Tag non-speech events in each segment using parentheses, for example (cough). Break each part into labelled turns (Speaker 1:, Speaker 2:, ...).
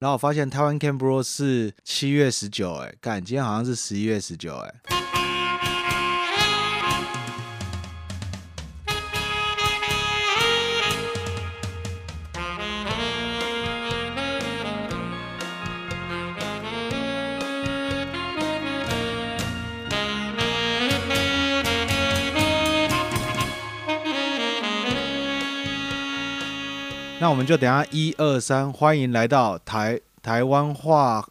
Speaker 1: 然后我发现台湾 Cam Bro 是七月十九，哎，干，今天好像是十一月十九，哎。那我们就等一下一二三，欢迎来到台台湾化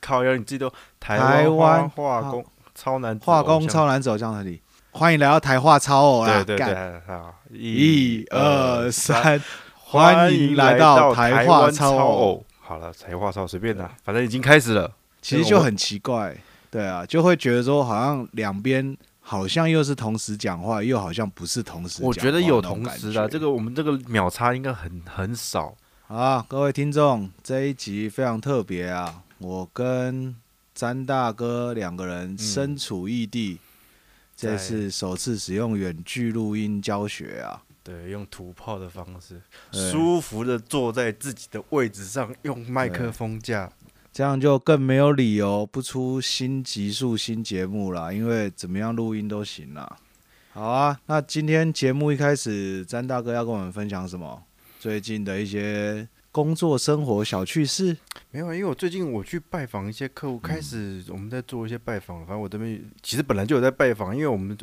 Speaker 2: 靠腰，你记得
Speaker 1: 台
Speaker 2: 台湾
Speaker 1: 湾
Speaker 2: 化工超难读
Speaker 1: 化工
Speaker 2: 偶像
Speaker 1: 超难走向哪里？欢迎来到台化超偶啦，
Speaker 2: 对对对
Speaker 1: 干
Speaker 2: 啊！
Speaker 1: 一二三， (laughs)
Speaker 2: 欢
Speaker 1: 欢
Speaker 2: 迎
Speaker 1: 迎
Speaker 2: 来
Speaker 1: 来
Speaker 2: 到
Speaker 1: 到
Speaker 2: 台
Speaker 1: 台
Speaker 2: 化
Speaker 1: 化
Speaker 2: 超
Speaker 1: 超
Speaker 2: 偶
Speaker 1: 偶。
Speaker 2: 好了，台化超随便啦，反正已经开始了。
Speaker 1: 其实就很奇怪，对啊，就会觉得说好像两边好像又是同时讲话，又好像不是同啊时讲话
Speaker 2: 我
Speaker 1: 那种感。
Speaker 2: 觉得有同时的，这
Speaker 1: 个
Speaker 2: 个我们这个秒差应该很很少。
Speaker 1: 啊，各位听众，这一集非常特别啊，我跟詹大哥两个人身处异地，
Speaker 2: 在
Speaker 1: 这次首次使用远距录音教学啊。
Speaker 2: 对，用土炮的方式，
Speaker 1: 对
Speaker 2: 舒服的坐在自己的位置上，用麦克风架。
Speaker 1: 这样就更没有理由不出新集数、新节目啦，因为怎么样录音都行啦。好啊，那今天节目一开始，詹大哥要跟我们分享什么？最近的一些工作、生活小趣事。
Speaker 2: 没有，啊，因为我最近我去拜访一些客户，
Speaker 1: 嗯
Speaker 2: 开始我们在做一些拜访，反正我这边其实本来就有在拜访，因为我们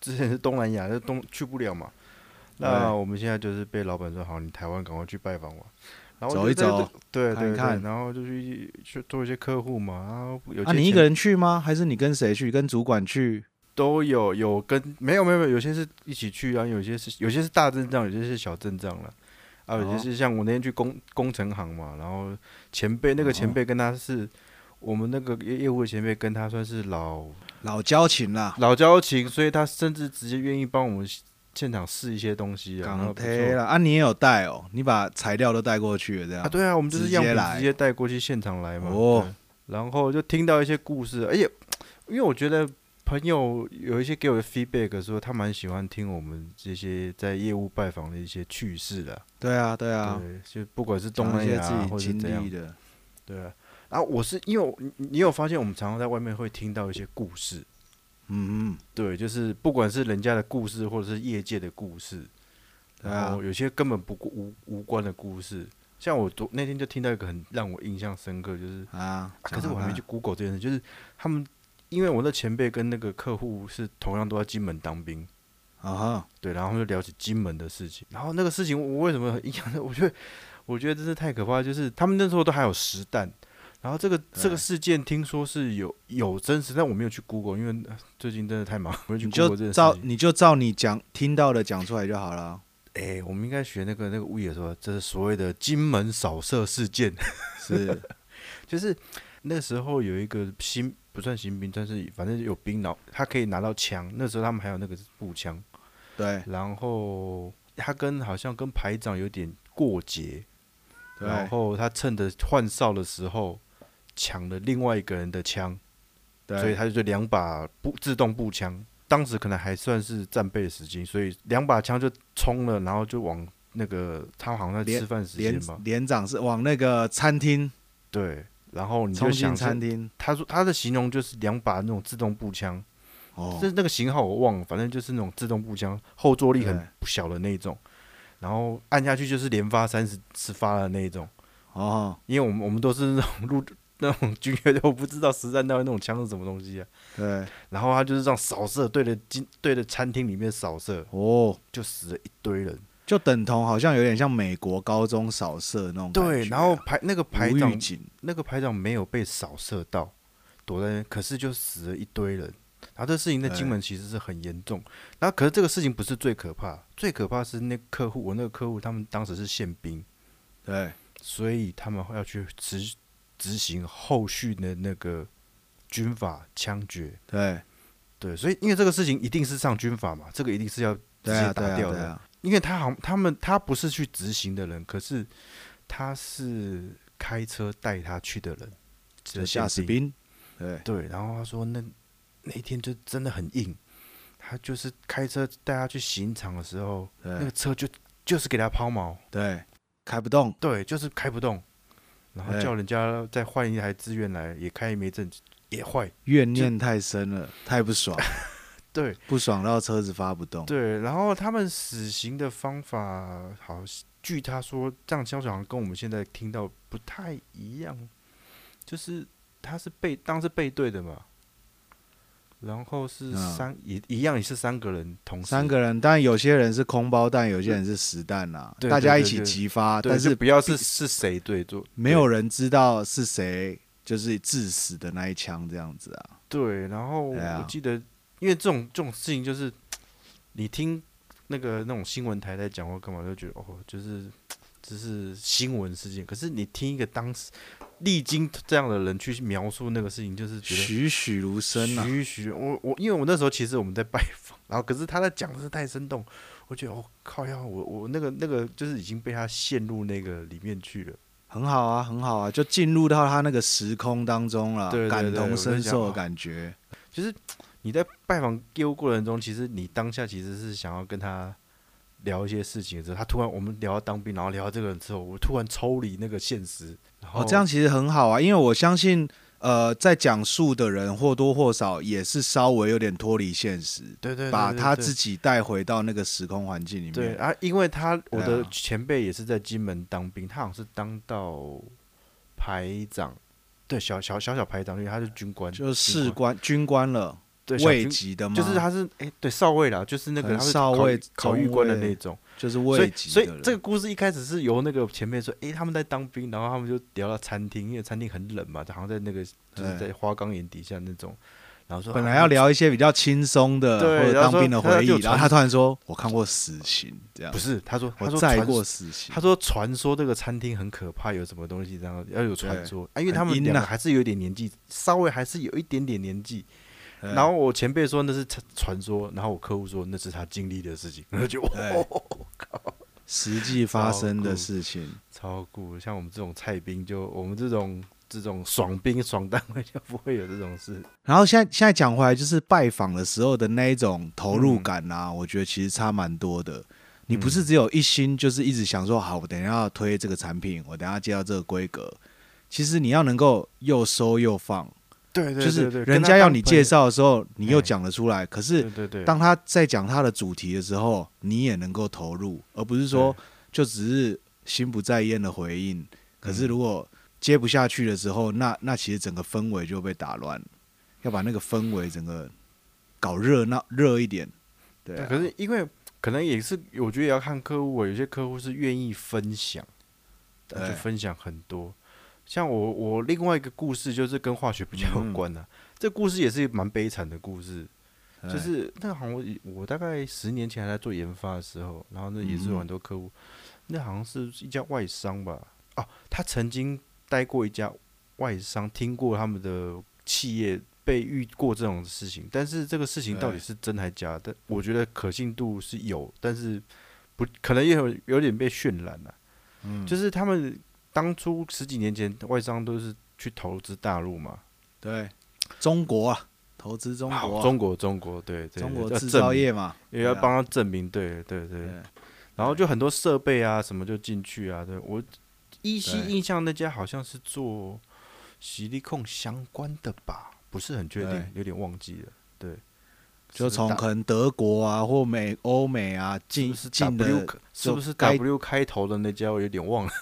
Speaker 2: 之前是东南亚，就东去不了嘛。那
Speaker 1: 对
Speaker 2: 我们现在就是被老板说，好，你台湾赶快去拜访我，然后
Speaker 1: 走
Speaker 2: 我就
Speaker 1: 一
Speaker 2: 在
Speaker 1: 走
Speaker 2: 这，对
Speaker 1: 看一
Speaker 2: 对
Speaker 1: 看
Speaker 2: 对，然后就去去做一些客户嘛，然后有
Speaker 1: 啊，
Speaker 2: 些
Speaker 1: 你一
Speaker 2: 前
Speaker 1: 个人去吗？还是你跟谁去？跟主管去？
Speaker 2: 都有有跟没有没有没有，有些是一起去啊，有些是有些是大阵仗，有些是小阵仗了。啊，有些
Speaker 1: 哦
Speaker 2: 是像我那天去工工程行嘛，然后前辈那个前
Speaker 1: 哦
Speaker 2: 辈跟他是、我们那个业业务的前辈跟他算是老
Speaker 1: 老交情啦，
Speaker 2: 老交情，所以他甚至直接愿意帮我们现场试一些东西啊，然后
Speaker 1: 港
Speaker 2: 不
Speaker 1: 台
Speaker 2: 错
Speaker 1: 啦。啊，你也有带哦，你把材料都带过去了，这样。
Speaker 2: 啊，对啊，我们就是样
Speaker 1: 直接
Speaker 2: 品
Speaker 1: 来
Speaker 2: 直接带过去现场来嘛。
Speaker 1: 哦
Speaker 2: 对，然后就听到一些故事，而且因为我觉得朋友有一些给我的 feedback 说，他蛮喜欢听我们这些在业务拜访的一些趣事的、
Speaker 1: 对啊，对啊，
Speaker 2: 对，就不管是东
Speaker 1: 讲
Speaker 2: 南
Speaker 1: 一些
Speaker 2: 亚啊或
Speaker 1: 自
Speaker 2: 者
Speaker 1: 己
Speaker 2: 怎
Speaker 1: 经历
Speaker 2: 样，
Speaker 1: 的。
Speaker 2: 对啊。然后我是因为我你你有发现，我们常常在外面会听到一些故事，
Speaker 1: 嗯嗯，
Speaker 2: 对，就是不管是人家的故事，或者是业界的故事，
Speaker 1: 对
Speaker 2: 然
Speaker 1: 啊
Speaker 2: 后，有些根本不顾无无关的故事。像我昨那天就听到一个很让我印象深刻，就是
Speaker 1: 啊，
Speaker 2: 啊可是
Speaker 1: 讲
Speaker 2: 我
Speaker 1: 讲
Speaker 2: 还没
Speaker 1: 看
Speaker 2: 去 Google 这件事，就是他们因为我的前辈跟那个客户是同样都在金门当兵，
Speaker 1: 啊哈，
Speaker 2: 对，然后他们就聊起金门的事情，然后那个事情我为什么很印象深？ (laughs) 我觉得我觉得真是太可怕，就是他们那时候都还有实弹。然后这个这
Speaker 1: 对
Speaker 2: 个事件听说是有有真实，但我没有去 Google，因为呃最近真的太忙，我没有去
Speaker 1: 你
Speaker 2: Google 这
Speaker 1: 就
Speaker 2: 件
Speaker 1: 照
Speaker 2: 事情。
Speaker 1: 你就照你讲听到的讲出来就好了。
Speaker 2: 哎，我们应该学那个那个物业说，这是所谓的金门扫射事件。 (laughs)
Speaker 1: 是
Speaker 2: 就是那时候有一个新不算新兵，但是反正有兵，然后他可以拿到枪。那时候他们还有那个步枪，
Speaker 1: 对
Speaker 2: 然后他跟好像跟排长有点过节，然
Speaker 1: 对
Speaker 2: 后他趁着换哨的时候抢了另外一个人的枪，
Speaker 1: 对，
Speaker 2: 所以他就两把步自动步枪。当时可能还算是战备时期，所以两把枪就冲了，然后就往那个他好像在
Speaker 1: 连
Speaker 2: 吃饭时间
Speaker 1: 连
Speaker 2: 吧，
Speaker 1: 连长是往那个餐厅
Speaker 2: 对，然后你就
Speaker 1: 冲进
Speaker 2: 想是
Speaker 1: 餐厅
Speaker 2: 他说他的形容就是两把那种自动步枪，
Speaker 1: 哦
Speaker 2: 就是那个型号我忘了，反正就是那种自动步枪，后坐力很
Speaker 1: 对
Speaker 2: 不小的那一种，然后按下去就是连发三十次发的那一种。
Speaker 1: 哦
Speaker 2: 因为我们我们都是那种陆 (laughs) 那种军乐队，我不知道实战单位那种枪是什么东西啊。
Speaker 1: 对
Speaker 2: 然后他就是这样扫射，对着金对着餐厅里面扫射，
Speaker 1: 哦，
Speaker 2: 就死了一堆人。
Speaker 1: 就等同好像有点像美国高中扫射那种感
Speaker 2: 对，
Speaker 1: 觉
Speaker 2: 然后
Speaker 1: 啊
Speaker 2: 排那个排
Speaker 1: 无预
Speaker 2: 长
Speaker 1: 警
Speaker 2: 那个排长没有被扫射到，躲在那边，可是就死了一堆人。然后这事情在
Speaker 1: 对
Speaker 2: 金门其实是很严重，然后可是这个事情不是最可怕，最可怕是那客户，我那个客户他们当时是宪兵，
Speaker 1: 对
Speaker 2: 所以他们要去执执行后续的那个军法枪决，
Speaker 1: 对
Speaker 2: 对，所以因为这个事情一定是上军法嘛，这个一定是要直
Speaker 1: 对啊
Speaker 2: 接
Speaker 1: 对
Speaker 2: 打
Speaker 1: 啊
Speaker 2: 掉
Speaker 1: 对
Speaker 2: 的，
Speaker 1: 啊，
Speaker 2: 因为他好像他们他不是去执行的人，可是他是开车带他去的人，这
Speaker 1: 就
Speaker 2: 个
Speaker 1: 吓
Speaker 2: 宪
Speaker 1: 死兵对
Speaker 2: 对，然后他说那那一天就真的很硬，他就是开车带他去刑场的时候，那
Speaker 1: 对
Speaker 2: 个车就就是给他抛锚，
Speaker 1: 对，开不动
Speaker 2: 对，就是开不动。然后
Speaker 1: 哎
Speaker 2: 叫人家再换一台资源来，也开一枚阵子也坏。
Speaker 1: 怨念太深了，太不
Speaker 2: (laughs)
Speaker 1: 爽，
Speaker 2: 对
Speaker 1: 不爽到车子发不动。
Speaker 2: 对，然后他们死刑的方法，好，据他说，这样消息好像跟我们现在听到不太一样，就是他是背当时背对的嘛，然后是
Speaker 1: 嗯
Speaker 2: 三、也一样也是三个人同时
Speaker 1: 三个人，但有些人是空包弹，有些人是实弹啦、
Speaker 2: 对
Speaker 1: 大家
Speaker 2: 对
Speaker 1: 一
Speaker 2: 对
Speaker 1: 起
Speaker 2: 对
Speaker 1: 激发，
Speaker 2: 对
Speaker 1: 但
Speaker 2: 就是不要是是谁对做，
Speaker 1: 没有人知道是谁就是致死的那一枪这样子啊。
Speaker 2: 对。然后
Speaker 1: 哎呀
Speaker 2: 我记得，因为这种这种事情就是你听那个那种新闻台在讲或干嘛，就觉得哦，就是只是新闻事件。可是你听一个当时历经这样的人去描述那个事情，就是觉得
Speaker 1: 栩栩如生啊！
Speaker 2: 徐徐，我我因为我那时候其实我们在拜访，然后可是他在讲的是太生动，我觉得哦靠呀，我我那个那个就是已经被他陷入那个里面去了。
Speaker 1: 很好啊，很好啊，就进入到他那个时空当中了，
Speaker 2: 对对
Speaker 1: 感
Speaker 2: 对我
Speaker 1: 同
Speaker 2: 在
Speaker 1: 身
Speaker 2: 想
Speaker 1: 受的
Speaker 2: 哦
Speaker 1: 感觉。
Speaker 2: 就是你在拜访业务过程中，其实你当下其实是想要跟他聊一些事情的时候，他突然我们聊到当兵，然后聊到这个人之后，我突然抽离那个现实，然后、
Speaker 1: 哦，这样其实很好啊，因为我相信，呃，在讲述的人或多或少也是稍微有点脱离现实，
Speaker 2: 对对对
Speaker 1: 把
Speaker 2: 对
Speaker 1: 他
Speaker 2: 对
Speaker 1: 自己带回到那个时空环境里
Speaker 2: 对
Speaker 1: 面。
Speaker 2: 啊，因为他我
Speaker 1: 对
Speaker 2: 的
Speaker 1: 啊
Speaker 2: 前辈也是在金门当兵，他好像是当到排长，对小小小小排长，因为他是军官，
Speaker 1: 就
Speaker 2: 军
Speaker 1: 士官、军官了，
Speaker 2: 对小
Speaker 1: 位
Speaker 2: 军
Speaker 1: 级的吗？
Speaker 2: 就是他是哎、对少尉啦，就是那
Speaker 1: 可
Speaker 2: 个
Speaker 1: 能
Speaker 2: 他是
Speaker 1: 少
Speaker 2: 考
Speaker 1: 尉
Speaker 2: 考
Speaker 1: 中
Speaker 2: 狱官的
Speaker 1: 尉
Speaker 2: 那种。
Speaker 1: 就是
Speaker 2: 所
Speaker 1: 位
Speaker 2: 以，
Speaker 1: 级
Speaker 2: 所
Speaker 1: 的
Speaker 2: 以
Speaker 1: 人
Speaker 2: 这个故事一开始是由那个前辈说，诶，他们在当兵，然后他们就聊到餐厅，因为餐厅很冷嘛，好像在那个就是
Speaker 1: 对
Speaker 2: 在花岗岩底下那种，然后
Speaker 1: 哎
Speaker 2: 说
Speaker 1: 本
Speaker 2: 啊
Speaker 1: 来要聊一些比较轻松的
Speaker 2: 对
Speaker 1: 或者
Speaker 2: 然后
Speaker 1: 当兵的
Speaker 2: 说他
Speaker 1: 回忆
Speaker 2: 就，
Speaker 1: 然后
Speaker 2: 传
Speaker 1: 他突然说：“我看过死刑。”这样
Speaker 2: 不，是，他说他
Speaker 1: 我
Speaker 2: 说
Speaker 1: 载
Speaker 2: 传
Speaker 1: 过，死刑
Speaker 2: 他。说传说这个餐厅很可怕，有什么东西，然后要有传
Speaker 1: 对
Speaker 2: 说啊，因为
Speaker 1: 哎很
Speaker 2: 他们
Speaker 1: 阴
Speaker 2: 两个
Speaker 1: 呐
Speaker 2: 还是有点年纪，稍微还是有一点点年纪，
Speaker 1: 对
Speaker 2: 然后我前辈说那是传传说，然后我客户说那是他经历的事情，
Speaker 1: 哎
Speaker 2: 然后就
Speaker 1: 对
Speaker 2: (laughs) 哦，
Speaker 1: 实际发生
Speaker 2: 超
Speaker 1: 的
Speaker 2: 酷
Speaker 1: 事情，
Speaker 2: 超酷！像我们这种菜兵就，我们这种这种爽兵爽单位就不会有这种事。
Speaker 1: 然后现在现在讲回来，就是拜访的时候的那一种投入感啊，
Speaker 2: 嗯
Speaker 1: 我觉得其实差蛮多的。你不是只有一心，就是一直想说，好，我等一下要推这个产品，我等一下接到这个规格。其实你要能够又收又放，
Speaker 2: 对对
Speaker 1: 就是
Speaker 2: 对对，
Speaker 1: 人
Speaker 2: 跟他
Speaker 1: 家要
Speaker 2: 当
Speaker 1: 你
Speaker 2: 朋友
Speaker 1: 介，绍的时候，你又
Speaker 2: 哎
Speaker 1: 讲得出来。可
Speaker 2: 对
Speaker 1: 是
Speaker 2: 对对，
Speaker 1: 当他在讲他的主题的时候，你也能够投入，而不是说就只是心不在焉的回应。可
Speaker 2: 嗯
Speaker 1: 是如果接不下去的时候，那那其实整个氛围就被打乱，要把那个氛围整个搞热闹热一点。对
Speaker 2: 对、
Speaker 1: 啊，
Speaker 2: 可是因为可能也是，我觉得也要看客户，有些客户是愿意分享，他
Speaker 1: 对
Speaker 2: 就分享很多。像我我另外一个故事就是跟化学比较有
Speaker 1: 嗯
Speaker 2: 关的、啊这故事也是蛮悲惨的故事。
Speaker 1: 哎
Speaker 2: 就是那好像我我大概十年前还在做研发的时候，然后那也是有很多客户，那好像是一家外商吧？哦、他曾经待过一家外商，听过他们的企业被遇过这种事情，但是这个事情到底
Speaker 1: 对
Speaker 2: 是真还假的？我觉得可信度是有，但是不可能也有有点被渲染啊了、
Speaker 1: 嗯
Speaker 2: 就是他们当初十几年前外商都是去投资大陆嘛，
Speaker 1: 对中国啊，投资中国
Speaker 2: 好
Speaker 1: 啊、
Speaker 2: 中国中国对对
Speaker 1: 中
Speaker 2: 对
Speaker 1: 国
Speaker 2: 要
Speaker 1: 制
Speaker 2: 证
Speaker 1: 造
Speaker 2: 明
Speaker 1: 业嘛，
Speaker 2: 也要
Speaker 1: 对啊
Speaker 2: 帮他证明，对对对
Speaker 1: 对，
Speaker 2: 然后就很多设备啊什么就进去啊，对我依稀
Speaker 1: 对
Speaker 2: 印象那家好像是做洗力控相关的吧，不是很确定
Speaker 1: 对，
Speaker 2: 有点忘记了，对，
Speaker 1: 就是从
Speaker 2: 打
Speaker 1: 可能德国啊或美欧美啊进
Speaker 2: 是
Speaker 1: 进
Speaker 2: 不是 W
Speaker 1: 的
Speaker 2: 开是不是
Speaker 1: 该
Speaker 2: W 开头的那家，我有点忘了，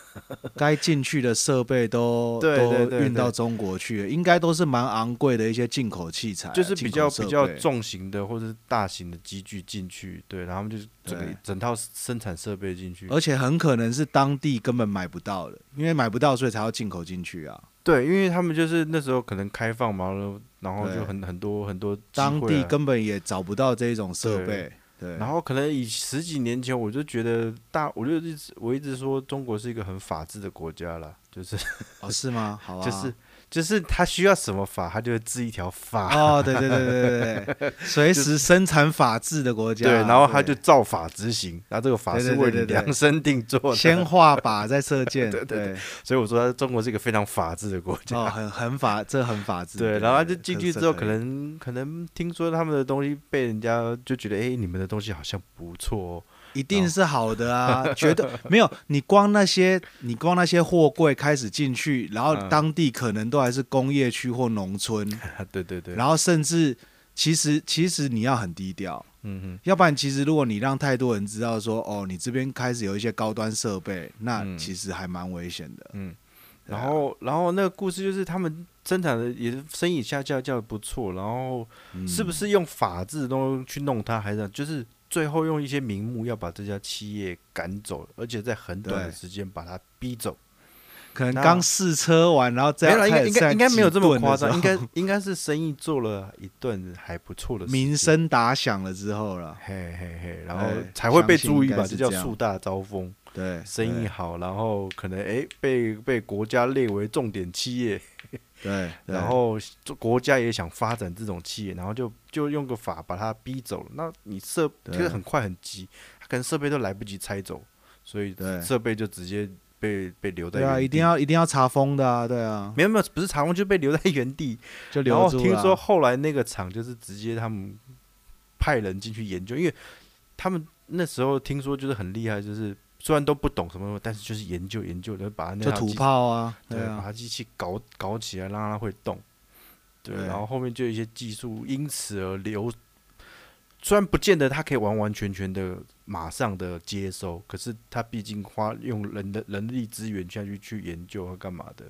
Speaker 1: 该进去的设备都
Speaker 2: 对对
Speaker 1: 都
Speaker 2: 对
Speaker 1: 运到
Speaker 2: 对
Speaker 1: 中国去了，应该都是蛮昂贵的一些进口器材啊，
Speaker 2: 就是比较
Speaker 1: 进口设
Speaker 2: 比较
Speaker 1: 备
Speaker 2: 重型的或者是大型的机具进去，对，然后他们就是整个
Speaker 1: 对
Speaker 2: 整套生产设备进去，
Speaker 1: 而且很可能是当地根本买不到的，因为买不到，所以才要进口进去啊。
Speaker 2: 对，因为他们就是那时候可能开放嘛，然后然后就
Speaker 1: 对
Speaker 2: 很很多很多机
Speaker 1: 当
Speaker 2: 会
Speaker 1: 地
Speaker 2: 啊
Speaker 1: 根本也找不到这种设备，对，
Speaker 2: 然后可能以十几年前，我就觉得大，我就一直我一直说中国是一个很法治的国家啦，就是、
Speaker 1: 哦是吗？好啊，
Speaker 2: 就是就是他需要什么法，他就会制一条法，
Speaker 1: 哦，对对对对对对，随时生产法治的国家啊，
Speaker 2: (laughs) 对，然后他就
Speaker 1: 对
Speaker 2: 照法执行，然后这个法
Speaker 1: 对
Speaker 2: 是
Speaker 1: 对
Speaker 2: 为
Speaker 1: 对
Speaker 2: 你
Speaker 1: 对对
Speaker 2: 量身定
Speaker 1: (laughs)
Speaker 2: 做的，
Speaker 1: 先画靶再射箭，
Speaker 2: (laughs) 对对
Speaker 1: 对
Speaker 2: 所以我说他中国是一个非常法治的国家。
Speaker 1: 哦，很很法，这很法治，
Speaker 2: (laughs) 对，然后他就进去之后，可
Speaker 1: 以 (laughs)
Speaker 2: 能可能听说他们的东西被人家就觉得，哎，你们的东西好像不错哦，
Speaker 1: 一定是好的
Speaker 2: (laughs)
Speaker 1: 啊，绝对没有。你光那些，你光那些货柜开始进去，然后
Speaker 2: 嗯
Speaker 1: 当地可能都还是工业区或农村，
Speaker 2: 对对对，
Speaker 1: 然后甚至其实其实你要很低调，
Speaker 2: 嗯
Speaker 1: 要不然其实如果你让太多人知道说哦，你这边开始有一些高端设备，那
Speaker 2: 嗯
Speaker 1: 其实还蛮危险的。
Speaker 2: 嗯，
Speaker 1: 对啊
Speaker 2: 然后然后那个故事就是他们生产的也是生意下降降的不错，然后
Speaker 1: 嗯
Speaker 2: 是不是用法治都去弄它，还是就是最后用一些名目要把这家企业赶走，而且在很短的
Speaker 1: 对
Speaker 2: 时间把它逼走。
Speaker 1: 可能
Speaker 2: 那
Speaker 1: 刚试车完，然后再
Speaker 2: 没有啦，应该
Speaker 1: 开始
Speaker 2: 应该
Speaker 1: 在
Speaker 2: 应该没有
Speaker 1: 挤
Speaker 2: 这么
Speaker 1: 顿的
Speaker 2: 夸
Speaker 1: 时
Speaker 2: 张，
Speaker 1: 候
Speaker 2: 应该应该是生意做了一段还不错的
Speaker 1: (laughs)
Speaker 2: 时
Speaker 1: 名
Speaker 2: 间，
Speaker 1: 声打响了之后了，
Speaker 2: 嘿嘿嘿，然后
Speaker 1: 哎
Speaker 2: 才会被
Speaker 1: 相信
Speaker 2: 注意
Speaker 1: 应该
Speaker 2: 吧，
Speaker 1: 是
Speaker 2: 这叫
Speaker 1: 这样
Speaker 2: 树大招风。
Speaker 1: 对，
Speaker 2: 生意好，然后可能诶被被国家列为重点企业，
Speaker 1: 对，对
Speaker 2: 然后国家也想发展这种企业，然后就就用个法把它逼走了。那你设
Speaker 1: 对
Speaker 2: 其实很快很急，它可能设备都来不及拆走，所以
Speaker 1: 对
Speaker 2: 设备就直接被被留在
Speaker 1: 对
Speaker 2: 原地。
Speaker 1: 啊，一定要一定要查封的啊，对啊，
Speaker 2: 没有没有，不是查封就被留在原地。
Speaker 1: 就
Speaker 2: 然
Speaker 1: 留
Speaker 2: 后
Speaker 1: 住
Speaker 2: 听
Speaker 1: 了啊
Speaker 2: 说后来那个厂就是直接他们派人进去研究，因为他们那时候听说就是很厉害，就是虽然都不懂什么，但是就是研究研究，然后把它那
Speaker 1: 就
Speaker 2: 套
Speaker 1: 土
Speaker 2: 机
Speaker 1: 炮啊，
Speaker 2: 对
Speaker 1: 对，
Speaker 2: 把
Speaker 1: 啊，
Speaker 2: 它机器搞搞起来，让它会动。对，
Speaker 1: 对
Speaker 2: 然后后面就有一些技术因此而流，虽然不见得它可以完完全全的马上的接收，可是它毕竟花用人的人力资源下去去研究和干嘛的。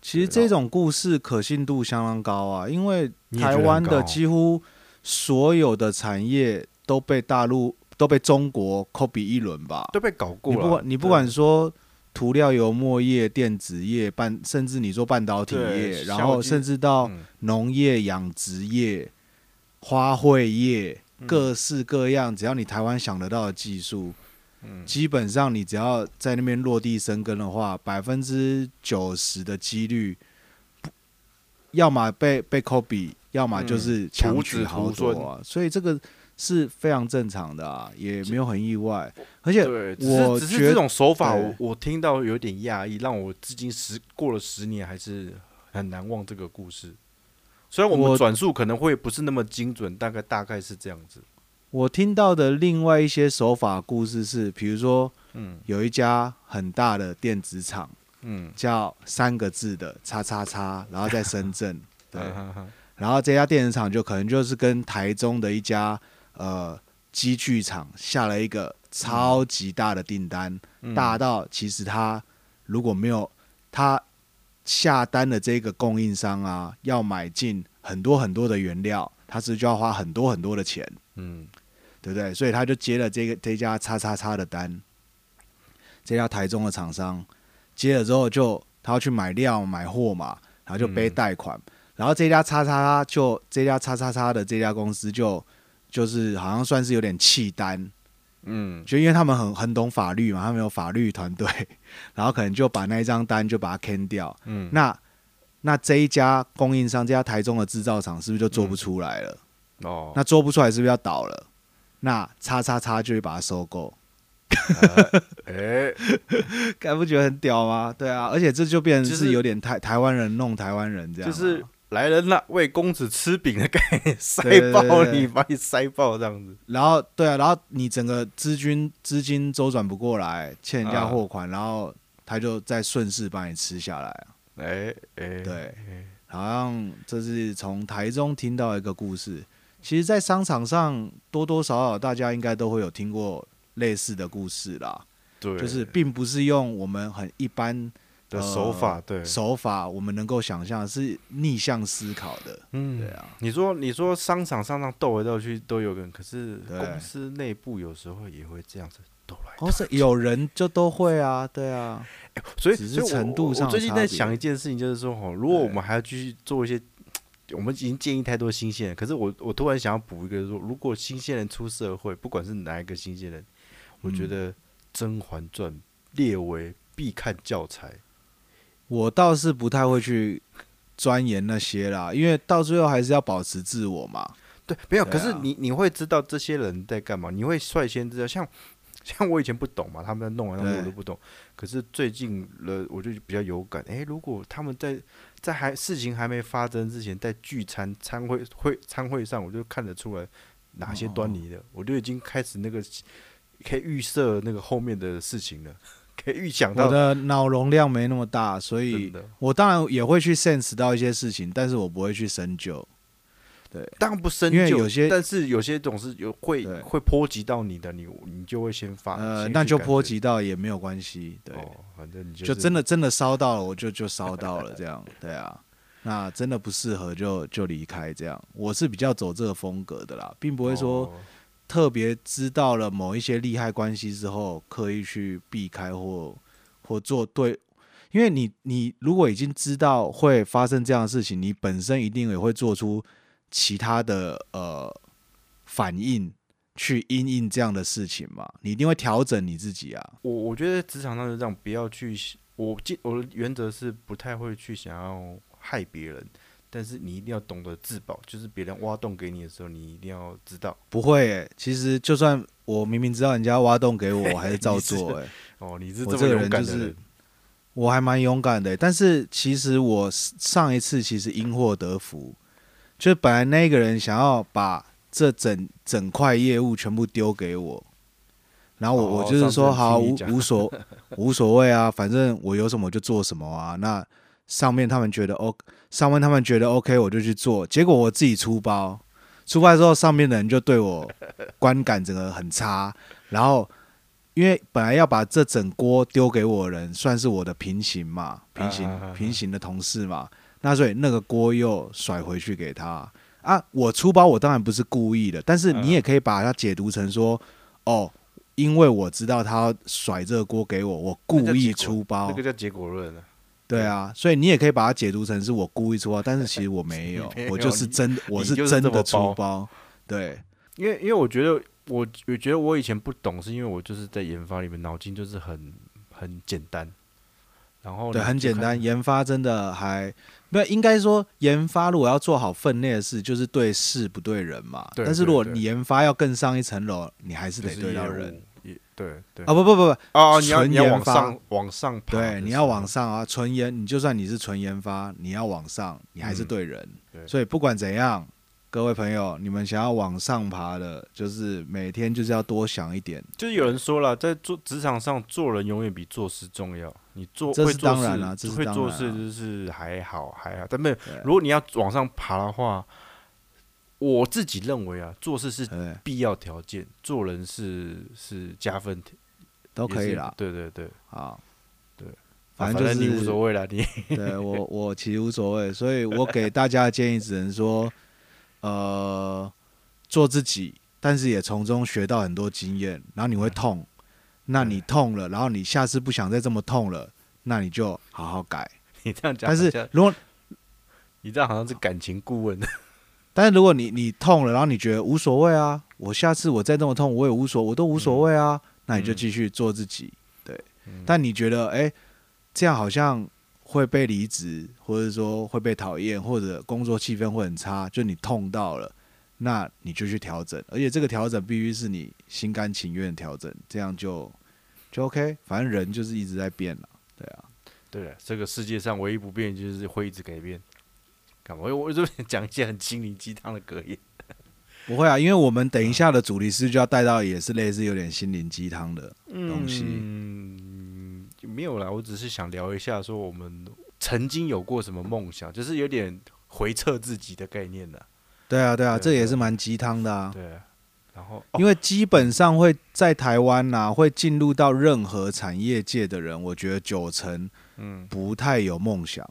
Speaker 1: 其实这种故事可信度相当高啊，因为
Speaker 2: 你也觉
Speaker 1: 台
Speaker 2: 得很
Speaker 1: 湾的
Speaker 2: 高
Speaker 1: 几乎所有的产业都被大陆都被中国 copy 一轮吧。
Speaker 2: 都被搞过
Speaker 1: 你
Speaker 2: 了，
Speaker 1: 不管你不
Speaker 2: 对
Speaker 1: 管说涂料、油墨业、电子业、半甚至你说半导体
Speaker 2: 对
Speaker 1: 业，
Speaker 2: 像
Speaker 1: 然后
Speaker 2: 我记
Speaker 1: 甚至到
Speaker 2: 嗯
Speaker 1: 农业、养殖业、花卉业，各式各样，只要你台湾想得到的技术，
Speaker 2: 嗯
Speaker 1: 基本上你只要在那边落地生根的话，百分之九十的几率，不要么被被 copy，要
Speaker 2: 嗯
Speaker 1: 么就是强取豪夺啊。所以这个是非常正常的啊，也没有很意外。而且
Speaker 2: 对，只
Speaker 1: 我
Speaker 2: 是只是
Speaker 1: 觉
Speaker 2: 这
Speaker 1: 得，
Speaker 2: 种手法我
Speaker 1: 对，
Speaker 2: 我听到有点讶异，让我至今十过了十年还是很难忘这个故事。虽然我
Speaker 1: 我
Speaker 2: 们转述可能会不是那么精准，大概大概是这样子。
Speaker 1: 我听到的另外一些手法故事是，比如说
Speaker 2: 嗯
Speaker 1: 有一家很大的电子厂，
Speaker 2: 嗯，
Speaker 1: 叫三个字的叉叉叉，然后在深圳，
Speaker 2: (laughs)
Speaker 1: 对。嗯
Speaker 2: 啊哈哈
Speaker 1: 然后这家电子厂就可能就是跟台中的一家呃机具厂下了一个超级大的订单，
Speaker 2: 嗯
Speaker 1: 大到其实它如果没有它下单的这个供应商啊，要买进很多很多的原料，它是不是就要花很多很多的钱，
Speaker 2: 嗯
Speaker 1: 对不对？所以他就接了这个这家叉叉叉的单，这家台中的厂商接了之后就他要去买料买货嘛，然后就背
Speaker 2: 嗯
Speaker 1: 贷款，然后这家叉叉叉就这家叉叉叉的这家公司就就是好像算是有点弃单，
Speaker 2: 嗯
Speaker 1: 就因为他们很很懂法律嘛，他们有法律团队， (laughs) 然后可能就把那一张单就把它 can 掉，
Speaker 2: 嗯，
Speaker 1: 那。那这一家供应商，这家台中的制造厂是不是就做不出来了？
Speaker 2: 哦，
Speaker 1: 那做不出来是不是要倒了？那叉叉叉就会把它收购，
Speaker 2: 哎，
Speaker 1: (laughs) 该不觉得很屌吗？对啊，而且这就变成
Speaker 2: 就是
Speaker 1: 是有点台台湾人弄台湾人这样
Speaker 2: 就
Speaker 1: 啊、
Speaker 2: 是来人了，为公子吃饼的概念，塞
Speaker 1: 对对对
Speaker 2: 爆
Speaker 1: 对
Speaker 2: 你，把你塞爆这样子。
Speaker 1: 然后对啊，然后你整个资金资金周转不过来，欠人家货款，然后他就再顺势把你吃下来啊。
Speaker 2: 哎哎，
Speaker 1: 对，好像这是从台中听到一个故事。其实，在商场上多多少少大家应该都会有听过类似的故事啦，
Speaker 2: 对，
Speaker 1: 就是并不是用我们很一般呃
Speaker 2: 的手法，对，
Speaker 1: 手法，我们能够想象是逆向思考的。
Speaker 2: 嗯
Speaker 1: 对啊，
Speaker 2: 你说你说商场上上斗来斗去都有人，可是
Speaker 1: 对
Speaker 2: 公司内部有时候也会这样子斗来斗
Speaker 1: 哦，是有人就都会啊，对啊，
Speaker 2: 所以
Speaker 1: 只是
Speaker 2: 所以我
Speaker 1: 程度上
Speaker 2: 我最近
Speaker 1: 有差
Speaker 2: 在
Speaker 1: 别
Speaker 2: 想一件事情，就是说哦，如果
Speaker 1: 对
Speaker 2: 我们还要继续做一些，我们已经建议太多新鲜人，可是我我突然想要补一个说，如果新鲜人出社会，不管是哪一个新鲜人，我觉
Speaker 1: 嗯
Speaker 2: 得《甄嬛传》列为必看教材。
Speaker 1: 我倒是不太会去钻研那些啦，因为到最后还是要保持自我嘛。
Speaker 2: 对，没有。
Speaker 1: 对
Speaker 2: 可是
Speaker 1: 啊
Speaker 2: 你你会知道这些人在干嘛，你会率先知道。像 (laughs) 像我以前不懂嘛，他们在弄来弄去
Speaker 1: 对
Speaker 2: 我都不懂。可是最近了，我就比较有感。诶，如果他们在在还事情还没发生之前，在聚餐餐会
Speaker 1: 哦
Speaker 2: 会餐会上，我就看得出来哪些端倪了。我就已经开始那个可以预设那个后面的事情了， (laughs) 可以预想
Speaker 1: 我
Speaker 2: 到
Speaker 1: 的脑容量没那么大，所
Speaker 2: 真
Speaker 1: 以
Speaker 2: 的。
Speaker 1: 我当然也会去 sense 到一些事情，但是我不会去深究。
Speaker 2: 当然不深
Speaker 1: 因为
Speaker 2: 究，
Speaker 1: 有些
Speaker 2: 但是有些总是有会
Speaker 1: 对
Speaker 2: 会波及到你的，你你就会先发，
Speaker 1: 呃，
Speaker 2: 先去
Speaker 1: 那就
Speaker 2: 啊感
Speaker 1: 波
Speaker 2: 觉
Speaker 1: 及到也没有关系，对，
Speaker 2: 哦，反正你
Speaker 1: 就是真的真的烧到了，我就就烧到了，这 (laughs) 样，对啊。那真的不适合就就离开，这样。我是比较走这个风格的啦，并不会说
Speaker 2: 哦
Speaker 1: 特别知道了某一些利害关系之后，刻意去避开或或做对，因为你你如果已经知道会发生这样的事情，你本身一定也会做出其他的呃反应去因应这样的事情嘛，你一定会调整你自己啊。
Speaker 2: 我我觉得职场上就这样，不要去。我记我的原则是不太会去想要害别人，但是你一定要懂得自保，就是别人挖洞给你的时候，你一定要知道
Speaker 1: 不会、欸，其实就算我明明知道人家挖洞给我，我还是照做、欸。
Speaker 2: 哦，你是
Speaker 1: 我
Speaker 2: 这
Speaker 1: 这
Speaker 2: 么
Speaker 1: 个
Speaker 2: 勇
Speaker 1: 人
Speaker 2: 敢
Speaker 1: 就
Speaker 2: 的人。
Speaker 1: 是，我还蛮勇敢的、但是其实我上一次其实因祸得福，就是本来那个人想要把这整整块业务全部丢给我，然后我、
Speaker 2: 哦
Speaker 1: 我就是说
Speaker 2: 上次
Speaker 1: 好
Speaker 2: 听你
Speaker 1: 无
Speaker 2: 讲
Speaker 1: 无所无所谓啊，反正我有什么就做什么啊。那上面他们觉得 O，上面他们觉得 OK，我就去做，结果我自己出包。出发之后，上面的人就对我观感整个很差，然后因为本来要把这整锅丢给我的人，算是我的平行嘛，平行、
Speaker 2: 啊啊啊啊
Speaker 1: 平行的同事嘛，那所以那个锅又甩回去给他啊。我出包，我当然不是故意的，但是你也可以把它解读成说，
Speaker 2: 嗯
Speaker 1: 哦，因为我知道他甩这个锅给我，我故
Speaker 2: 那叫
Speaker 1: 意
Speaker 2: 结果
Speaker 1: 出包
Speaker 2: 那个，叫结果论啊。
Speaker 1: 对啊，所以你也可以把它解读成是我故意出包，但是其实我没有
Speaker 2: 没，有
Speaker 1: 我就是真的，我
Speaker 2: 你就是
Speaker 1: 真
Speaker 2: 这么
Speaker 1: 的出
Speaker 2: 包
Speaker 1: 包，对。
Speaker 2: 因为因为我觉得我我觉得我以前不懂，是因为我就是在研发里面脑筋就是很很简单，然后
Speaker 1: 对，
Speaker 2: 哦你
Speaker 1: 很
Speaker 2: 就
Speaker 1: 简
Speaker 2: 看
Speaker 1: 单，研发真的还没有，应该说研发如果要做好分内的事，就是对事不对人嘛。
Speaker 2: 对
Speaker 1: 但是
Speaker 2: 对
Speaker 1: 如果
Speaker 2: 对
Speaker 1: 你研发要更上一层楼，你还是
Speaker 2: 就
Speaker 1: 得
Speaker 2: 是
Speaker 1: 对到
Speaker 2: 业务
Speaker 1: 人，
Speaker 2: 也对对
Speaker 1: 啊！不不不不，
Speaker 2: 哦，你要
Speaker 1: 纯
Speaker 2: 你要
Speaker 1: 研
Speaker 2: 往
Speaker 1: 发
Speaker 2: 上往上爬的时候，
Speaker 1: 对，你要往上啊，纯研，你就算你是纯研发，你要往上，你还是对人。
Speaker 2: 嗯对
Speaker 1: 所以不管怎样，各位朋友，你们想要往上爬的，就是每天就是要多想一点，
Speaker 2: 就是有人说了，在做职场上做人永远比做事重要。你做
Speaker 1: 这是
Speaker 2: 会做
Speaker 1: 当然啦
Speaker 2: 事
Speaker 1: 这是
Speaker 2: 会
Speaker 1: 当
Speaker 2: 做
Speaker 1: 然
Speaker 2: 事
Speaker 1: 啦
Speaker 2: 就是还好还好，但没有
Speaker 1: 对。
Speaker 2: 如果你要往上爬的话，我自己认为啊，做事是
Speaker 1: 对，
Speaker 2: 必要条件，做人是是加分条，
Speaker 1: 都
Speaker 2: 也
Speaker 1: 可以
Speaker 2: 是
Speaker 1: 啦。
Speaker 2: 对对对，啊
Speaker 1: 好，
Speaker 2: 对啊
Speaker 1: 反正就是
Speaker 2: 你无所谓啦，你 (laughs)
Speaker 1: 对我，我其实无所谓，所以我给大家的建议只能说，呃，做自己，但是也从中学到很多经验，然后你会痛，那你痛了，然后你下次不想再这么痛了，那你就好好改。
Speaker 2: 你这样讲好
Speaker 1: 但
Speaker 2: 像，
Speaker 1: 是如果
Speaker 2: 你这样好像是感情顾问， (laughs)
Speaker 1: 但是如果你你痛了，然后你觉得无所谓啊，我下次我再这么痛，我也无所，我都无所谓啊，那你就继续做自己。对，但你觉得，哎、这样好像会被离职，或者说会被讨厌，或者工作气氛会很差，就你痛到了，那你就去调整，而且这个调整必须是你心甘情愿的调整，这样就就 OK。反正人就是一直在变了，对啊。
Speaker 2: 对了，这个世界上唯一不变就是会一直改变。干嘛？我我这边讲一些很心灵鸡汤的格言。
Speaker 1: 不会啊，因为我们等一下的主题是就要带到也是类似有点心灵鸡汤的东西。
Speaker 2: 嗯，没有啦，我只是想聊一下，说我们曾经有过什么梦想，就是有点回测自己的概念的。
Speaker 1: 对啊，对啊，
Speaker 2: 对
Speaker 1: 这
Speaker 2: 对
Speaker 1: 也是蛮鸡汤的啊。
Speaker 2: 对，然后
Speaker 1: 因为基本上会在台湾呐、会进入到任何产业界的人，我觉得九成
Speaker 2: 嗯，
Speaker 1: 不太有梦想。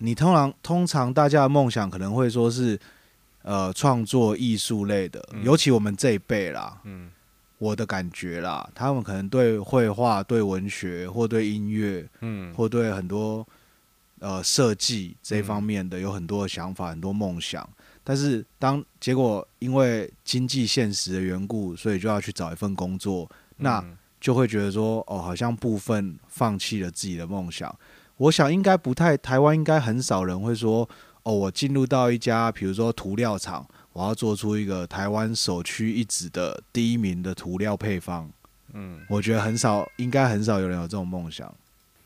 Speaker 1: 你通常通常大家的梦想可能会说是，呃，创作艺术类的，
Speaker 2: 嗯
Speaker 1: 尤其我们这一辈啦，
Speaker 2: 嗯，
Speaker 1: 我的感觉啦，他们可能对绘画、对文学或对音乐，
Speaker 2: 嗯，
Speaker 1: 或对很多呃设计这
Speaker 2: 嗯
Speaker 1: 方面的有很多的想法、很多梦想，但是当结果因为经济现实的缘故，所以就要去找一份工作，那
Speaker 2: 嗯
Speaker 1: 就会觉得说，哦，好像部分放弃了自己的梦想。我想应该不太，台湾应该很少人会说，哦，我进入到一家比如说涂料厂，我要做出一个台湾首屈一指的第一名的涂料配方。
Speaker 2: 嗯，
Speaker 1: 我觉得很少，应该很少有人有这种梦想。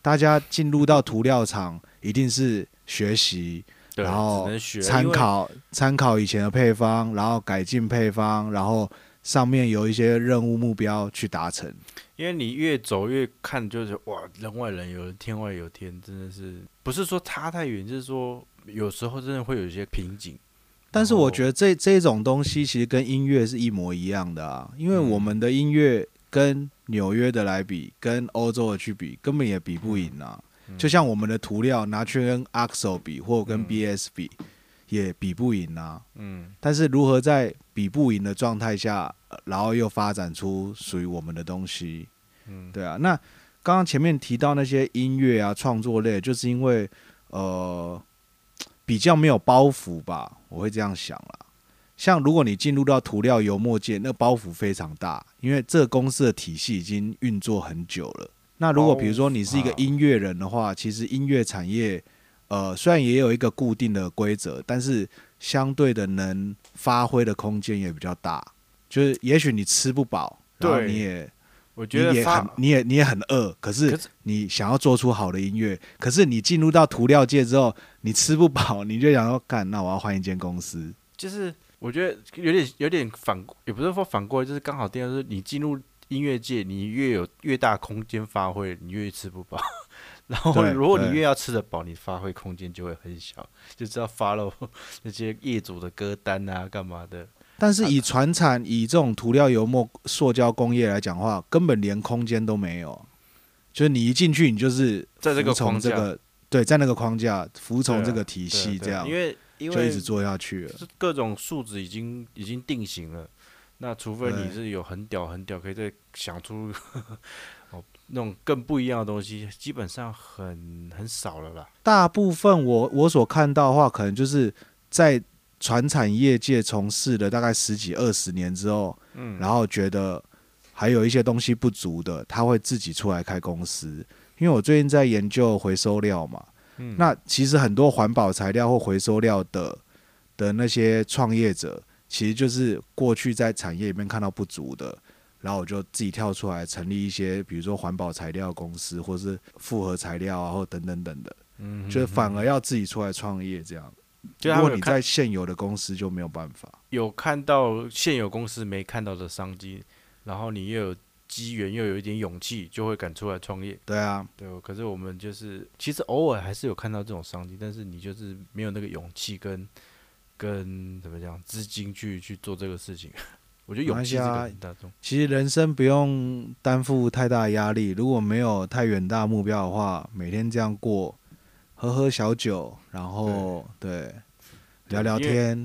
Speaker 1: 大家进入到涂料厂，一定是学习、
Speaker 2: 对，
Speaker 1: 然后
Speaker 2: 只能学
Speaker 1: 参，考、参考以前的配方，然后改进配方，然后上面有一些任务目标去达成。
Speaker 2: 因为你越走越看，就是哇，人外人有人，天外有天，真的是不是说差太远，就是说有时候真的会有一些瓶颈。
Speaker 1: 但是我觉
Speaker 2: 得，
Speaker 1: 得这这种东西其实跟音乐是一模一样的啊，因为
Speaker 2: 嗯
Speaker 1: 我们的音乐跟纽约的来比，跟欧洲的去比，根本也比不赢啊。
Speaker 2: 嗯
Speaker 1: 就像我们的涂料拿去跟 AXO 比，或跟
Speaker 2: 嗯
Speaker 1: BS 比，也比不赢啊。
Speaker 2: 嗯，
Speaker 1: 但是如何在比不赢的状态下，呃然后又发展出属于我们的东西，
Speaker 2: 嗯
Speaker 1: 对啊，那刚刚前面提到那些音乐啊、创作类，就是因为呃比较没有包袱吧，我会这样想啦。像如果你进入到涂料油墨界，那包袱非常大，因为这个公司的体系已经运作很久了。那如果比如说你是一个
Speaker 2: 包袱啊
Speaker 1: 音乐人的话，其实音乐产业呃虽然也有一个固定的规则，但是相对的能发挥的空间也比较大。就是也许你吃不饱，然后
Speaker 2: 对
Speaker 1: 你也
Speaker 2: 我觉
Speaker 1: 你
Speaker 2: 得
Speaker 1: 也
Speaker 2: 发
Speaker 1: 很，你也你也很饿，可
Speaker 2: 可
Speaker 1: 是
Speaker 2: 是
Speaker 1: 你想要做出好的音乐，可是你进入到涂料界之后，你吃不饱， (laughs) 你就想要干，那我要换一间公司。
Speaker 2: 就是我觉得有点有点反，也不是说反过来，就是刚好定就是你进入音乐界，你越有越大空间发挥，你越吃不饱。 (laughs) 然后
Speaker 1: 对
Speaker 2: 如果你
Speaker 1: 对
Speaker 2: 越要吃得饱，你发挥空间就会很小，就知道 follow (laughs) 那些业主的歌单啊，干嘛的。
Speaker 1: 但是以船产、以这种涂料、油墨、塑胶工业来讲的话，根本连空间都没有。就是你一进去，你就是
Speaker 2: 在这个
Speaker 1: 服从
Speaker 2: 框
Speaker 1: 这
Speaker 2: 架
Speaker 1: 个对，在那个框架服从
Speaker 2: 对啊
Speaker 1: 这个体系，
Speaker 2: 对对
Speaker 1: 这样
Speaker 2: 因为因
Speaker 1: 就
Speaker 2: 为
Speaker 1: 一直做下去了。
Speaker 2: 是各种数值已经已经定型了。那除非你
Speaker 1: 对
Speaker 2: 是有很屌很屌，可以再想出 (laughs) 哦那种更不一样的东西，基本上很很少了啦。
Speaker 1: 大部分我我所看到的话，可能就是在船产业界从事了大概十几二十年之后，
Speaker 2: 嗯，
Speaker 1: 然后觉得还有一些东西不足的，他会自己出来开公司。因为我最近在研究回收料嘛，
Speaker 2: 嗯
Speaker 1: 那其实很多环保材料或回收料的的那些创业者，其实就是过去在产业里面看到不足的，然后我就自己跳出来成立一些，比如说环保材料公司，或是复合材料啊，或等等等的，
Speaker 2: 嗯
Speaker 1: 就是反而要自己出来创业这样。
Speaker 2: 就
Speaker 1: 如
Speaker 2: 他
Speaker 1: 果
Speaker 2: 们有
Speaker 1: 你
Speaker 2: 看
Speaker 1: 在现有的公司就没有办法。
Speaker 2: 有看到现有公司没看到的商机，然后你又有机缘，又有一点勇气，就会敢出来创业。
Speaker 1: 对啊，
Speaker 2: 对哦，可是我们就是其实偶尔还是有看到这种商机，但是你就是没有那个勇气跟跟怎么讲资金去去做这个事情。我觉得
Speaker 1: 没
Speaker 2: 勇
Speaker 1: 关
Speaker 2: 气
Speaker 1: 系
Speaker 2: 这
Speaker 1: 啊
Speaker 2: 个很大众。
Speaker 1: 其实人生不用担负太大的压力，如果没有太远大的目标的话，每天这样过，喝喝小酒，然后对
Speaker 2: 对
Speaker 1: 聊聊天，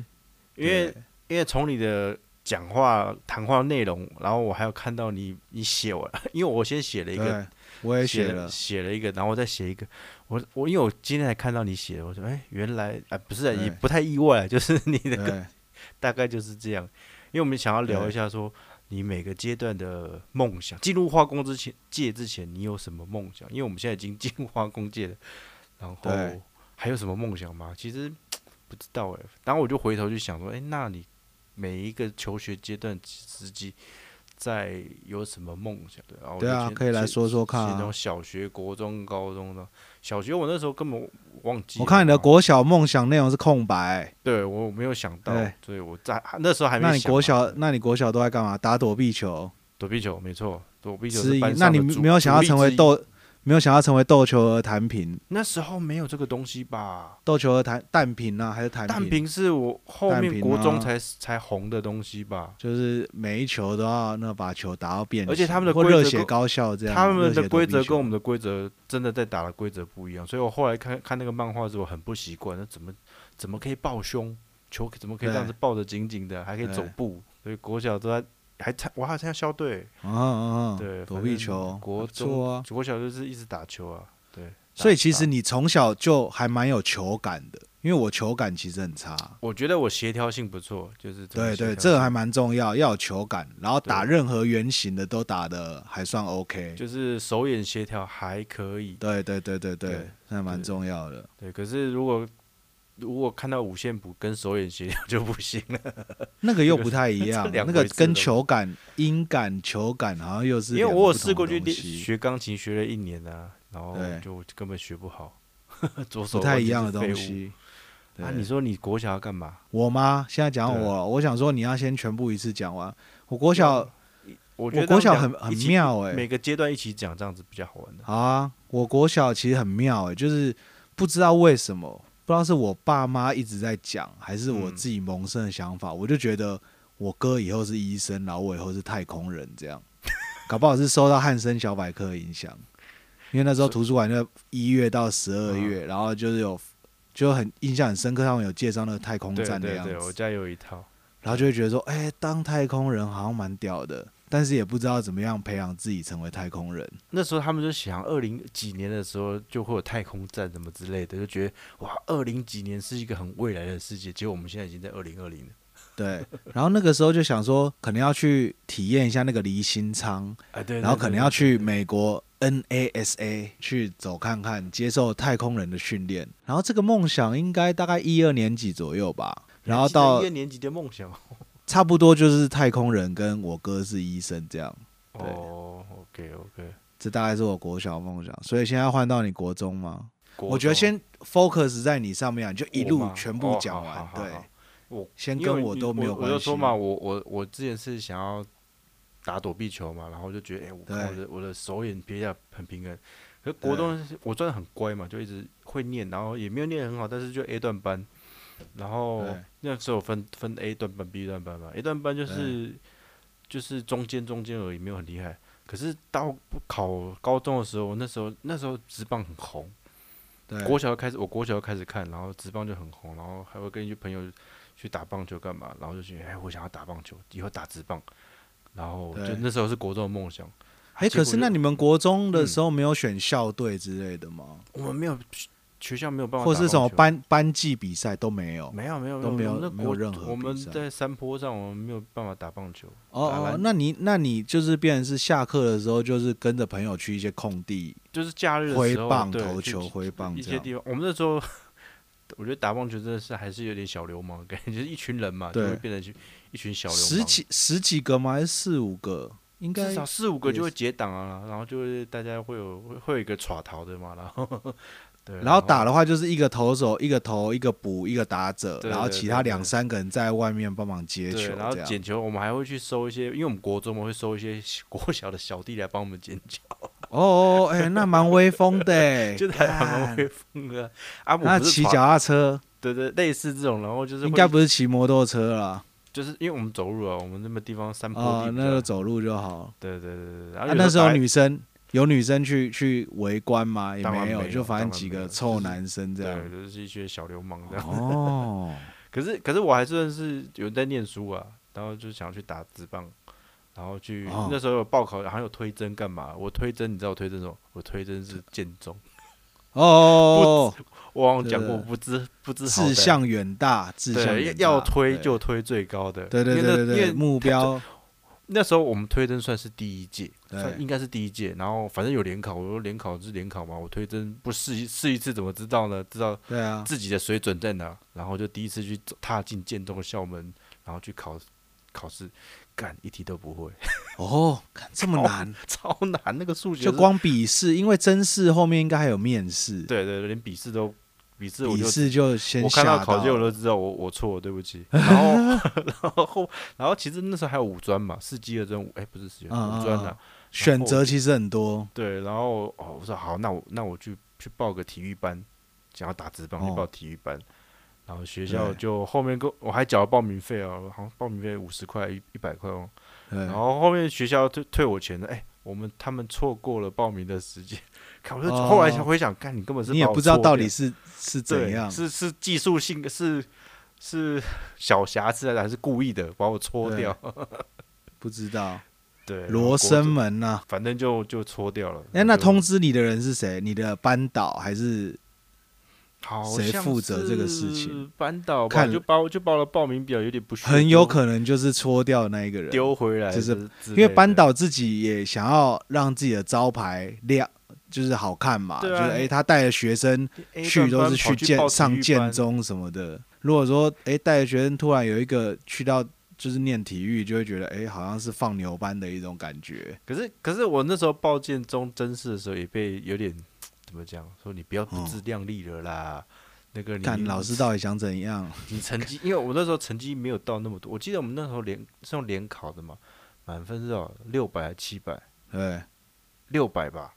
Speaker 2: 因为
Speaker 1: 对
Speaker 2: 因为从你的讲话谈话内容，然后我还有看到你你写完，因为我 (laughs) 先写了一个
Speaker 1: 对，我也写
Speaker 2: 了
Speaker 1: 了，
Speaker 2: 写了一个，然后我再写一个。我我因为我今天才看到你写的，我说哎，原来啊、不是啊、
Speaker 1: 对
Speaker 2: 也不太意外，就是你的
Speaker 1: 对
Speaker 2: 大概就是这样。因为我们想要聊
Speaker 1: 对
Speaker 2: 一下说，你每个阶段的梦想，进入化工之前界之前，你有什么梦想？因为我们现在已经 (laughs) 进入化工界了，然
Speaker 1: 对
Speaker 2: 后还有什么梦想吗？其实不知道哎、然后我就回头去想说，哎、那你每一个求学阶段之际，在有什么梦想？对，然后我
Speaker 1: 对
Speaker 2: 就
Speaker 1: 啊，
Speaker 2: 先
Speaker 1: 可以来
Speaker 2: 先
Speaker 1: 说说看
Speaker 2: 先
Speaker 1: 啊
Speaker 2: 从。小学、国中、高中的。小学我那时候根本忘记了嘛。
Speaker 1: 我看你的国小梦想内容是空白，
Speaker 2: 对我没有想到
Speaker 1: 对，
Speaker 2: 所以我在那时候还没
Speaker 1: 那
Speaker 2: 想啊。
Speaker 1: 你国小那你国小都在干嘛？打躲避球、
Speaker 2: 躲避球，没错，躲避球
Speaker 1: 吃
Speaker 2: 是
Speaker 1: 一
Speaker 2: 班，
Speaker 1: 那
Speaker 2: 上
Speaker 1: 你
Speaker 2: 的主
Speaker 1: 没有想要成为？
Speaker 2: 主力
Speaker 1: 斗，没有想要成为斗球儿弹平，
Speaker 2: 之一那时候没有这个东西吧？
Speaker 1: 斗球儿弹弹平啊，还是弹
Speaker 2: 弹
Speaker 1: 平？
Speaker 2: 屏是我后
Speaker 1: 弹
Speaker 2: 面
Speaker 1: 屏
Speaker 2: 国中
Speaker 1: 啊
Speaker 2: 才才红的东西吧？
Speaker 1: 就是每一球都要那把球打到变形，
Speaker 2: 而且他们的
Speaker 1: 或
Speaker 2: 规则
Speaker 1: 热血
Speaker 2: 跟
Speaker 1: 高校这样，
Speaker 2: 他
Speaker 1: 热
Speaker 2: 们
Speaker 1: 血
Speaker 2: 的
Speaker 1: 躲
Speaker 2: 规
Speaker 1: 避
Speaker 2: 则
Speaker 1: 球
Speaker 2: 跟我们的规则真的在打的规则不一样，所以我后来看看那个漫画的时候很不习惯，那怎么怎么可以抱胸，球怎么可以这样子
Speaker 1: 对
Speaker 2: 抱得紧紧的，还可以走
Speaker 1: 对
Speaker 2: 步？所以国小都在还参，我还有参加校队，
Speaker 1: 嗯嗯嗯，
Speaker 2: 对，
Speaker 1: 躲
Speaker 2: 反
Speaker 1: 避
Speaker 2: 正
Speaker 1: 球，
Speaker 2: 国
Speaker 1: 不错
Speaker 2: 中
Speaker 1: 啊。
Speaker 2: 国小就是一直打球啊，对。
Speaker 1: 所以
Speaker 2: 打
Speaker 1: 其实
Speaker 2: 打
Speaker 1: 你从小就还蛮有球感的，因为我球感其实很差。
Speaker 2: 我觉得我协调性不错，就是真
Speaker 1: 对对，
Speaker 2: 的协调性
Speaker 1: 这个还蛮重要，要有球感，然后打
Speaker 2: 对
Speaker 1: 任何圆形的都打的还算 OK。
Speaker 2: 就是手眼协调还可以。
Speaker 1: 对对对对对
Speaker 2: 对，
Speaker 1: 那蛮
Speaker 2: 对
Speaker 1: 重要的。
Speaker 2: 对，可是如果如果看到五线谱跟手眼协调就不行了，
Speaker 1: 那个又不太一
Speaker 2: (laughs)
Speaker 1: 样，
Speaker 2: 两
Speaker 1: 那个
Speaker 2: 回事
Speaker 1: 跟
Speaker 2: 了
Speaker 1: 球感、音感、球感好像又是
Speaker 2: 因为
Speaker 1: 两个
Speaker 2: 我有
Speaker 1: 不
Speaker 2: 试
Speaker 1: 同
Speaker 2: 过
Speaker 1: 的
Speaker 2: 去
Speaker 1: 东
Speaker 2: 练
Speaker 1: 西
Speaker 2: 学钢琴，学了一年啊，然后
Speaker 1: 对
Speaker 2: 就根本学不好，左手 (laughs)
Speaker 1: 不太
Speaker 2: 完
Speaker 1: 一
Speaker 2: 全
Speaker 1: 样
Speaker 2: 是
Speaker 1: 的
Speaker 2: 废
Speaker 1: 东
Speaker 2: 物。
Speaker 1: 西。
Speaker 2: 啊，你说你国小要干嘛？
Speaker 1: 我吗？现在讲
Speaker 2: 对
Speaker 1: 我，我想说你要先全部一次讲完。我国小，
Speaker 2: 我
Speaker 1: 我
Speaker 2: 觉得
Speaker 1: 国
Speaker 2: 这
Speaker 1: 小
Speaker 2: 样
Speaker 1: 很
Speaker 2: 讲
Speaker 1: 很
Speaker 2: 一起，
Speaker 1: 妙哎、
Speaker 2: 每个阶段一起讲，这样子比较好玩的。
Speaker 1: 好啊，我国小其实很妙哎、就是不知道为什么，不知道是我爸妈一直在讲，还是我
Speaker 2: 嗯
Speaker 1: 自己萌生的想法，我就觉得我哥以后是医生，然后我以后是太空人这样， (laughs) 搞不好是受到汉森小百科影响，因为那时候
Speaker 2: 是
Speaker 1: 图书馆就一月到十二
Speaker 2: 嗯
Speaker 1: 月，然后就是有就很印象很深刻，他们有介绍那个太空
Speaker 2: 对
Speaker 1: 站的
Speaker 2: 对
Speaker 1: 样子，
Speaker 2: 对，我家有一套。
Speaker 1: 然后就会觉得说，哎、当太空人好像蛮屌的，但是也不知道怎么样培养自己成为太空人。
Speaker 2: 那时候他们就想，二零几年的时候就会有太空站什么之类的，就觉得哇，二零几年是一个很未来的世界。结果我们现在已经在二零二零了。
Speaker 1: 对，然后那个时候就想说，可能要去体验一下那个离心舱，
Speaker 2: 哎，对，
Speaker 1: 然后
Speaker 2: 对
Speaker 1: 可能
Speaker 2: 对
Speaker 1: 要
Speaker 2: 对
Speaker 1: 去
Speaker 2: 对
Speaker 1: 美国 NASA 去走看看，接受太空人的训练。然后这个梦想应该大概一二年级左右吧，然后
Speaker 2: 还记得
Speaker 1: 到
Speaker 2: 一二年级的梦想。
Speaker 1: 差不多就是太空人跟我哥是医生这样，对
Speaker 2: 哦，OK OK，
Speaker 1: 这大概是我国小梦想。所以现在换到你国中吗？我
Speaker 2: 国
Speaker 1: 觉得
Speaker 2: 中
Speaker 1: 先 focus 在你上面啊，你就一
Speaker 2: 我
Speaker 1: 路
Speaker 2: 吗
Speaker 1: 全部
Speaker 2: 哦
Speaker 1: 讲
Speaker 2: 好
Speaker 1: 完。
Speaker 2: 好好
Speaker 1: 对
Speaker 2: 好，我
Speaker 1: 先
Speaker 2: 因
Speaker 1: 跟
Speaker 2: 为
Speaker 1: 我
Speaker 2: 你
Speaker 1: 都没有
Speaker 2: 我
Speaker 1: 关
Speaker 2: 就
Speaker 1: 系。
Speaker 2: 说嘛，我我我之前是想要打躲避球嘛，然后就觉得哎、我
Speaker 1: 对
Speaker 2: 看我的我的手眼撇下很平衡。可是国中我真的很乖嘛，就一直会念，然后也没有念得很好，但是就 A 段班。然后
Speaker 1: 对
Speaker 2: 那时候分分 A 段班、B 段班嘛，A 段班就是就是中间中间而已，没有很厉害。可是到考高中的时候，那时候那时候职棒很红，
Speaker 1: 对，
Speaker 2: 国小就开始，我国小就开始看，然后职棒就很红，然后还会跟一些朋友去打棒球干嘛，然后就觉得哎，我想要打棒球，以后打职棒，然后
Speaker 1: 对
Speaker 2: 就那时候是国中的梦想。
Speaker 1: 哎、
Speaker 2: 结
Speaker 1: 可
Speaker 2: 果
Speaker 1: 是
Speaker 2: 就嗯
Speaker 1: 那你们国中的时候没有选校队之类的吗？
Speaker 2: 我们没有学学校没有办法，
Speaker 1: 或是什么？班班级比赛都没有？
Speaker 2: 没有没有
Speaker 1: 都没
Speaker 2: 没
Speaker 1: 有
Speaker 2: 那
Speaker 1: 没有
Speaker 2: 国
Speaker 1: 任何
Speaker 2: 我
Speaker 1: 比
Speaker 2: 们
Speaker 1: 赛
Speaker 2: 在山坡上，我们没有办法打棒球。
Speaker 1: 哦
Speaker 2: 打篮
Speaker 1: 哦，那你那你就是变成是下课的时候，就是跟着朋友去一些空地
Speaker 2: 就是假日的
Speaker 1: 挥
Speaker 2: 时候，
Speaker 1: 棒、
Speaker 2: 对
Speaker 1: 投
Speaker 2: 就
Speaker 1: 球、挥棒
Speaker 2: 一
Speaker 1: 这
Speaker 2: 些
Speaker 1: 样。
Speaker 2: 地方，我们那时候我觉得打棒球真的是还是有点小流氓的感觉，就是一群人嘛，就
Speaker 1: 对
Speaker 2: 会变成去一群小流氓。
Speaker 1: 十几十几个吗？还是四五个？应该
Speaker 2: 至少四五个
Speaker 1: 也
Speaker 2: 就会
Speaker 1: 是
Speaker 2: 结党啊，然后就是大家会有会会有一个耍逃的嘛，然
Speaker 1: (laughs)
Speaker 2: 后对，
Speaker 1: 然后打的话就是一个投手、一个投、一个补、一个打者，
Speaker 2: 对
Speaker 1: 然后
Speaker 2: 对
Speaker 1: 其
Speaker 2: 对
Speaker 1: 他
Speaker 2: 对
Speaker 1: 两三个人在外面帮忙接
Speaker 2: 对，
Speaker 1: 球，
Speaker 2: 然后
Speaker 1: 这样。
Speaker 2: 捡球，我们还会去收一些，因为我们国中我们会收一些国小的小弟来帮我们捡球，
Speaker 1: 哦哦，哦哎、那蛮威风的、欸，
Speaker 2: (laughs) 就是还还蛮
Speaker 1: 干
Speaker 2: 威风的啊。啊，我
Speaker 1: 那
Speaker 2: 不是
Speaker 1: 骑
Speaker 2: 耍
Speaker 1: 脚，踏车
Speaker 2: 对对，类似这种，然后就是
Speaker 1: 应
Speaker 2: 会
Speaker 1: 该不是骑摩托车啦，
Speaker 2: 就是因为我们走路啊，我们那么地方山坡
Speaker 1: 啊、
Speaker 2: 地比较，
Speaker 1: 那就走路就好。
Speaker 2: 对对对对，然
Speaker 1: 啊
Speaker 2: 后、
Speaker 1: 那时候
Speaker 2: 打
Speaker 1: 女生有女生去去围观吗？也
Speaker 2: 当然
Speaker 1: 没
Speaker 2: 没有
Speaker 1: 就反正
Speaker 2: 当然
Speaker 1: 几
Speaker 2: 没
Speaker 1: 个
Speaker 2: 有
Speaker 1: 臭
Speaker 2: 就是
Speaker 1: 男生这样
Speaker 2: 对，。就是一些小流氓这 (laughs) 样。
Speaker 1: 哦，
Speaker 2: 可是可是我还算是有在念书啊，然后就想去打职棒，然后去、
Speaker 1: 哦
Speaker 2: 那时候有报考，好像有推甄干嘛？我推甄你知道我推甄什么？我推甄是建中，
Speaker 1: 哦，
Speaker 2: 我好像讲
Speaker 1: 对
Speaker 2: 过
Speaker 1: 对
Speaker 2: 不知不知好
Speaker 1: 志
Speaker 2: 歹。
Speaker 1: 向远大，志向
Speaker 2: 对
Speaker 1: 远，大
Speaker 2: 要要推
Speaker 1: 对
Speaker 2: 就推最高的。
Speaker 1: 对对
Speaker 2: 因为
Speaker 1: 对
Speaker 2: 那
Speaker 1: 对
Speaker 2: 因
Speaker 1: 对，
Speaker 2: 为
Speaker 1: 目标
Speaker 2: 那时候我们推甄算是第一届，
Speaker 1: 对
Speaker 2: 算应该是第一届。然后反正有联考，我说联考是联考嘛，我推甄不试一试一次怎么知道呢？知道
Speaker 1: 对啊，
Speaker 2: 自己的水准在哪，然后就第一次去走踏进建中的校门，然后去考考试，干一题都不会， (laughs)
Speaker 1: 哦，看这么
Speaker 2: 靠
Speaker 1: 难，
Speaker 2: 超难那个数学
Speaker 1: 就是光笔试，因为真试后面应该还有面试，
Speaker 2: 对对，对连笔试都笔试我
Speaker 1: 笔
Speaker 2: 就
Speaker 1: 试就先
Speaker 2: 我看
Speaker 1: 吓
Speaker 2: 到考卷我
Speaker 1: 了
Speaker 2: 都知道我我错了，对不起。 (laughs) 然后然后然后其实那时候还有五专嘛，四级二专五哎不是四级
Speaker 1: 嗯嗯
Speaker 2: 五专
Speaker 1: 嗯
Speaker 2: 啊，
Speaker 1: 选择其实很多，
Speaker 2: 对，然后哦，我说好，那我那我去去报个体育班，想要打职棒去
Speaker 1: 哦
Speaker 2: 报体育班，然后学校
Speaker 1: 对
Speaker 2: 就后面跟我还缴了报名费哦，好像报名费五十块一一百块哦，
Speaker 1: 对
Speaker 2: 然，后后面学校退退我钱了，哎，我们他们错过了报名的时间， (laughs) 看我就后来想
Speaker 1: 哦
Speaker 2: 回想，看你根本是
Speaker 1: 你也
Speaker 2: 把我
Speaker 1: 不知道
Speaker 2: 错
Speaker 1: 到
Speaker 2: 掉
Speaker 1: 底是是怎
Speaker 2: 对
Speaker 1: 样，
Speaker 2: 是是技术性是是小瑕疵还是故意的把我搓
Speaker 1: 对
Speaker 2: 掉，
Speaker 1: 不知道
Speaker 2: 对，然后
Speaker 1: 罗
Speaker 2: 国
Speaker 1: 生
Speaker 2: 中，
Speaker 1: 门啊呐、
Speaker 2: 反正就就搓掉了。
Speaker 1: 哎，那
Speaker 2: 就
Speaker 1: 通知你的人是谁？你的班导还是
Speaker 2: 好
Speaker 1: 谁
Speaker 2: 像
Speaker 1: 负责这个事情
Speaker 2: 是班导吧，
Speaker 1: 看
Speaker 2: 就把我就把我的报名表有点不屑，
Speaker 1: 很有
Speaker 2: 丢
Speaker 1: 可能就是搓掉的那一个人，
Speaker 2: 丢回来
Speaker 1: 就
Speaker 2: 之，
Speaker 1: 是
Speaker 2: 之
Speaker 1: 因为
Speaker 2: 类
Speaker 1: 班
Speaker 2: 的
Speaker 1: 导自己也想要让自己的招牌亮，就是好看嘛，
Speaker 2: 对
Speaker 1: 就是
Speaker 2: 啊
Speaker 1: 哎、他带着学生
Speaker 2: A
Speaker 1: 去
Speaker 2: 段
Speaker 1: 都
Speaker 2: 班
Speaker 1: 是
Speaker 2: 跑去
Speaker 1: 建
Speaker 2: 报体
Speaker 1: 上
Speaker 2: 育
Speaker 1: 建
Speaker 2: 班，
Speaker 1: 中什么的。如果说哎带着学生突然有一个去到就是念体育，就会觉得哎、好像是放牛班的一种感觉。
Speaker 2: 可是可是我那时候报建中真试的时候也被有点怎么讲，说你不要不
Speaker 1: 嗯
Speaker 2: 自量力了啦。那个你
Speaker 1: 看老师到底想怎样？
Speaker 2: 你成绩，因为我那时候成绩没有到那么多，我记得我们那时候联是用联考的嘛，满分是哦六百还七百，
Speaker 1: 对，
Speaker 2: 六百吧，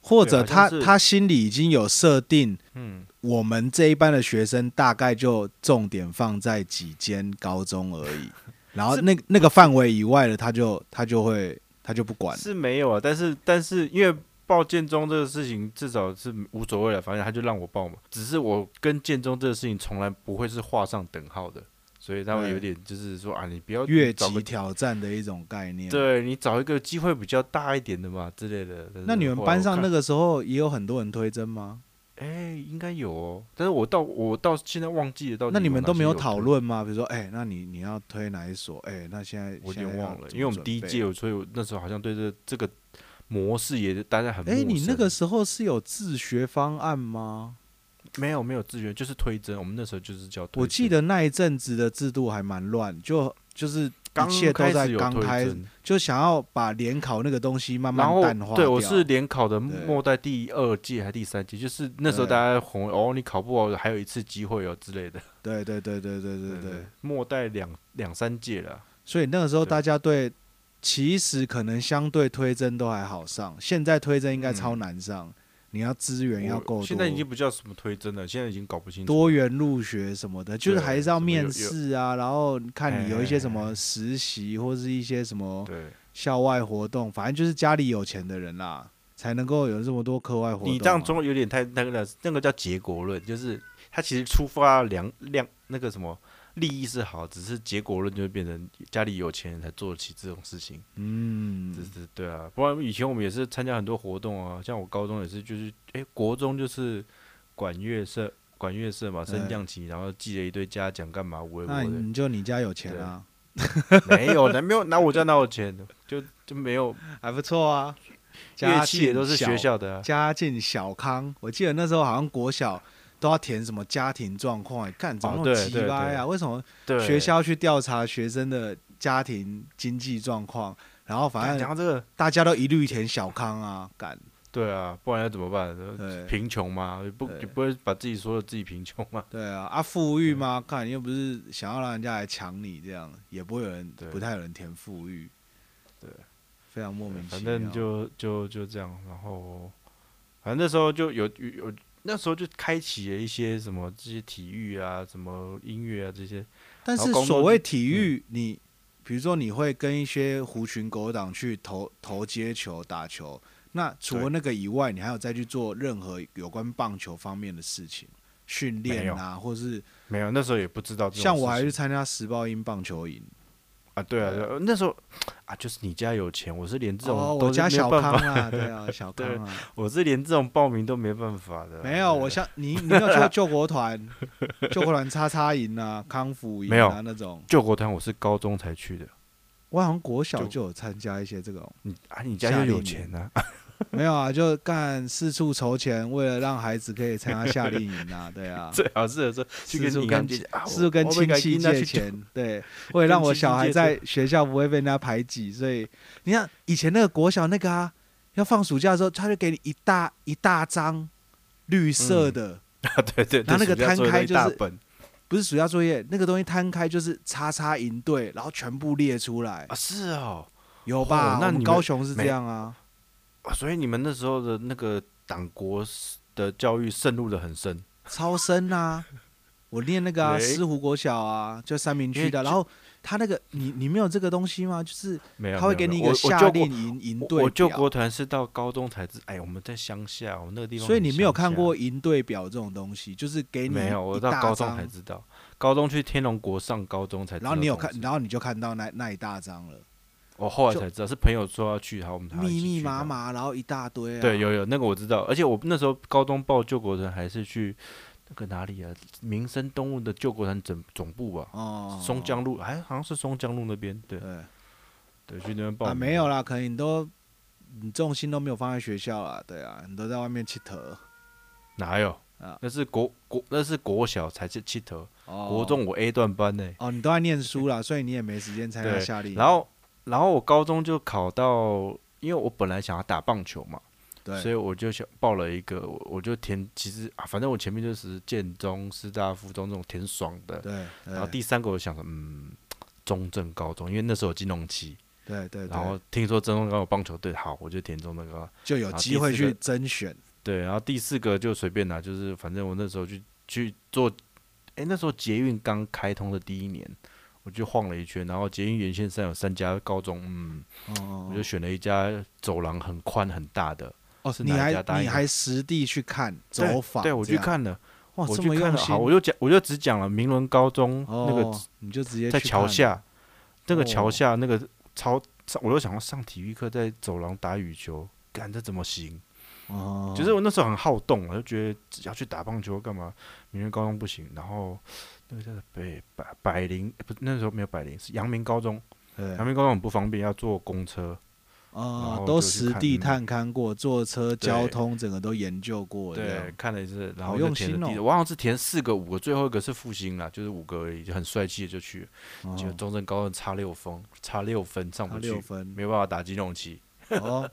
Speaker 1: 或者他
Speaker 2: 好啊像是
Speaker 1: 他心里已经有设定，
Speaker 2: 嗯，
Speaker 1: 我们这一班的学生大概就重点放在几间高中而
Speaker 2: (laughs)
Speaker 1: 已，然后那那个范围以外的，他就他就会他就不管
Speaker 2: (laughs)
Speaker 1: 了。
Speaker 2: 是没有啊，但是但是因为报建中这个事情至少是无所谓了，反正他就让我报嘛。只是我跟建中这个事情从来不会是画上等号的，所以他们
Speaker 1: 对
Speaker 2: 有点就是说啊，你不要
Speaker 1: 越
Speaker 2: 找
Speaker 1: 级
Speaker 2: 个，
Speaker 1: 挑战的一种概念。，
Speaker 2: 对你找一个机会比较大一点的嘛之类的。但是
Speaker 1: 那你们
Speaker 2: 后来
Speaker 1: 班
Speaker 2: 啊我
Speaker 1: 上
Speaker 2: 看
Speaker 1: 那个时候也有很多人推甄吗？
Speaker 2: 哎、应该有哦，但是我到我到现在忘记了到底
Speaker 1: 那你们都没
Speaker 2: 有
Speaker 1: 有
Speaker 2: 哪些
Speaker 1: 讨
Speaker 2: 推，
Speaker 1: 论吗？比如说，哎、那你你要推哪一所？哎、那现在
Speaker 2: 我有
Speaker 1: 现在
Speaker 2: 点
Speaker 1: 要
Speaker 2: 忘了，
Speaker 1: 怎么
Speaker 2: 因为我们第一
Speaker 1: 准备啊
Speaker 2: 届，所以我那时候好像对这这个模式也大家很
Speaker 1: 哎、
Speaker 2: 陌
Speaker 1: 你那
Speaker 2: 生
Speaker 1: 个时候是有自学方案吗？
Speaker 2: 没有没有志愿，就是推甄，我们那时候就是叫推
Speaker 1: 我记
Speaker 2: 甄
Speaker 1: 得那一阵子的制度还蛮乱，就就是
Speaker 2: 刚
Speaker 1: 一切都
Speaker 2: 开
Speaker 1: 在
Speaker 2: 始有
Speaker 1: 刚
Speaker 2: 推
Speaker 1: 开，
Speaker 2: 甄
Speaker 1: 就想要把联考那个东西慢慢
Speaker 2: 然后
Speaker 1: 淡化
Speaker 2: 对
Speaker 1: 掉
Speaker 2: 我是联考的
Speaker 1: 对
Speaker 2: 末代第二届还第三届，就是那时候
Speaker 1: 对
Speaker 2: 大家红哦，你考不好还有一次机会哦之类的。
Speaker 1: 对对对对对对对，
Speaker 2: 末代两两三届了，
Speaker 1: 所以那个时候
Speaker 2: 对
Speaker 1: 大家对其实可能相对推甄都还好上，现在推甄应该超难上，你要资源要
Speaker 2: 嗯我
Speaker 1: 够多，
Speaker 2: 现在已经不叫什么推甄了，现在已经搞不清楚。
Speaker 1: 多元入学什么的，就是
Speaker 2: 对
Speaker 1: 还是要
Speaker 2: 什么有哎
Speaker 1: 面试啊，然后看你有一些什
Speaker 2: 哎哎
Speaker 1: 么实习或是一些什么
Speaker 2: 对，
Speaker 1: 校外活动，反正就是家里有钱的人啦，才能够有这么多课外活动啊。
Speaker 2: 你这样中有点太那个了，那个叫结果论，就是它其实出发两两那个什么利益是好，只是结果论就会变成家里有钱人才做得起这种事情。
Speaker 1: 嗯
Speaker 2: 这，是对啊，不然以前我们也是参加很多活动啊，像我高中也是，就是诶，国中就是管乐社，管乐社嘛，升
Speaker 1: 对
Speaker 2: 降旗，然后寄了一堆嘉奖干嘛，我也
Speaker 1: 哎那
Speaker 2: 我的
Speaker 1: 你就你家有钱啊，
Speaker 2: 没有，那没有拿我家拿我钱，就就没有
Speaker 1: 还不错啊。
Speaker 2: 乐
Speaker 1: (laughs) 家
Speaker 2: 器也
Speaker 1: 境
Speaker 2: 都是学
Speaker 1: 小
Speaker 2: 校的、啊，
Speaker 1: 家境小康，我记得那时候好像国小都要填什么家庭状况，干怎么那
Speaker 2: 哦对
Speaker 1: 么鸡
Speaker 2: 对
Speaker 1: 掰
Speaker 2: 对
Speaker 1: 啊？为什么
Speaker 2: 对
Speaker 1: 学。校去调查学生的家庭经济状况？然后反
Speaker 2: 干
Speaker 1: 正
Speaker 2: 讲到这个，
Speaker 1: 大家都一律填小康啊，干
Speaker 2: 对啊，不然要怎么办？
Speaker 1: 对
Speaker 2: 贫穷吗？不
Speaker 1: 对
Speaker 2: 你不会把自己说的自己贫穷吗？
Speaker 1: 对啊啊，富裕吗？干又不是想要让人家来抢你，这样也不会有人
Speaker 2: 对
Speaker 1: 不太有人填富裕，
Speaker 2: 对，
Speaker 1: 非常莫名其
Speaker 2: 反
Speaker 1: 妙。
Speaker 2: 正就就就这样，然后反正那时候就有有那时候就开启了一些什么这些体育啊、什么音乐啊这些，
Speaker 1: 但
Speaker 2: 然
Speaker 1: 是
Speaker 2: 后工作
Speaker 1: 所谓
Speaker 2: 就嗯
Speaker 1: 体育，你比如说你会跟一些狐群狗党去投投接球、打球，那除了
Speaker 2: 对
Speaker 1: 那个以外，你还有再去做任何有关棒球方面的事情，训练啊，或是
Speaker 2: 没有那时候也不知道这种
Speaker 1: 像我还
Speaker 2: 事
Speaker 1: 去
Speaker 2: 情
Speaker 1: 参加时报英棒球营，
Speaker 2: 啊，对啊，对啊那时候啊就是你家有钱，我是连这种
Speaker 1: 哦，
Speaker 2: 都
Speaker 1: 我
Speaker 2: 是
Speaker 1: 家
Speaker 2: 没有
Speaker 1: 小
Speaker 2: 办
Speaker 1: 康
Speaker 2: 法，
Speaker 1: 啊，对啊，小康
Speaker 2: 对
Speaker 1: 啊。
Speaker 2: 我是连这种报名都没办法的啊，
Speaker 1: 没有，我
Speaker 2: 对啊
Speaker 1: 像你，你没有去过救国团，救国团叉叉营啊，康复营
Speaker 2: 没有
Speaker 1: 啊那种，
Speaker 2: 救国团我是高中才去的，
Speaker 1: 我好像国小
Speaker 2: 就
Speaker 1: 就有参加一些这种，
Speaker 2: 你啊你家
Speaker 1: 夏
Speaker 2: 又有
Speaker 1: 令
Speaker 2: 钱啊， (laughs)
Speaker 1: 没有啊，就干四处筹钱，为了让孩子可以参加夏令营
Speaker 2: (laughs)
Speaker 1: 啊，对啊，
Speaker 2: 最好是的时候去
Speaker 1: 四
Speaker 2: 跟
Speaker 1: 处
Speaker 2: 银行
Speaker 1: 跟
Speaker 2: 借钱啊
Speaker 1: 四处
Speaker 2: 我
Speaker 1: 跟
Speaker 2: 我
Speaker 1: 亲
Speaker 2: 要
Speaker 1: 戚
Speaker 2: 跟他
Speaker 1: 借
Speaker 2: 去
Speaker 1: 钱，对，为了让我小孩在学校不会被人家排挤，所以你看以前那个国小那个啊，要放暑假的时候，他就给你一大一大张绿色的。
Speaker 2: 啊， (laughs) 对对，
Speaker 1: 然后那个
Speaker 2: 暑假
Speaker 1: 摊
Speaker 2: 作业
Speaker 1: 开
Speaker 2: 一
Speaker 1: 就
Speaker 2: 大
Speaker 1: 是
Speaker 2: 本
Speaker 1: 不是暑假作业，那个东西摊开就是叉叉营队，然后全部列出来，
Speaker 2: 啊是哦。
Speaker 1: 有吧？
Speaker 2: 哦那
Speaker 1: 我们
Speaker 2: 你们
Speaker 1: 高雄是这
Speaker 2: 没
Speaker 1: 样啊，
Speaker 2: 啊，所以你们那时候的那个党国的教育渗入的很深，
Speaker 1: 超深啊！我念那个啊，
Speaker 2: 喂
Speaker 1: 石湖国小啊，就三明区
Speaker 2: 因为
Speaker 1: 的。然后他那个，你你没有这个东西吗？就是
Speaker 2: 没有，
Speaker 1: 他会给你一
Speaker 2: 我
Speaker 1: 个
Speaker 2: 我
Speaker 1: 夏
Speaker 2: 救
Speaker 1: 令
Speaker 2: 国
Speaker 1: 营营
Speaker 2: 我
Speaker 1: 队
Speaker 2: 我救
Speaker 1: 表
Speaker 2: 国团是到高中才知，哎，我们在乡下，我们那个地方很乡下，
Speaker 1: 所以你没有看过营队表这种东西，就是给你
Speaker 2: 没有，我
Speaker 1: 一
Speaker 2: 到
Speaker 1: 大
Speaker 2: 高中
Speaker 1: 张
Speaker 2: 才知道，高中去天龙国上高中才知道
Speaker 1: 然
Speaker 2: 这种事，
Speaker 1: 后你有看，然后你就看到那那一大张了，
Speaker 2: 我后来
Speaker 1: 就
Speaker 2: 才知道是朋友说要去，然后我们才一
Speaker 1: 密
Speaker 2: 起
Speaker 1: 密
Speaker 2: 去
Speaker 1: 麻
Speaker 2: 的。
Speaker 1: 麻，然后一大堆、啊。
Speaker 2: 对，有有那个我知道，而且我那时候高中报救国团还是去那个哪里啊，民生东路的救国团总总部吧，
Speaker 1: 哦，
Speaker 2: 松江路，哎，好像是松江路那边，对
Speaker 1: 对
Speaker 2: 对，去那边报
Speaker 1: 啊，
Speaker 2: 名
Speaker 1: 没有啦，可能你都你重心都没有放在学校啦，对啊，你都在外面去投。
Speaker 2: 哪有
Speaker 1: 啊
Speaker 2: 那是国国那是国小才去七头，
Speaker 1: 哦，
Speaker 2: 国中我 A 段班呢、
Speaker 1: 哦，你都在念书啦，所以你也没时间参加
Speaker 2: 对
Speaker 1: 夏令营。
Speaker 2: 然后然后我高中就考到，因为我本来想要打棒球嘛，
Speaker 1: 对，
Speaker 2: 所以我就想报了一个，我我就填，其实啊，反正我前面就是建中、师大附中这种填爽的，
Speaker 1: 对，对
Speaker 2: 然后第三个我想说，嗯，中正高中，因为那时候有金融期，
Speaker 1: 对哎对，对
Speaker 2: 然后听说中正高中有棒球队，好，我就填中正高。
Speaker 1: 就有
Speaker 2: 然后
Speaker 1: 机
Speaker 2: 第
Speaker 1: 会
Speaker 2: 四
Speaker 1: 去
Speaker 2: 个
Speaker 1: 甄选，
Speaker 2: 对，然后第四个就随便拿，就是反正我那时候去去做，哎，那时候捷运刚开通的第一年，我就晃了一圈，然后捷运沿线上有三家高中，嗯，
Speaker 1: 哦哦
Speaker 2: 我就
Speaker 1: 哦
Speaker 2: 选了一家走廊很宽很大的，
Speaker 1: 哦，
Speaker 2: 是
Speaker 1: 你
Speaker 2: 哪一
Speaker 1: 还
Speaker 2: 家答应
Speaker 1: 你
Speaker 2: 我
Speaker 1: 还实地去看
Speaker 2: 对
Speaker 1: 走访，
Speaker 2: 对我去，看了，
Speaker 1: 哇，
Speaker 2: 我
Speaker 1: 这
Speaker 2: 去
Speaker 1: 么
Speaker 2: 看
Speaker 1: 用
Speaker 2: 了，
Speaker 1: 心
Speaker 2: 好，，我就讲，我就只讲了明伦高中那个
Speaker 1: 哦你就直接
Speaker 2: 在
Speaker 1: 去
Speaker 2: 桥
Speaker 1: 看
Speaker 2: 下，那个桥
Speaker 1: 哦
Speaker 2: 下那个操，上我又想要上体育课，在走廊打羽球，干这怎么行？
Speaker 1: 哦，
Speaker 2: 就是我那时候很好动，我就觉得只要去打棒球干嘛？明伦高中不行，然后那个叫做北百百灵，不是那时候没有百灵，是阳明高中，
Speaker 1: 对
Speaker 2: 阳明高中很不方便，要坐公车。
Speaker 1: 哦
Speaker 2: 后，
Speaker 1: 都
Speaker 2: 就去
Speaker 1: 实
Speaker 2: 看
Speaker 1: 地
Speaker 2: 嗯
Speaker 1: 探勘过，坐车、交
Speaker 2: 对
Speaker 1: 通整个都研究过，这
Speaker 2: 对
Speaker 1: 样，
Speaker 2: 看了一次，然
Speaker 1: 好
Speaker 2: 后就
Speaker 1: 用
Speaker 2: 填了
Speaker 1: 心
Speaker 2: 第
Speaker 1: 哦
Speaker 2: 我好像是填四个五个，最后一个是复兴啦，就是五个而已，就很帅气的就去了，
Speaker 1: 哦
Speaker 2: 结果中正高中差六分，差六分上
Speaker 1: 他
Speaker 2: 不
Speaker 1: 六
Speaker 2: 去，
Speaker 1: 分
Speaker 2: 没有办法打金融期。
Speaker 1: 哦。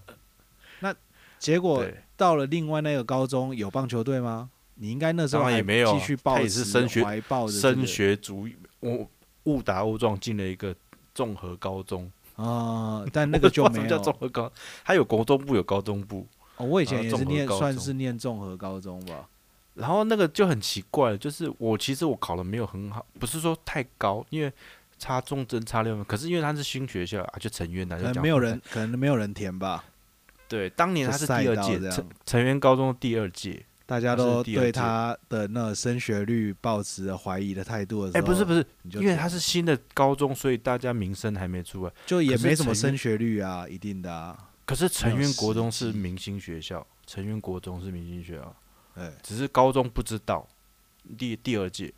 Speaker 1: 那结果
Speaker 2: 对。
Speaker 1: 到了另外那个高中有棒球队吗？你应该那时候
Speaker 2: 当然
Speaker 1: 还
Speaker 2: 也没有
Speaker 1: 继续抱
Speaker 2: 他也是
Speaker 1: 持
Speaker 2: 升学
Speaker 1: 怀抱着这
Speaker 2: 升
Speaker 1: 个
Speaker 2: 学主义，我误打误撞进了一个综合高中，
Speaker 1: 啊，但那个就
Speaker 2: (laughs) 我不知道
Speaker 1: 没
Speaker 2: 什么叫综
Speaker 1: 有。
Speaker 2: 合高，它有国中部有高中部，
Speaker 1: 哦我以
Speaker 2: 呃
Speaker 1: 前也
Speaker 2: 综
Speaker 1: 是
Speaker 2: 合
Speaker 1: 念，
Speaker 2: 高
Speaker 1: 算
Speaker 2: 中
Speaker 1: 是念综合高中吧。
Speaker 2: 然后那个就很奇怪，就是我其实我考的没有很好，不是说太高，因为差中正差六分，可是因为它是新学校啊，就成员来
Speaker 1: 可
Speaker 2: 就
Speaker 1: 能
Speaker 2: 讲
Speaker 1: 没有人，可能没有人填吧，
Speaker 2: 对，当年它是第
Speaker 1: 就赛
Speaker 2: 二
Speaker 1: 道
Speaker 2: 届
Speaker 1: 这样
Speaker 2: 成成员高中的第二届，
Speaker 1: 大家
Speaker 2: 他是
Speaker 1: 都
Speaker 2: 第二
Speaker 1: 对
Speaker 2: 届
Speaker 1: 他的那升学率抱持着怀疑的态度的时
Speaker 2: 哎，
Speaker 1: 候，
Speaker 2: 不是不是，
Speaker 1: 你就
Speaker 2: 因为
Speaker 1: 填
Speaker 2: 它是新的高中，所以大家名声还没出来，
Speaker 1: 就也
Speaker 2: 可是
Speaker 1: 没什么
Speaker 2: 成
Speaker 1: 升
Speaker 2: 员
Speaker 1: 学率啊，一定的
Speaker 2: (laughs)
Speaker 1: 啊，
Speaker 2: 可是成
Speaker 1: 没有
Speaker 2: 员国
Speaker 1: 实
Speaker 2: 中是
Speaker 1: 际
Speaker 2: 明星学校，成员国中是明星学校。
Speaker 1: 对，
Speaker 2: 只是高中不知道第第二届，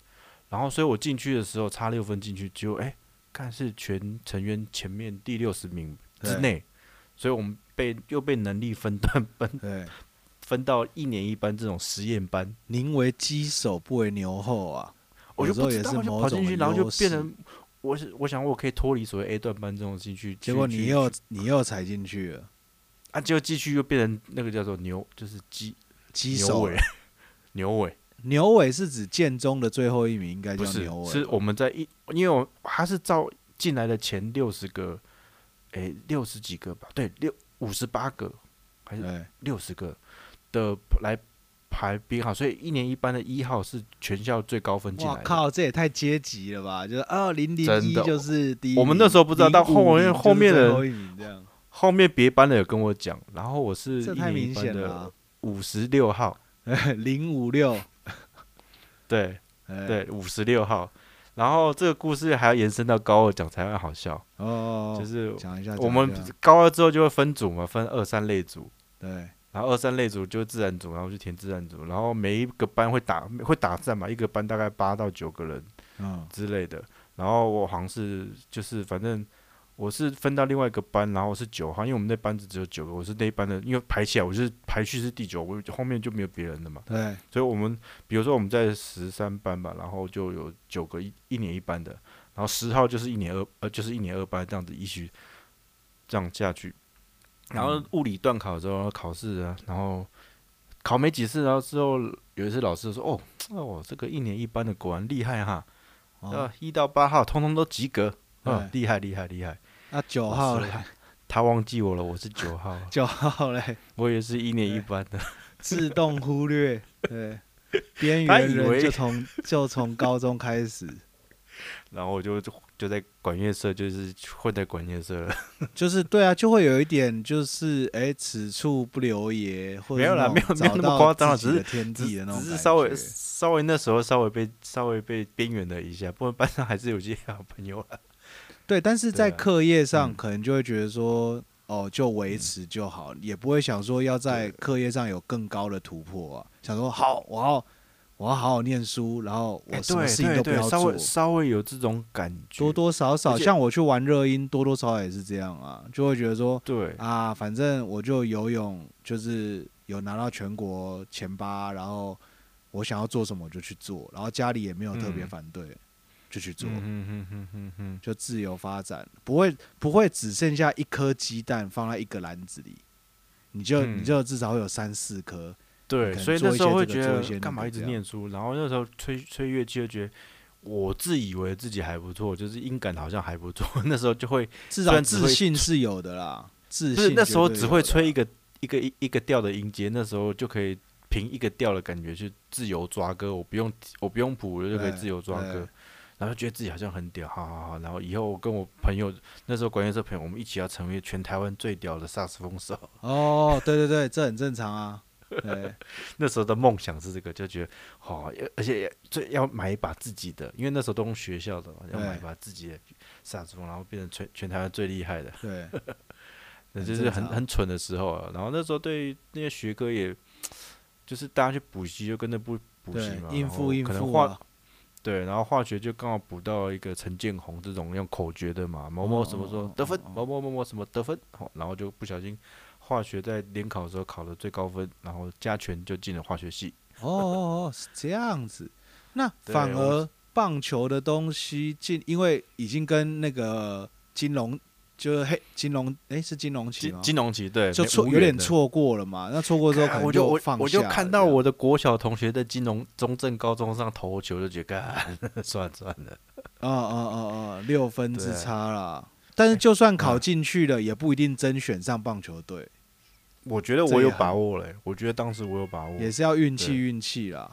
Speaker 2: 然后所以我进去的时候差六分进去，就哎，看是全成员前面第六十名
Speaker 1: 对
Speaker 2: 之内，所以我们被又被能力分段 (laughs) 分
Speaker 1: 对，
Speaker 2: 分到一年一班这种实验班，
Speaker 1: 宁为鸡首不为牛后啊，
Speaker 2: 我
Speaker 1: 有
Speaker 2: 就
Speaker 1: 时候
Speaker 2: 不知
Speaker 1: 也
Speaker 2: 道，
Speaker 1: 是
Speaker 2: 我就
Speaker 1: 某
Speaker 2: 跑进
Speaker 1: 种
Speaker 2: 去，然后就
Speaker 1: 优
Speaker 2: 变
Speaker 1: 势
Speaker 2: 成我是我想我可以脱离所谓 A 段班这种进去，
Speaker 1: 结
Speaker 2: 去
Speaker 1: 果
Speaker 2: 去
Speaker 1: 你又
Speaker 2: 去
Speaker 1: 你又踩进去了，
Speaker 2: 啊，结果继续又变成那个叫做牛，就是鸡
Speaker 1: 鸡
Speaker 2: 牛
Speaker 1: 首啊
Speaker 2: 尾 (laughs) 牛尾。
Speaker 1: 牛尾是指建中的最后一名，应该
Speaker 2: 不
Speaker 1: 叫
Speaker 2: 是
Speaker 1: 牛，尾，
Speaker 2: 是我们在一，因为我他是照进来的前六十个，诶，六十几个吧，对，六五十八个还是
Speaker 1: 对，
Speaker 2: 六十个的来排编号，所以一年一班的一号是全校最高分进
Speaker 1: 哇
Speaker 2: 来的。
Speaker 1: 靠，这也太阶级了吧！就是二零零
Speaker 2: 真
Speaker 1: 一
Speaker 2: 的
Speaker 1: 就是第一名，
Speaker 2: 我们那时候不知道到后面
Speaker 1: 050
Speaker 2: 后面
Speaker 1: 就是
Speaker 2: 的
Speaker 1: 最后一名这样，
Speaker 2: 后面别班的有跟我讲，然后我是
Speaker 1: 这
Speaker 2: 一
Speaker 1: 太
Speaker 2: 年
Speaker 1: 明
Speaker 2: 一班
Speaker 1: 显了
Speaker 2: 的
Speaker 1: 啊。
Speaker 2: 五十六号，
Speaker 1: (laughs) 零五六，
Speaker 2: 对
Speaker 1: 哎
Speaker 2: 对，五十六号。然后这个故事还要延伸到高二讲才会好笑，
Speaker 1: 哦，
Speaker 2: 就是
Speaker 1: 讲一下，
Speaker 2: 我
Speaker 1: 讲一
Speaker 2: 们
Speaker 1: 下
Speaker 2: 高二之后就会分组嘛，分二三类组。
Speaker 1: 对
Speaker 2: 然后二三类组就是自然组，然后去填自然组，然后每一个班会打会打战嘛，一个班大概八到九个人
Speaker 1: 嗯
Speaker 2: 之类的。然后我好像是就是反正我是分到另外一个班，然后是九号，因为我们那班子只有九个，我是那一班的，因为排起来我是排序是第九，我后面就没有别人了嘛。
Speaker 1: 对
Speaker 2: 所以我们比如说我们在十三班吧，然后就有九个一一年一班的，然后十号就是一年二呃就是一年二班这样子一起这样下去。然
Speaker 1: 嗯
Speaker 2: 后物理段考之后考试啊，然后考没几次，然后之后有一次老师说：“哦哦，这个一年一班的果然厉害哈，
Speaker 1: 哦
Speaker 2: 呃，一到八号通通都及格，嗯，
Speaker 1: 对
Speaker 2: 厉害厉害厉害。
Speaker 1: 那九号
Speaker 2: 我
Speaker 1: 嘞
Speaker 2: 是，他忘记我了，我是九号，
Speaker 1: (laughs) 九号嘞，
Speaker 2: 我也是一年一班的。 (laughs)
Speaker 1: 自动忽略，对，边
Speaker 2: 他
Speaker 1: 缘
Speaker 2: 以
Speaker 1: 人
Speaker 2: 为
Speaker 1: 就从就从高中开始，
Speaker 2: 然后我就就在管乐社，就是混在管乐社了。
Speaker 1: 就是对啊，就会有一点就是哎，此处不留爷，或者
Speaker 2: 没有啦
Speaker 1: 那种
Speaker 2: 没有没有
Speaker 1: 找
Speaker 2: 那么
Speaker 1: 到
Speaker 2: 夸张啦啊
Speaker 1: 自己的天
Speaker 2: 只
Speaker 1: 地的那种
Speaker 2: 只
Speaker 1: 感觉，
Speaker 2: 是稍微稍微那时候稍微被稍微被边缘了一下，不然班上还是有些好朋友啊啦。
Speaker 1: 对，但是在
Speaker 2: 对啊
Speaker 1: 课业上
Speaker 2: 嗯
Speaker 1: 可能就会觉得说。哦，就维持就好，也不会想说要在课业上有更高的突破啊。想说好，我要我要好好念书，然后我什么
Speaker 2: 哎对
Speaker 1: 事情都
Speaker 2: 对
Speaker 1: 不
Speaker 2: 对，
Speaker 1: 要
Speaker 2: 稍
Speaker 1: 做
Speaker 2: 微，稍微有这种感觉，
Speaker 1: 多多少少，
Speaker 2: 而且
Speaker 1: 像我去玩热音，多多少少也是这样啊，就会觉得说
Speaker 2: 对
Speaker 1: 啊，反正我就游泳，就是有拿到全国前八，然后我想要做什么我就去做，然后家里也没有特别
Speaker 2: 嗯
Speaker 1: 反对，就去做，
Speaker 2: 嗯嗯嗯嗯嗯
Speaker 1: 就自由发展，不会不会只剩下一颗鸡蛋放在一个篮子里，你就、
Speaker 2: 嗯
Speaker 1: 你就至少会有三四颗。
Speaker 2: 对，
Speaker 1: 可能
Speaker 2: 所以
Speaker 1: 做
Speaker 2: 那
Speaker 1: 一
Speaker 2: 时候
Speaker 1: 些
Speaker 2: 会
Speaker 1: 这
Speaker 2: 觉
Speaker 1: 个做一些
Speaker 2: 得
Speaker 1: 那
Speaker 2: 干嘛
Speaker 1: 个
Speaker 2: 一直
Speaker 1: 这样
Speaker 2: 念书，然后那时候吹吹乐器就觉得我自以为自己还不错，就是音感好像还不错， (laughs) 那时候就会
Speaker 1: 至
Speaker 2: 虽
Speaker 1: 少
Speaker 2: 然只
Speaker 1: 自
Speaker 2: 会
Speaker 1: 信是有的啦，自
Speaker 2: 就是
Speaker 1: 信
Speaker 2: 那时候
Speaker 1: 绝对
Speaker 2: 只会
Speaker 1: 有的
Speaker 2: 吹一个一个一一个调的音阶，那时候就可以凭一个调的感觉去自由抓歌，我不用我不用谱，我就可以
Speaker 1: 对
Speaker 2: 自由抓歌
Speaker 1: 对。
Speaker 2: 然后觉得自己好像很屌，好好好。然后以后我跟我朋友，那时候管乐社朋友，我们一起要成为全台湾最屌的萨克斯风手。 (laughs)
Speaker 1: 哦，对对对，这很正常啊。对，
Speaker 2: 那时候的梦想是这个，就觉得哦，要而且要最要买一把自己的，因为那时候都用学校的嘛，要买一
Speaker 1: 对
Speaker 2: 把自己的萨克斯风，然后变成全全台湾最厉害的，
Speaker 1: 对，
Speaker 2: 那
Speaker 1: 很
Speaker 2: 就是
Speaker 1: 正
Speaker 2: 很
Speaker 1: 常
Speaker 2: 很蠢的时候啊。然后那时候对那些学科也，就是大家去补习就跟着补补习
Speaker 1: 对
Speaker 2: 嘛，，
Speaker 1: 应
Speaker 2: 然后
Speaker 1: 付应
Speaker 2: 啊可能
Speaker 1: 付
Speaker 2: 化
Speaker 1: 啊，
Speaker 2: 对，然后化学就刚好补到一个陈建宏这种用口诀的嘛，某某什么
Speaker 1: 哦
Speaker 2: 说
Speaker 1: 哦
Speaker 2: 得分
Speaker 1: 哦哦，
Speaker 2: 某某某某什么得分，哦然后就不小心化学在联考的时候考了最高分，然后加权就进了化学系。
Speaker 1: 哦哦哦，是这样子。那
Speaker 2: 对
Speaker 1: 反
Speaker 2: 我
Speaker 1: 而棒球的东西进，因为已经跟那个金融，就是黑金融，诶，是金融期
Speaker 2: 金
Speaker 1: 吗？
Speaker 2: 金融期对，
Speaker 1: 就
Speaker 2: 没
Speaker 1: 错
Speaker 2: 无
Speaker 1: 有
Speaker 2: 缘
Speaker 1: 点
Speaker 2: 的。
Speaker 1: 错过了嘛。那错过之后，可
Speaker 2: 干
Speaker 1: 能
Speaker 2: 我就我
Speaker 1: 放
Speaker 2: 我就
Speaker 1: 下
Speaker 2: 看
Speaker 1: 了
Speaker 2: 到
Speaker 1: 这样
Speaker 2: 我的国小同学在金融中正高中上投球，就觉得干 (laughs) 算了算了，
Speaker 1: 啊啊啊啊，六分之
Speaker 2: 对
Speaker 1: 差啦。但是就算考
Speaker 2: 嗯
Speaker 1: 进去了，也不一定真选上棒球队，
Speaker 2: 我觉得
Speaker 1: 这
Speaker 2: 我有
Speaker 1: 也很
Speaker 2: 把握嘞、我觉得当时我有把握，
Speaker 1: 也是要运气
Speaker 2: 对
Speaker 1: 运气啦。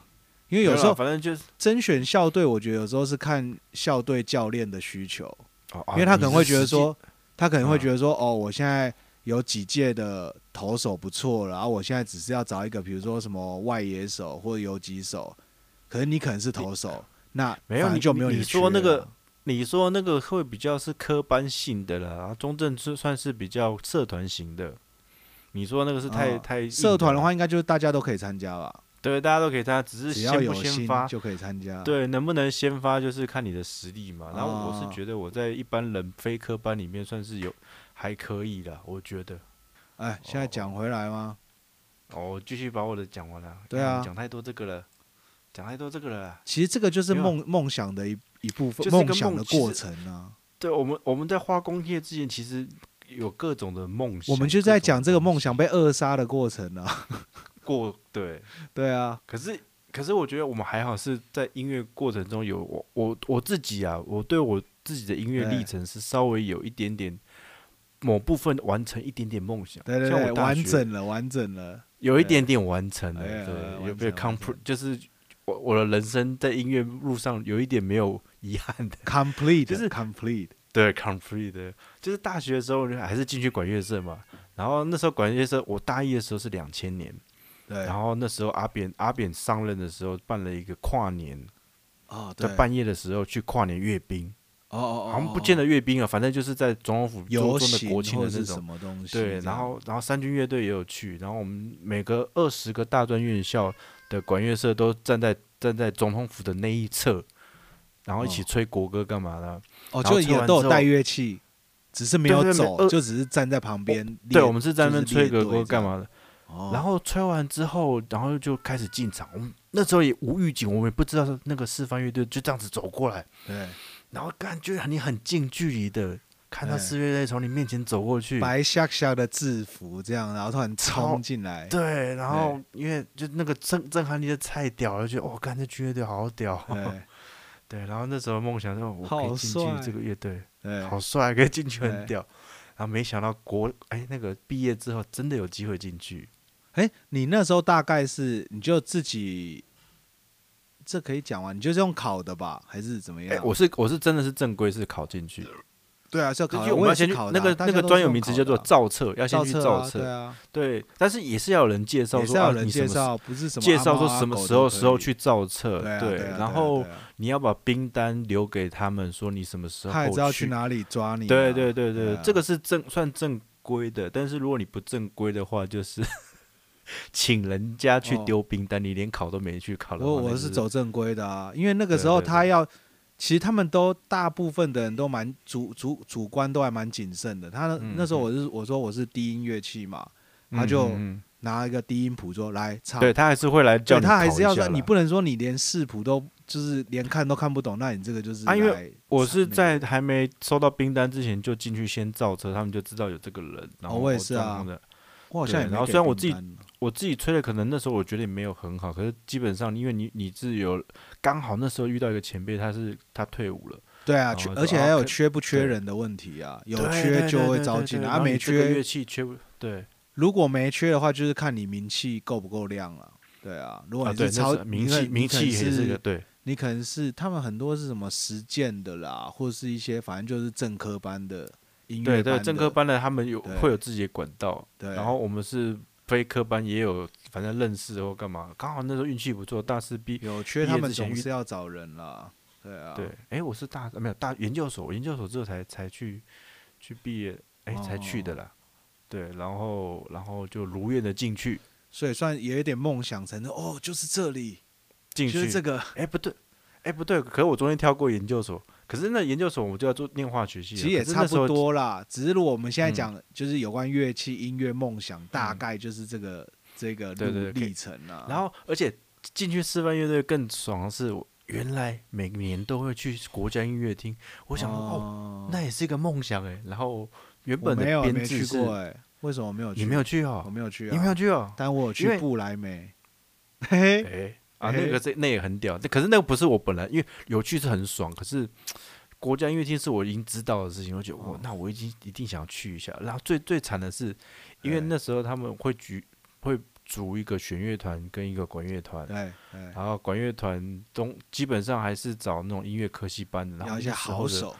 Speaker 1: 因为
Speaker 2: 没
Speaker 1: 有
Speaker 2: 啦
Speaker 1: 时候
Speaker 2: 反正就是
Speaker 1: 甄选校队，我觉得有时候是看校队教练的需求，
Speaker 2: 哦，
Speaker 1: 因为他可能会觉
Speaker 2: 啊
Speaker 1: 得
Speaker 2: 你是实际
Speaker 1: 说，他可能会
Speaker 2: 嗯
Speaker 1: 觉得说，哦，我现在有几届的投手不错了，然后啊我现在只是要找一个，比如说什么外野手或者游击手，可是你可能是投手，那
Speaker 2: 没有
Speaker 1: 反而
Speaker 2: 你
Speaker 1: 就没有
Speaker 2: 你
Speaker 1: 的
Speaker 2: 说那
Speaker 1: 缺了啊
Speaker 2: 个你说那个会比较是科班性的啦，然后中正是算是比较社团型的。你说那个是太、
Speaker 1: 哦
Speaker 2: 太硬
Speaker 1: 社团的
Speaker 2: 了，
Speaker 1: 话，应该就是大家都可以参加吧，
Speaker 2: 对，大家都可以参加，只是
Speaker 1: 只要
Speaker 2: 先
Speaker 1: 有
Speaker 2: 不
Speaker 1: 心
Speaker 2: 先发，
Speaker 1: 就可以参加。
Speaker 2: 对，能不能先发就是看你的实力嘛。然后我
Speaker 1: 哦
Speaker 2: 是觉得我在一般人非科班里面算是有还可以的，我觉得。
Speaker 1: 哎，现在讲回来吗？
Speaker 2: 哦，我继续把我的讲完了。
Speaker 1: 对
Speaker 2: 哎我
Speaker 1: 啊
Speaker 2: 讲太多这个了，讲太多这个了啦。
Speaker 1: 其实这个就是
Speaker 2: 没有啊
Speaker 1: 梦梦想的一一部分，
Speaker 2: 就是一个
Speaker 1: 梦想
Speaker 2: 梦
Speaker 1: 的
Speaker 2: 其实
Speaker 1: 过程啊。
Speaker 2: 对我们我们在花工业之前，其实有各种的梦想。
Speaker 1: 我们就
Speaker 2: 各
Speaker 1: 在
Speaker 2: 种
Speaker 1: 讲
Speaker 2: 的
Speaker 1: 这个
Speaker 2: 东
Speaker 1: 梦想被扼杀的过程啊。 (laughs)
Speaker 2: 西过，对。
Speaker 1: 对啊，
Speaker 2: 可是可是我觉得我们还好是在音乐过程中有我我我自己啊，我对我自己的音乐
Speaker 1: 对
Speaker 2: 历程是稍微有一点点。某部分完成一点点梦想，
Speaker 1: 对对
Speaker 2: 像
Speaker 1: 对，
Speaker 2: 我大
Speaker 1: 完
Speaker 2: 学
Speaker 1: 整了，完整了。
Speaker 2: 有一点点完成了，
Speaker 1: 哎呀完
Speaker 2: 对，
Speaker 1: 成
Speaker 2: 有没有
Speaker 1: 完
Speaker 2: c o
Speaker 1: 成
Speaker 2: m p r 就是我我的人生在音乐路上有一点没有遗憾的，
Speaker 1: Complete，
Speaker 2: 就是
Speaker 1: complete，
Speaker 2: 对 complete 的，就是大学的时候还是进去管乐社嘛，然后那时候管乐社我大一的时候是两千年，
Speaker 1: 对，
Speaker 2: 然后那时候阿扁阿扁上任的时候办了一个跨年，
Speaker 1: 哦，
Speaker 2: 在
Speaker 1: 对，
Speaker 2: 半夜的时候去跨年阅兵，
Speaker 1: 哦哦，
Speaker 2: 好像不见
Speaker 1: 得
Speaker 2: 得阅兵啊，反正就是在总统府
Speaker 1: 游
Speaker 2: 做做
Speaker 1: 行
Speaker 2: 那国庆
Speaker 1: 或
Speaker 2: 的
Speaker 1: 者
Speaker 2: 那
Speaker 1: 是什
Speaker 2: 种。
Speaker 1: 么东西这
Speaker 2: 对，
Speaker 1: 样。
Speaker 2: 然后然后三军乐队也有去，然后我们每个二十个大专院校的管乐社都站在站在总统府的那一侧，然后一起
Speaker 1: 哦
Speaker 2: 吹国歌干嘛的？
Speaker 1: 哦，
Speaker 2: 然后
Speaker 1: 就
Speaker 2: 吹
Speaker 1: 也
Speaker 2: 完
Speaker 1: 都
Speaker 2: 之
Speaker 1: 有
Speaker 2: 后
Speaker 1: 带乐器，只是没有
Speaker 2: 对对没
Speaker 1: 走，
Speaker 2: 呃
Speaker 1: 就只是站在旁边列。
Speaker 2: 对，我们是在那
Speaker 1: 就
Speaker 2: 边
Speaker 1: 列
Speaker 2: 吹个
Speaker 1: 队
Speaker 2: 歌
Speaker 1: 这
Speaker 2: 干
Speaker 1: 样？
Speaker 2: 嘛的？
Speaker 1: 哦，
Speaker 2: 然后吹完之后，然后就开始进场。我们那时候也无预警，我们也不知道是那个示范乐队就这样子走过来，
Speaker 1: 对，
Speaker 2: 然后感觉你很近距离的看到
Speaker 1: 哎
Speaker 2: 四乐队从你面前走过去，
Speaker 1: 白下下的制服这样，然后突然
Speaker 2: 超
Speaker 1: 冲进来。
Speaker 2: 对，然后因为就那个震震撼力就太屌了，就觉得哦，干这军乐队好屌，
Speaker 1: 对
Speaker 2: (laughs) 对，然后那时候梦想说我可
Speaker 1: 好
Speaker 2: 以进
Speaker 1: 帅
Speaker 2: 去这个乐队，
Speaker 1: 对，
Speaker 2: 好帅，可以进去很
Speaker 1: 对
Speaker 2: 屌。然后没想到国哎那个毕业之后真的有机会进去，
Speaker 1: 哎、你那时候大概是你就自己，这可以讲吗？你就是用考的吧，还是怎么样？
Speaker 2: 哎，我是我是真的是正规是考进去，
Speaker 1: 对啊，是要考
Speaker 2: 就
Speaker 1: 的，
Speaker 2: 是我
Speaker 1: 我
Speaker 2: 们
Speaker 1: 也
Speaker 2: 要
Speaker 1: 是
Speaker 2: 先去
Speaker 1: 考的
Speaker 2: 那
Speaker 1: 啊
Speaker 2: 个
Speaker 1: 大
Speaker 2: 那
Speaker 1: 家
Speaker 2: 个
Speaker 1: 都
Speaker 2: 专
Speaker 1: 是
Speaker 2: 有
Speaker 1: 用
Speaker 2: 名词
Speaker 1: 考
Speaker 2: 叫
Speaker 1: 的
Speaker 2: 做
Speaker 1: 啊
Speaker 2: 造册，要先去
Speaker 1: 册
Speaker 2: 造
Speaker 1: 啊，对
Speaker 2: 册，
Speaker 1: 啊，
Speaker 2: 对，但是也是要有人介绍
Speaker 1: 也是
Speaker 2: 说
Speaker 1: 要
Speaker 2: 啊
Speaker 1: 有人
Speaker 2: 你
Speaker 1: 介
Speaker 2: 什么时
Speaker 1: 绍，不是什么
Speaker 2: 介
Speaker 1: 阿
Speaker 2: 绍
Speaker 1: 猫
Speaker 2: 说
Speaker 1: 阿
Speaker 2: 什么
Speaker 1: 狗
Speaker 2: 时
Speaker 1: 都
Speaker 2: 候
Speaker 1: 可
Speaker 2: 时候
Speaker 1: 以
Speaker 2: 去造册，
Speaker 1: 对啊
Speaker 2: 对，
Speaker 1: 对啊对啊
Speaker 2: 然后
Speaker 1: 对啊
Speaker 2: 你要把冰单留给他们，说你什么时候
Speaker 1: 他也知道去
Speaker 2: 去
Speaker 1: 哪里抓你啊，
Speaker 2: 对对对
Speaker 1: 对
Speaker 2: 对
Speaker 1: 啊，
Speaker 2: 这个是正算正规的，但是如果你不正规的话，就是 (laughs) 请人家去
Speaker 1: 哦
Speaker 2: 丢冰单，你连考都没去考的话
Speaker 1: 我
Speaker 2: 那
Speaker 1: 我
Speaker 2: 就是
Speaker 1: 走正规的啊，因为那个
Speaker 2: 对
Speaker 1: 时候
Speaker 2: 对
Speaker 1: 他
Speaker 2: 对
Speaker 1: 要，其实他们都大部分的人都蛮主主主观都还蛮谨慎的。他那
Speaker 2: 嗯
Speaker 1: 那时候
Speaker 2: 嗯
Speaker 1: 我是我说我是低音乐器嘛，
Speaker 2: 嗯
Speaker 1: 他就
Speaker 2: 嗯嗯
Speaker 1: 拿一个低音谱说来唱，
Speaker 2: 对他还是会来叫
Speaker 1: 对，
Speaker 2: 你
Speaker 1: 他还
Speaker 2: 考
Speaker 1: 是
Speaker 2: 一
Speaker 1: 要
Speaker 2: 下
Speaker 1: 说你
Speaker 2: 啦
Speaker 1: 不能说你连视谱都就是连看都看不懂，那你这个就是
Speaker 2: 啊因为
Speaker 1: 来
Speaker 2: 我是
Speaker 1: 那个
Speaker 2: 在还没收到冰单之前就进去先造车，他们就知道有这个人，然
Speaker 1: 哦
Speaker 2: 后
Speaker 1: 我也是啊
Speaker 2: 状况的
Speaker 1: 我好像也
Speaker 2: 对
Speaker 1: 没
Speaker 2: 然后
Speaker 1: 给
Speaker 2: 虽然我自己
Speaker 1: 订单呢
Speaker 2: 我自己吹的可能那时候我觉得也没有很好，可是基本上因为你你自己有刚好那时候遇到一个前辈，他是他退伍了，
Speaker 1: 对啊，
Speaker 2: 然后
Speaker 1: 缺
Speaker 2: 就
Speaker 1: 而且
Speaker 2: 啊
Speaker 1: 还有
Speaker 2: 可
Speaker 1: 缺不缺
Speaker 2: 对
Speaker 1: 人的问题啊，有
Speaker 2: 对
Speaker 1: 缺
Speaker 2: 对
Speaker 1: 就
Speaker 2: 对
Speaker 1: 会
Speaker 2: 对
Speaker 1: 招
Speaker 2: 对
Speaker 1: 进
Speaker 2: 对
Speaker 1: 来，
Speaker 2: 然
Speaker 1: 啊
Speaker 2: 后
Speaker 1: 没
Speaker 2: 你这个
Speaker 1: 缺
Speaker 2: 乐器缺不对，
Speaker 1: 如果没缺的话，就是看你名气够不够亮了。对啊，如果
Speaker 2: 啊
Speaker 1: 你
Speaker 2: 对，那
Speaker 1: 超
Speaker 2: 是名
Speaker 1: 你可
Speaker 2: 气名
Speaker 1: 你可能
Speaker 2: 气也是个
Speaker 1: 是
Speaker 2: 对
Speaker 1: 你可能是他们很多是什么实践的啦，或者是一些反正就是正科班的音乐
Speaker 2: 对
Speaker 1: 班
Speaker 2: 对，
Speaker 1: 的
Speaker 2: 正科班的他们有
Speaker 1: 对
Speaker 2: 会有自己的管道，
Speaker 1: 对，
Speaker 2: 然后我们是非科班也有，反正认识或干嘛，刚好那时候运气不错，大四毕
Speaker 1: 有缺
Speaker 2: 毕
Speaker 1: 他
Speaker 2: 业
Speaker 1: 们
Speaker 2: 之前
Speaker 1: 总
Speaker 2: 遇
Speaker 1: 是要找人啦。对啊，
Speaker 2: 对，哎，我是大没有大研究所，我研究所之后才才去去毕业，哎，才去的
Speaker 1: 哦
Speaker 2: 啦。对，然后然后就如愿的进去，
Speaker 1: 所以算有一点梦想成真。哦，就是这里，
Speaker 2: 进
Speaker 1: 就
Speaker 2: 去。
Speaker 1: 是这个。
Speaker 2: 哎，不对，哎不对，可是我中间跳过研究所，可是那研究所我就要做念化学系
Speaker 1: 其实
Speaker 2: 了，
Speaker 1: 也
Speaker 2: 可是
Speaker 1: 差
Speaker 2: 那时
Speaker 1: 不
Speaker 2: 候。
Speaker 1: 多啦，只是如果我们现在
Speaker 2: 嗯
Speaker 1: 讲，就是有关乐器、音乐梦想，大
Speaker 2: 嗯
Speaker 1: 概就是这个这个
Speaker 2: 对对
Speaker 1: 路
Speaker 2: 对可以
Speaker 1: 历程啊。
Speaker 2: 然后而且进去示范乐队更爽的是，我原来每年都会去国家音乐厅，我想说哦，
Speaker 1: 哦
Speaker 2: 那也是一个梦想哎。然后原
Speaker 1: 我
Speaker 2: 本的
Speaker 1: 没有
Speaker 2: 编
Speaker 1: 没
Speaker 2: 制
Speaker 1: 去
Speaker 2: 是
Speaker 1: 过哎、为什么没有去？
Speaker 2: 你没有去
Speaker 1: (laughs) 我
Speaker 2: 哦，
Speaker 1: 没有去
Speaker 2: 你没
Speaker 1: 啊，
Speaker 2: 有去哦，
Speaker 1: 但我有
Speaker 2: 因
Speaker 1: 去
Speaker 2: 为
Speaker 1: 布莱梅。嘿嘿，
Speaker 2: 哎啊，
Speaker 1: 嘿
Speaker 2: 那个这那也很屌，可是那个不是我本来，因为有去是很爽，可是。国家音乐厅是我已经知道的事情，我觉得哇
Speaker 1: 哦，
Speaker 2: 那我已经一定想去一下。然后最最惨的是，因为
Speaker 1: 对
Speaker 2: 那时候他们会举会组一个弦乐团跟一个管乐团，
Speaker 1: 对对，
Speaker 2: 然后管乐团中基本上还是找那种音乐科系班的，然后
Speaker 1: 要一些
Speaker 2: 那时候
Speaker 1: 好
Speaker 2: 的。
Speaker 1: 手。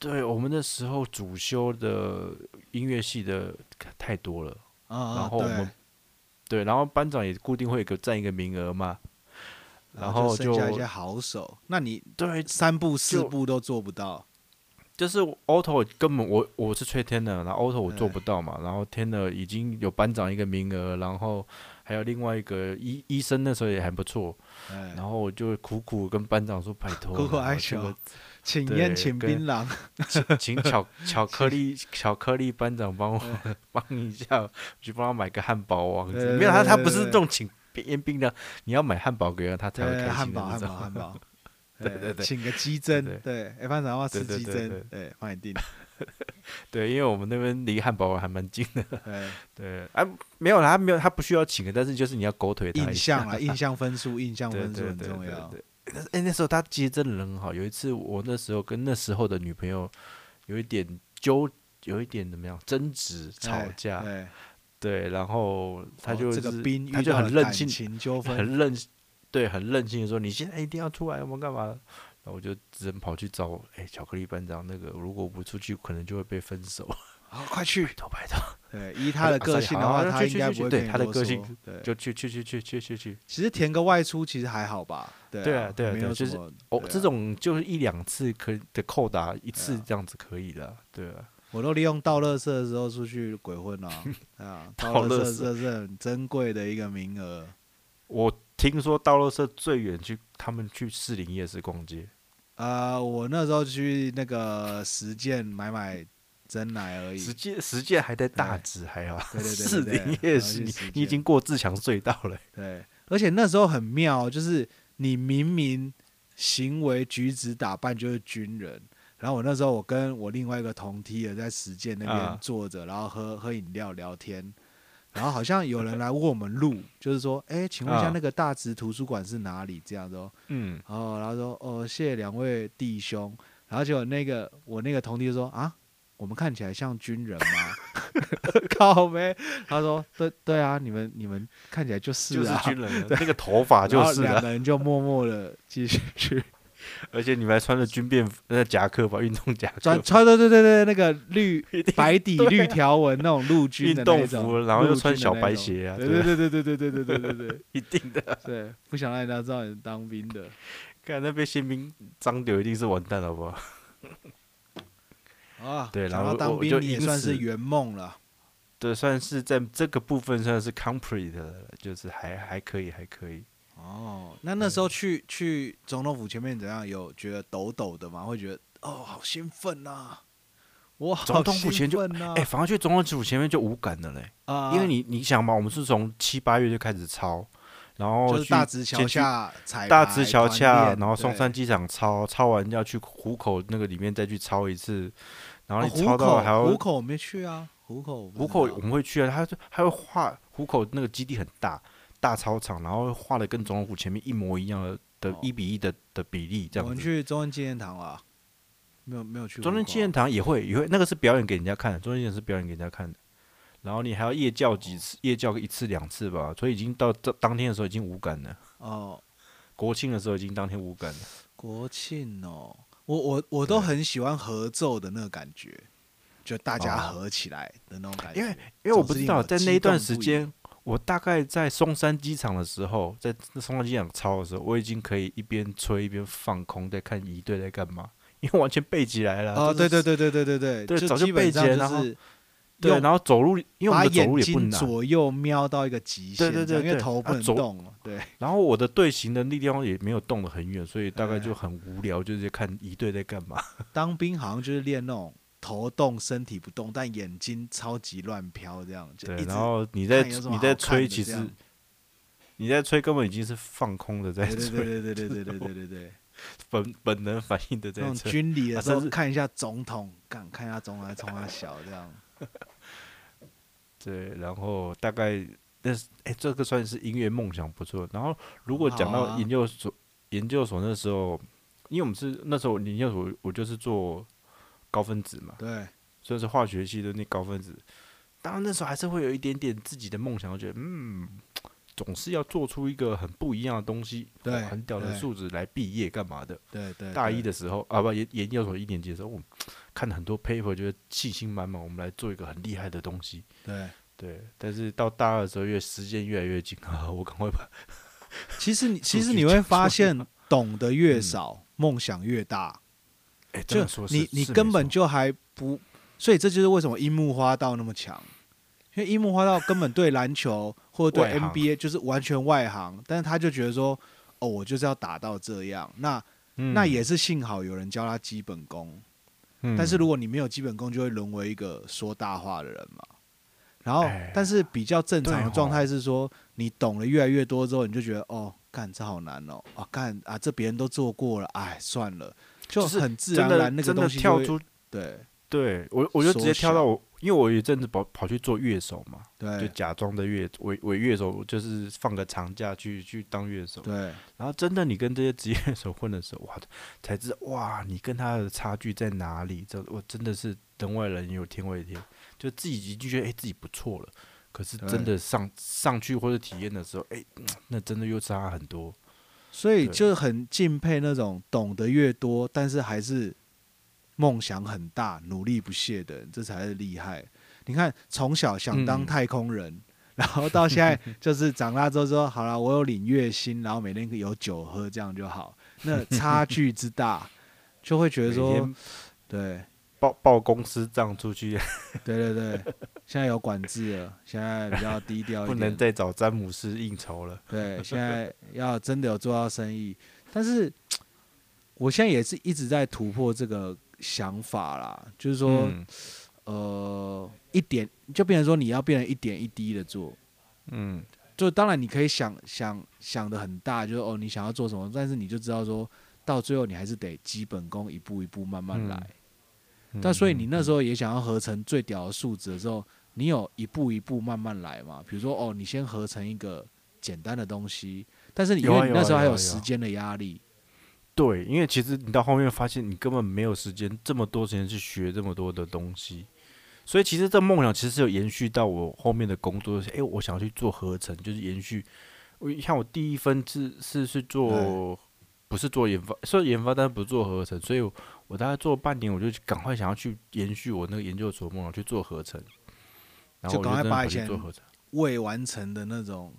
Speaker 2: 对我们那时候主修的音乐系的太多了，
Speaker 1: 啊，
Speaker 2: 然后我们对，然后班长也固定会有一个占一个名额嘛，
Speaker 1: 对
Speaker 2: 然
Speaker 1: 后
Speaker 2: 后
Speaker 1: 剩下一
Speaker 2: 就
Speaker 1: 些好手，那你
Speaker 2: 对，
Speaker 1: 三步四
Speaker 2: 就
Speaker 1: 步都做不到。
Speaker 2: 就是 auto 根本我我是吹天的，然后 auto 我做
Speaker 1: 对
Speaker 2: 不到嘛，然后天的已经有班长一个名额，然后还有另外一个医医生那时候也还不错，
Speaker 1: 哎，
Speaker 2: 然后我就苦苦跟班长说拜托啊啦，
Speaker 1: 苦苦哀
Speaker 2: 这
Speaker 1: 求
Speaker 2: 个
Speaker 1: 请
Speaker 2: 对
Speaker 1: 宴请
Speaker 2: 跟
Speaker 1: 槟榔，
Speaker 2: 请
Speaker 1: (laughs)
Speaker 2: 巧巧克力巧克力班长帮我 (laughs) 帮一下，去帮他买个汉堡王
Speaker 1: 对
Speaker 2: 子。没有他，
Speaker 1: 对
Speaker 2: 他
Speaker 1: 对
Speaker 2: 不是
Speaker 1: 对
Speaker 2: 这种请边冰的，你要买汉堡给他，他才会
Speaker 1: 对，
Speaker 2: 开
Speaker 1: 汉
Speaker 2: 心的
Speaker 1: 堡
Speaker 2: 那
Speaker 1: 汉堡
Speaker 2: 种。
Speaker 1: 汉
Speaker 2: (laughs)
Speaker 1: 堡。
Speaker 2: 对
Speaker 1: 哎
Speaker 2: 对对
Speaker 1: 请个鸡胗，
Speaker 2: 对
Speaker 1: 对，哎，班长要不要吃
Speaker 2: 对对
Speaker 1: 鸡
Speaker 2: 对
Speaker 1: 胗
Speaker 2: 对，
Speaker 1: 对，帮你订，
Speaker 2: 对，因为我们那边离汉堡王还蛮近的。 (laughs)
Speaker 1: 对，
Speaker 2: 对，啊，没有啦，他没有，他不需要请的，但是就是你要狗腿他
Speaker 1: 印
Speaker 2: 一下。
Speaker 1: 象
Speaker 2: (laughs)
Speaker 1: 啦，印象分数，印象
Speaker 2: 对
Speaker 1: 分数
Speaker 2: 对对
Speaker 1: 很
Speaker 2: 对
Speaker 1: 重
Speaker 2: 对
Speaker 1: 要。。
Speaker 2: 但是哎，那时候他其实真的人很好。有一次，我那时候跟那时候的女朋友有一点纠，有一点怎么样争执、吵
Speaker 1: 哎
Speaker 2: 架。
Speaker 1: 对，
Speaker 2: 对，然后啊他
Speaker 1: 哦
Speaker 2: 就
Speaker 1: 这个
Speaker 2: 是
Speaker 1: 兵
Speaker 2: 他
Speaker 1: 遇
Speaker 2: 就
Speaker 1: 到
Speaker 2: 很
Speaker 1: 了
Speaker 2: 任
Speaker 1: 感
Speaker 2: 性，
Speaker 1: 情纠纷，
Speaker 2: 很任，对，很任性的说：“你现在一定要出来，我们干嘛？”然后我就只能跑去找，哎、巧克力班长，那个如果不出去，可能就会被分手。 (laughs)
Speaker 1: 好，快去。
Speaker 2: 头白头，
Speaker 1: 对，依他的
Speaker 2: 啊
Speaker 1: 个
Speaker 2: ，sorry，
Speaker 1: 性的
Speaker 2: 好
Speaker 1: 话，
Speaker 2: 好
Speaker 1: 他
Speaker 2: 去
Speaker 1: 应
Speaker 2: 去
Speaker 1: 该
Speaker 2: 去
Speaker 1: 不会
Speaker 2: 对
Speaker 1: 跟你
Speaker 2: 他的
Speaker 1: 多
Speaker 2: 个
Speaker 1: 说
Speaker 2: 性
Speaker 1: 对，
Speaker 2: 就去去去去去去去。
Speaker 1: 其实填个外出其实还好吧。对
Speaker 2: 对
Speaker 1: 啊
Speaker 2: 啊，对啊
Speaker 1: 没
Speaker 2: 对啊
Speaker 1: 有什
Speaker 2: 就是
Speaker 1: 么
Speaker 2: 哦，
Speaker 1: 对
Speaker 2: 这
Speaker 1: 啊
Speaker 2: 种就是一两次可以的扣打，一次
Speaker 1: 啊
Speaker 2: 这样子可以的，对啊。
Speaker 1: 我都利用倒垃圾的时候出去鬼混
Speaker 2: (laughs)
Speaker 1: 啊，啊，倒
Speaker 2: 倒
Speaker 1: 垃
Speaker 2: 垃
Speaker 1: 圾这是很珍贵的一个名额。
Speaker 2: 我听说道路社最远去，他们去士林夜市逛街，
Speaker 1: 啊，我那时候去那个实践买买真奶而已，
Speaker 2: 实际实际还在大
Speaker 1: 对
Speaker 2: 直，还好。
Speaker 1: 对对对对
Speaker 2: 士
Speaker 1: 对
Speaker 2: 林
Speaker 1: 然后去
Speaker 2: 夜市，你
Speaker 1: 实
Speaker 2: 你已
Speaker 1: 践
Speaker 2: 经过自强隧道了。
Speaker 1: 对，而且那时候很妙，就是你明明行为举止打扮就是军人，然后我那时候我跟我另外一个同梯的在实践那边
Speaker 2: 啊
Speaker 1: 坐着，然后喝喝饮料聊天，然后好像有人来问我们路，就是说，哎、请问一下
Speaker 2: 啊
Speaker 1: 那个大直图书馆是哪里？这样子哦，
Speaker 2: 嗯，
Speaker 1: 哦，然后说，哦，谢谢两位弟兄，然后结果那个我那个同弟就说啊。我们看起来像军人吗？靠呗！他说：“对对啊，你们你们看起来就是
Speaker 2: 就是
Speaker 1: 啊，
Speaker 2: 军人了，那个头发就
Speaker 1: 然后
Speaker 2: 是
Speaker 1: 两
Speaker 2: 啊，
Speaker 1: 个人就默默的继续去
Speaker 2: 而且你们还穿着军便服，那夹克吧，运动夹克，
Speaker 1: 穿穿，对对对对，那个绿
Speaker 2: 一定
Speaker 1: 白底绿条纹那种陆军
Speaker 2: 运
Speaker 1: 的那
Speaker 2: 动
Speaker 1: 种
Speaker 2: 服，然后又
Speaker 1: 陆军
Speaker 2: 穿
Speaker 1: 的
Speaker 2: 小
Speaker 1: 那
Speaker 2: 白
Speaker 1: 种
Speaker 2: 鞋啊，
Speaker 1: 对对
Speaker 2: 对
Speaker 1: 对对对对对对对对对
Speaker 2: 一定的。
Speaker 1: 对，不想让人家知道你是当兵的。
Speaker 2: 看那被宪兵脏掉，一定是完蛋，好不好？
Speaker 1: 啊，
Speaker 2: 对
Speaker 1: 讲
Speaker 2: 然后
Speaker 1: 到
Speaker 2: 我
Speaker 1: 当
Speaker 2: 我就
Speaker 1: 兵你也
Speaker 2: 因
Speaker 1: 算是
Speaker 2: 此
Speaker 1: 圆梦了。
Speaker 2: 对，算是在这个部分算是 complete 的了，就是还还可以，还可以。
Speaker 1: 哦，那
Speaker 2: 嗯
Speaker 1: 那时候去去总统府前面怎样？有觉得抖抖的吗？会觉得哦，好兴奋呐！我好
Speaker 2: 总统府
Speaker 1: 兴
Speaker 2: 前就
Speaker 1: 奋呐！
Speaker 2: 哎，反而去总统府前面就无感了嘞，
Speaker 1: 啊，
Speaker 2: 因为你你想嘛，我们是从七八月就开始抄，然
Speaker 1: 就
Speaker 2: 后
Speaker 1: 是
Speaker 2: 去
Speaker 1: 大直桥
Speaker 2: 先去
Speaker 1: 下彩
Speaker 2: 大
Speaker 1: 排
Speaker 2: 直桥
Speaker 1: 团
Speaker 2: 下，
Speaker 1: 练
Speaker 2: 然后
Speaker 1: 对哦
Speaker 2: 松山机场抄，抄完要去虎口那个里面再去抄一次，然后
Speaker 1: 哦
Speaker 2: 你
Speaker 1: 虎
Speaker 2: 抄到
Speaker 1: 口
Speaker 2: 还要
Speaker 1: 虎口我没去啊，虎口我不知道
Speaker 2: 虎口我们会去啊，他就他会画虎口那个基地很大，大操场，然后画的跟总统府前面一模一样的的
Speaker 1: 哦
Speaker 2: 一比一的的比例这
Speaker 1: 我
Speaker 2: 样
Speaker 1: 们
Speaker 2: 子。
Speaker 1: 去中正纪念堂啦，没有没有去
Speaker 2: 中正
Speaker 1: 虎口
Speaker 2: 纪念堂也会也会，那个是表演给人家看的，中正纪念是表演给人家看的。然后你还要夜教几次，夜教个一次两次吧，所以已经到这当天的时候已经无感了。
Speaker 1: 哦，
Speaker 2: 国庆的时候已经当天无感了，
Speaker 1: 国庆哦，我我我都
Speaker 2: 对
Speaker 1: 很喜欢合奏的那个感觉，就大家
Speaker 2: 哦
Speaker 1: 合起来的那种感觉。
Speaker 2: 因为因为我不知道
Speaker 1: 总
Speaker 2: 在
Speaker 1: 之
Speaker 2: 那一段
Speaker 1: 激动
Speaker 2: 时
Speaker 1: 不已
Speaker 2: 间，我大概在松山机场的时候，在松山机场操的时候，我已经可以一边吹一边放空，在看仪队在干嘛，因为完全背起来了。
Speaker 1: 哦，
Speaker 2: 啊就
Speaker 1: 对
Speaker 2: 是
Speaker 1: 对对对对对对，
Speaker 2: 对
Speaker 1: 就
Speaker 2: 早就
Speaker 1: 基本
Speaker 2: 背
Speaker 1: 上
Speaker 2: 结
Speaker 1: 就
Speaker 2: 然后
Speaker 1: 是
Speaker 2: 对
Speaker 1: 用
Speaker 2: 然后走路，因为我
Speaker 1: 把
Speaker 2: 们的走路
Speaker 1: 眼
Speaker 2: 也不
Speaker 1: 睛
Speaker 2: 难，
Speaker 1: 左右瞄到一个极限，
Speaker 2: 对对
Speaker 1: 这样
Speaker 2: 对
Speaker 1: 因为
Speaker 2: 对
Speaker 1: 头不
Speaker 2: 啊
Speaker 1: 能
Speaker 2: 左
Speaker 1: 动，对，
Speaker 2: 然后我的队形的力量也没有动得很远，所以大概
Speaker 1: 哎
Speaker 2: 就很无聊，就是在看仪队在干嘛。
Speaker 1: 当兵好像就是练那种头动身体不动，但眼睛超级乱飘这样，就
Speaker 2: 对
Speaker 1: 一，直
Speaker 2: 然后你在
Speaker 1: 看有什么
Speaker 2: 你在
Speaker 1: 好看
Speaker 2: 吹，
Speaker 1: 的
Speaker 2: 其
Speaker 1: 这
Speaker 2: 实
Speaker 1: 样
Speaker 2: 你在吹根本已经是放空的在
Speaker 1: 对
Speaker 2: (laughs)
Speaker 1: 对
Speaker 2: 吹，
Speaker 1: 对对对对对对对对对，
Speaker 2: 本本能反应的
Speaker 1: 那
Speaker 2: 在
Speaker 1: 种
Speaker 2: 吹。
Speaker 1: 军礼的
Speaker 2: 啊
Speaker 1: 时候
Speaker 2: 甚至
Speaker 1: 看一下总统，干看一下总统还冲他小这样，
Speaker 2: 对，然后大概但是哎，这个算是音乐梦想不错。然后如果讲
Speaker 1: 好啊
Speaker 2: 到研究所，研究所那时候，因为我们是那时候研究所，我就是做高分子嘛，
Speaker 1: 对，
Speaker 2: 虽然是化学系的那高分子，当然那时候还是会有一点点自己的梦想，我觉得嗯，总是要做出一个很不一样的东西，
Speaker 1: 对
Speaker 2: 哇很屌的
Speaker 1: 对
Speaker 2: 素质来毕业干嘛的？
Speaker 1: 对对，
Speaker 2: 大一
Speaker 1: 哎对
Speaker 2: 的时候啊，不研研究所一年级的时候，我看了很多 paper，觉得信心满满，我们来做一个很厉害的东西。
Speaker 1: 对，
Speaker 2: 对，但是到大二的时候越，时间越来越紧啊，我赶快
Speaker 1: (laughs)
Speaker 2: 把
Speaker 1: 其实
Speaker 2: (laughs)
Speaker 1: 你其
Speaker 2: 数
Speaker 1: 实
Speaker 2: 据
Speaker 1: 你会
Speaker 2: 讲
Speaker 1: 发
Speaker 2: 错
Speaker 1: 现，懂得越
Speaker 2: 嗯
Speaker 1: 少，梦想越大，
Speaker 2: 哎， (laughs) 这
Speaker 1: 就
Speaker 2: 样说是
Speaker 1: 你你
Speaker 2: 是没
Speaker 1: 根本
Speaker 2: 错
Speaker 1: 就还不，所以这就是为什么樱木花道那么强，因为樱木花道根本对篮球或者对
Speaker 2: 外行
Speaker 1: NBA 就是完全外行，但是他就觉得说，哦，我就是要打到这样，那、
Speaker 2: 嗯
Speaker 1: 那也是幸好有人教他基本功，
Speaker 2: 嗯
Speaker 1: 但是如果你没有基本功，就会沦为一个说大话的人嘛。然后
Speaker 2: 哎，
Speaker 1: 但是比较正常
Speaker 2: 对
Speaker 1: 的
Speaker 2: 吼
Speaker 1: 状态是说，你懂得越来越多之后，你就觉得哦，干这好难哦，啊干啊这别人都做过了，哎算了，就是很自
Speaker 2: 真
Speaker 1: 然而
Speaker 2: 的
Speaker 1: 然那个
Speaker 2: 真的
Speaker 1: 东西就
Speaker 2: 跳
Speaker 1: 会
Speaker 2: 出，
Speaker 1: 对
Speaker 2: 对我我就直接
Speaker 1: 缩
Speaker 2: 跳到
Speaker 1: 小哎
Speaker 2: 我，因为我有一阵子跑跑去做乐手嘛，就
Speaker 1: 对
Speaker 2: 假装的乐伪伪乐手，就是放个长假去去当乐手，
Speaker 1: 对
Speaker 2: 然后真的你跟这些职业乐手混的时候， (laughs) 哇，才知道哇，你跟他的差距在哪里？这我真的是人外人有天外天，就自己已经觉得哎、自己不错了，可是真
Speaker 1: 对
Speaker 2: 的上上去或者体验的时候，哎、嗯那真的又差很多。
Speaker 1: 所以
Speaker 2: 对
Speaker 1: 就很敬佩那种懂得越多，但是还是梦想很大、努力不懈的人，这才是厉害。你看，从小想当
Speaker 2: 嗯
Speaker 1: 太空人，然后到现在就是长大之后说，好了，我有领月薪，然后每天有酒喝，这样就好。那差距之大，就会觉得
Speaker 2: 每
Speaker 1: 说
Speaker 2: 天，
Speaker 1: 对
Speaker 2: 报报公司账出去，
Speaker 1: 对对对，现在有管制了，现在比较低调一
Speaker 2: 不
Speaker 1: 点，
Speaker 2: 能再找詹姆斯应酬了。
Speaker 1: 对，现
Speaker 2: (laughs)
Speaker 1: 在要真的有做到生意，但是我现在也是一直在突破这个想法啦，就是说，
Speaker 2: 嗯
Speaker 1: 呃，一点就变成说你要变成一点一滴的做，
Speaker 2: 嗯，
Speaker 1: 就当然你可以想想想的很大，就是哦你想要做什么，但是你就知道说到最后你还是得基本功一步一步慢慢
Speaker 2: 嗯
Speaker 1: 来。
Speaker 2: 嗯
Speaker 1: 但所以你那时
Speaker 2: 候
Speaker 1: 候也想要合成最屌的数值的时候，你有一步一步慢慢来嘛？比如说，哦，你先合成一个简单的东西，但是你因
Speaker 2: 有啊
Speaker 1: 为你
Speaker 2: 有啊
Speaker 1: 那时候还
Speaker 2: 有啊
Speaker 1: 有
Speaker 2: 有啊
Speaker 1: 时间的压力，
Speaker 2: 对，因为其实你到后面发现你根本没有时间这么多时间去学这么多的东西，所以其实这梦想其实是有延续到我后面的工作，就是诶，我想要去做合成，就是延续。我像我第一份是是是做，不是做研发，是研发，但是不是做合成，所以我我大概做了半年，我就赶快想要去延续我那个研究所梦想去做合成，然后
Speaker 1: 就
Speaker 2: 我
Speaker 1: 赶快
Speaker 2: 就真的
Speaker 1: 把
Speaker 2: 跑
Speaker 1: 以
Speaker 2: 去
Speaker 1: 前
Speaker 2: 做合成。
Speaker 1: 未完成的那种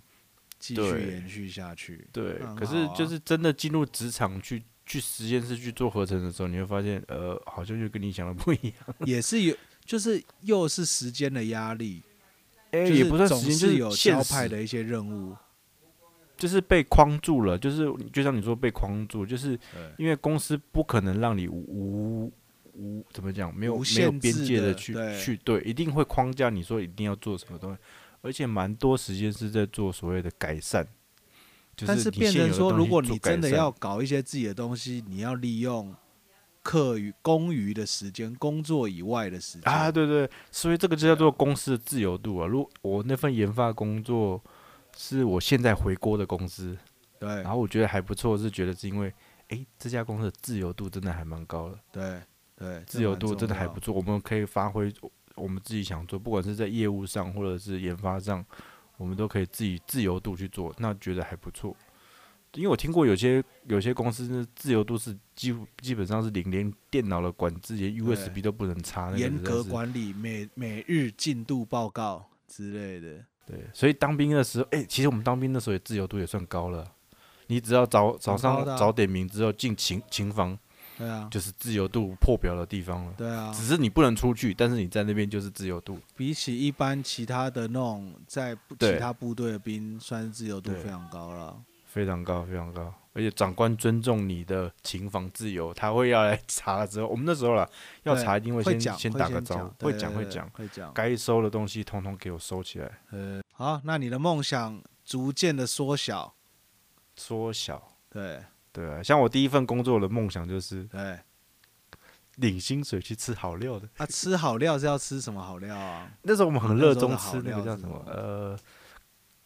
Speaker 1: 继续
Speaker 2: 对
Speaker 1: 延续下去。
Speaker 2: 对
Speaker 1: 那，很
Speaker 2: 可是
Speaker 1: 好啊
Speaker 2: 就是真的进入职场去去实验室去做合成的时候，你会发现，呃，好像就跟你想的不一样。
Speaker 1: 也是有，就是又是时间的压力，
Speaker 2: 哎、
Speaker 1: 就
Speaker 2: 也不算
Speaker 1: 总
Speaker 2: 时 (laughs) 间，就是
Speaker 1: 有
Speaker 2: 现
Speaker 1: 交
Speaker 2: 实
Speaker 1: 派，的一些任务。
Speaker 2: 就是被框住了。就是就像你说被框住，就是
Speaker 1: 对
Speaker 2: 因为公司不可能让你无无无怎么讲，没有
Speaker 1: 无
Speaker 2: 没有
Speaker 1: 限
Speaker 2: 边
Speaker 1: 制
Speaker 2: 界
Speaker 1: 的
Speaker 2: 的去
Speaker 1: 对
Speaker 2: 去对，一定会框架你说一定要做什么东西，而且蛮多时间是在做所谓的改善。就
Speaker 1: 但
Speaker 2: 是
Speaker 1: 是
Speaker 2: 你
Speaker 1: 变
Speaker 2: 现
Speaker 1: 成
Speaker 2: 有的
Speaker 1: 说，
Speaker 2: 东
Speaker 1: 如
Speaker 2: 西
Speaker 1: 果
Speaker 2: 做
Speaker 1: 你
Speaker 2: 改
Speaker 1: 真的
Speaker 2: 善
Speaker 1: 要搞一些自己的东西，你要利用课余公余的时间，工作以外的时间
Speaker 2: 啊，对对，所以这个就叫做公司的自由度啊。如果我那份研发工作是我现在回国的公司，
Speaker 1: 对
Speaker 2: 然后我觉得还不错，是觉得是因为，诶，这家公司的自由度真的还蛮高的，
Speaker 1: 对对，
Speaker 2: 自由度真的还不
Speaker 1: 错。
Speaker 2: 错，我们可以发挥我们自己想做，不管是在业务上或者是研发上，我们都可以自己自由度去做，那觉得还不错。因为我听过有些有些公司的自由度是基乎基本上是零，连电脑的管制连 USB 都不能插，那个
Speaker 1: 严
Speaker 2: 实在
Speaker 1: 格
Speaker 2: 是
Speaker 1: 管理每每日进度报告之类的。
Speaker 2: 对，所以当兵的时候，哎、其实我们当兵的时候也自由度也算高了。你只要早早
Speaker 1: 高
Speaker 2: 上
Speaker 1: 的啊
Speaker 2: 早点名之后进琴琴房，
Speaker 1: 对啊，
Speaker 2: 就是自由度破表的地方了。
Speaker 1: 对啊，
Speaker 2: 只是你不能出去，但是你在那边就是自由度。
Speaker 1: 比起一般其他的那种在不
Speaker 2: 对
Speaker 1: 其他部队的兵，算是自由度
Speaker 2: 对
Speaker 1: 非常高了。
Speaker 2: 非常高，非常高。而且长官尊重你的情房自由，他会要来查的时候，我们那时候啦，要
Speaker 1: 对
Speaker 2: 查一定会
Speaker 1: 会
Speaker 2: 先
Speaker 1: 讲，
Speaker 2: 先
Speaker 1: 会
Speaker 2: 打个
Speaker 1: 先
Speaker 2: 招
Speaker 1: 讲
Speaker 2: 呼，会
Speaker 1: 对
Speaker 2: 讲
Speaker 1: 对
Speaker 2: 会
Speaker 1: 对
Speaker 2: 讲，
Speaker 1: 会讲。
Speaker 2: 该收的东西通通给我收起来，
Speaker 1: 呃，好，那你的梦想逐渐的缩小，
Speaker 2: 缩小。
Speaker 1: 对
Speaker 2: 对啊，像我第一份工作的梦想就是
Speaker 1: 对。
Speaker 2: 领薪水去吃好料的。
Speaker 1: 啊，吃好料是要吃什么好料啊？
Speaker 2: 那时候我们很热衷吃
Speaker 1: 那时候
Speaker 2: 那个
Speaker 1: 的好料
Speaker 2: 叫
Speaker 1: 是
Speaker 2: 什么
Speaker 1: 什么
Speaker 2: 呃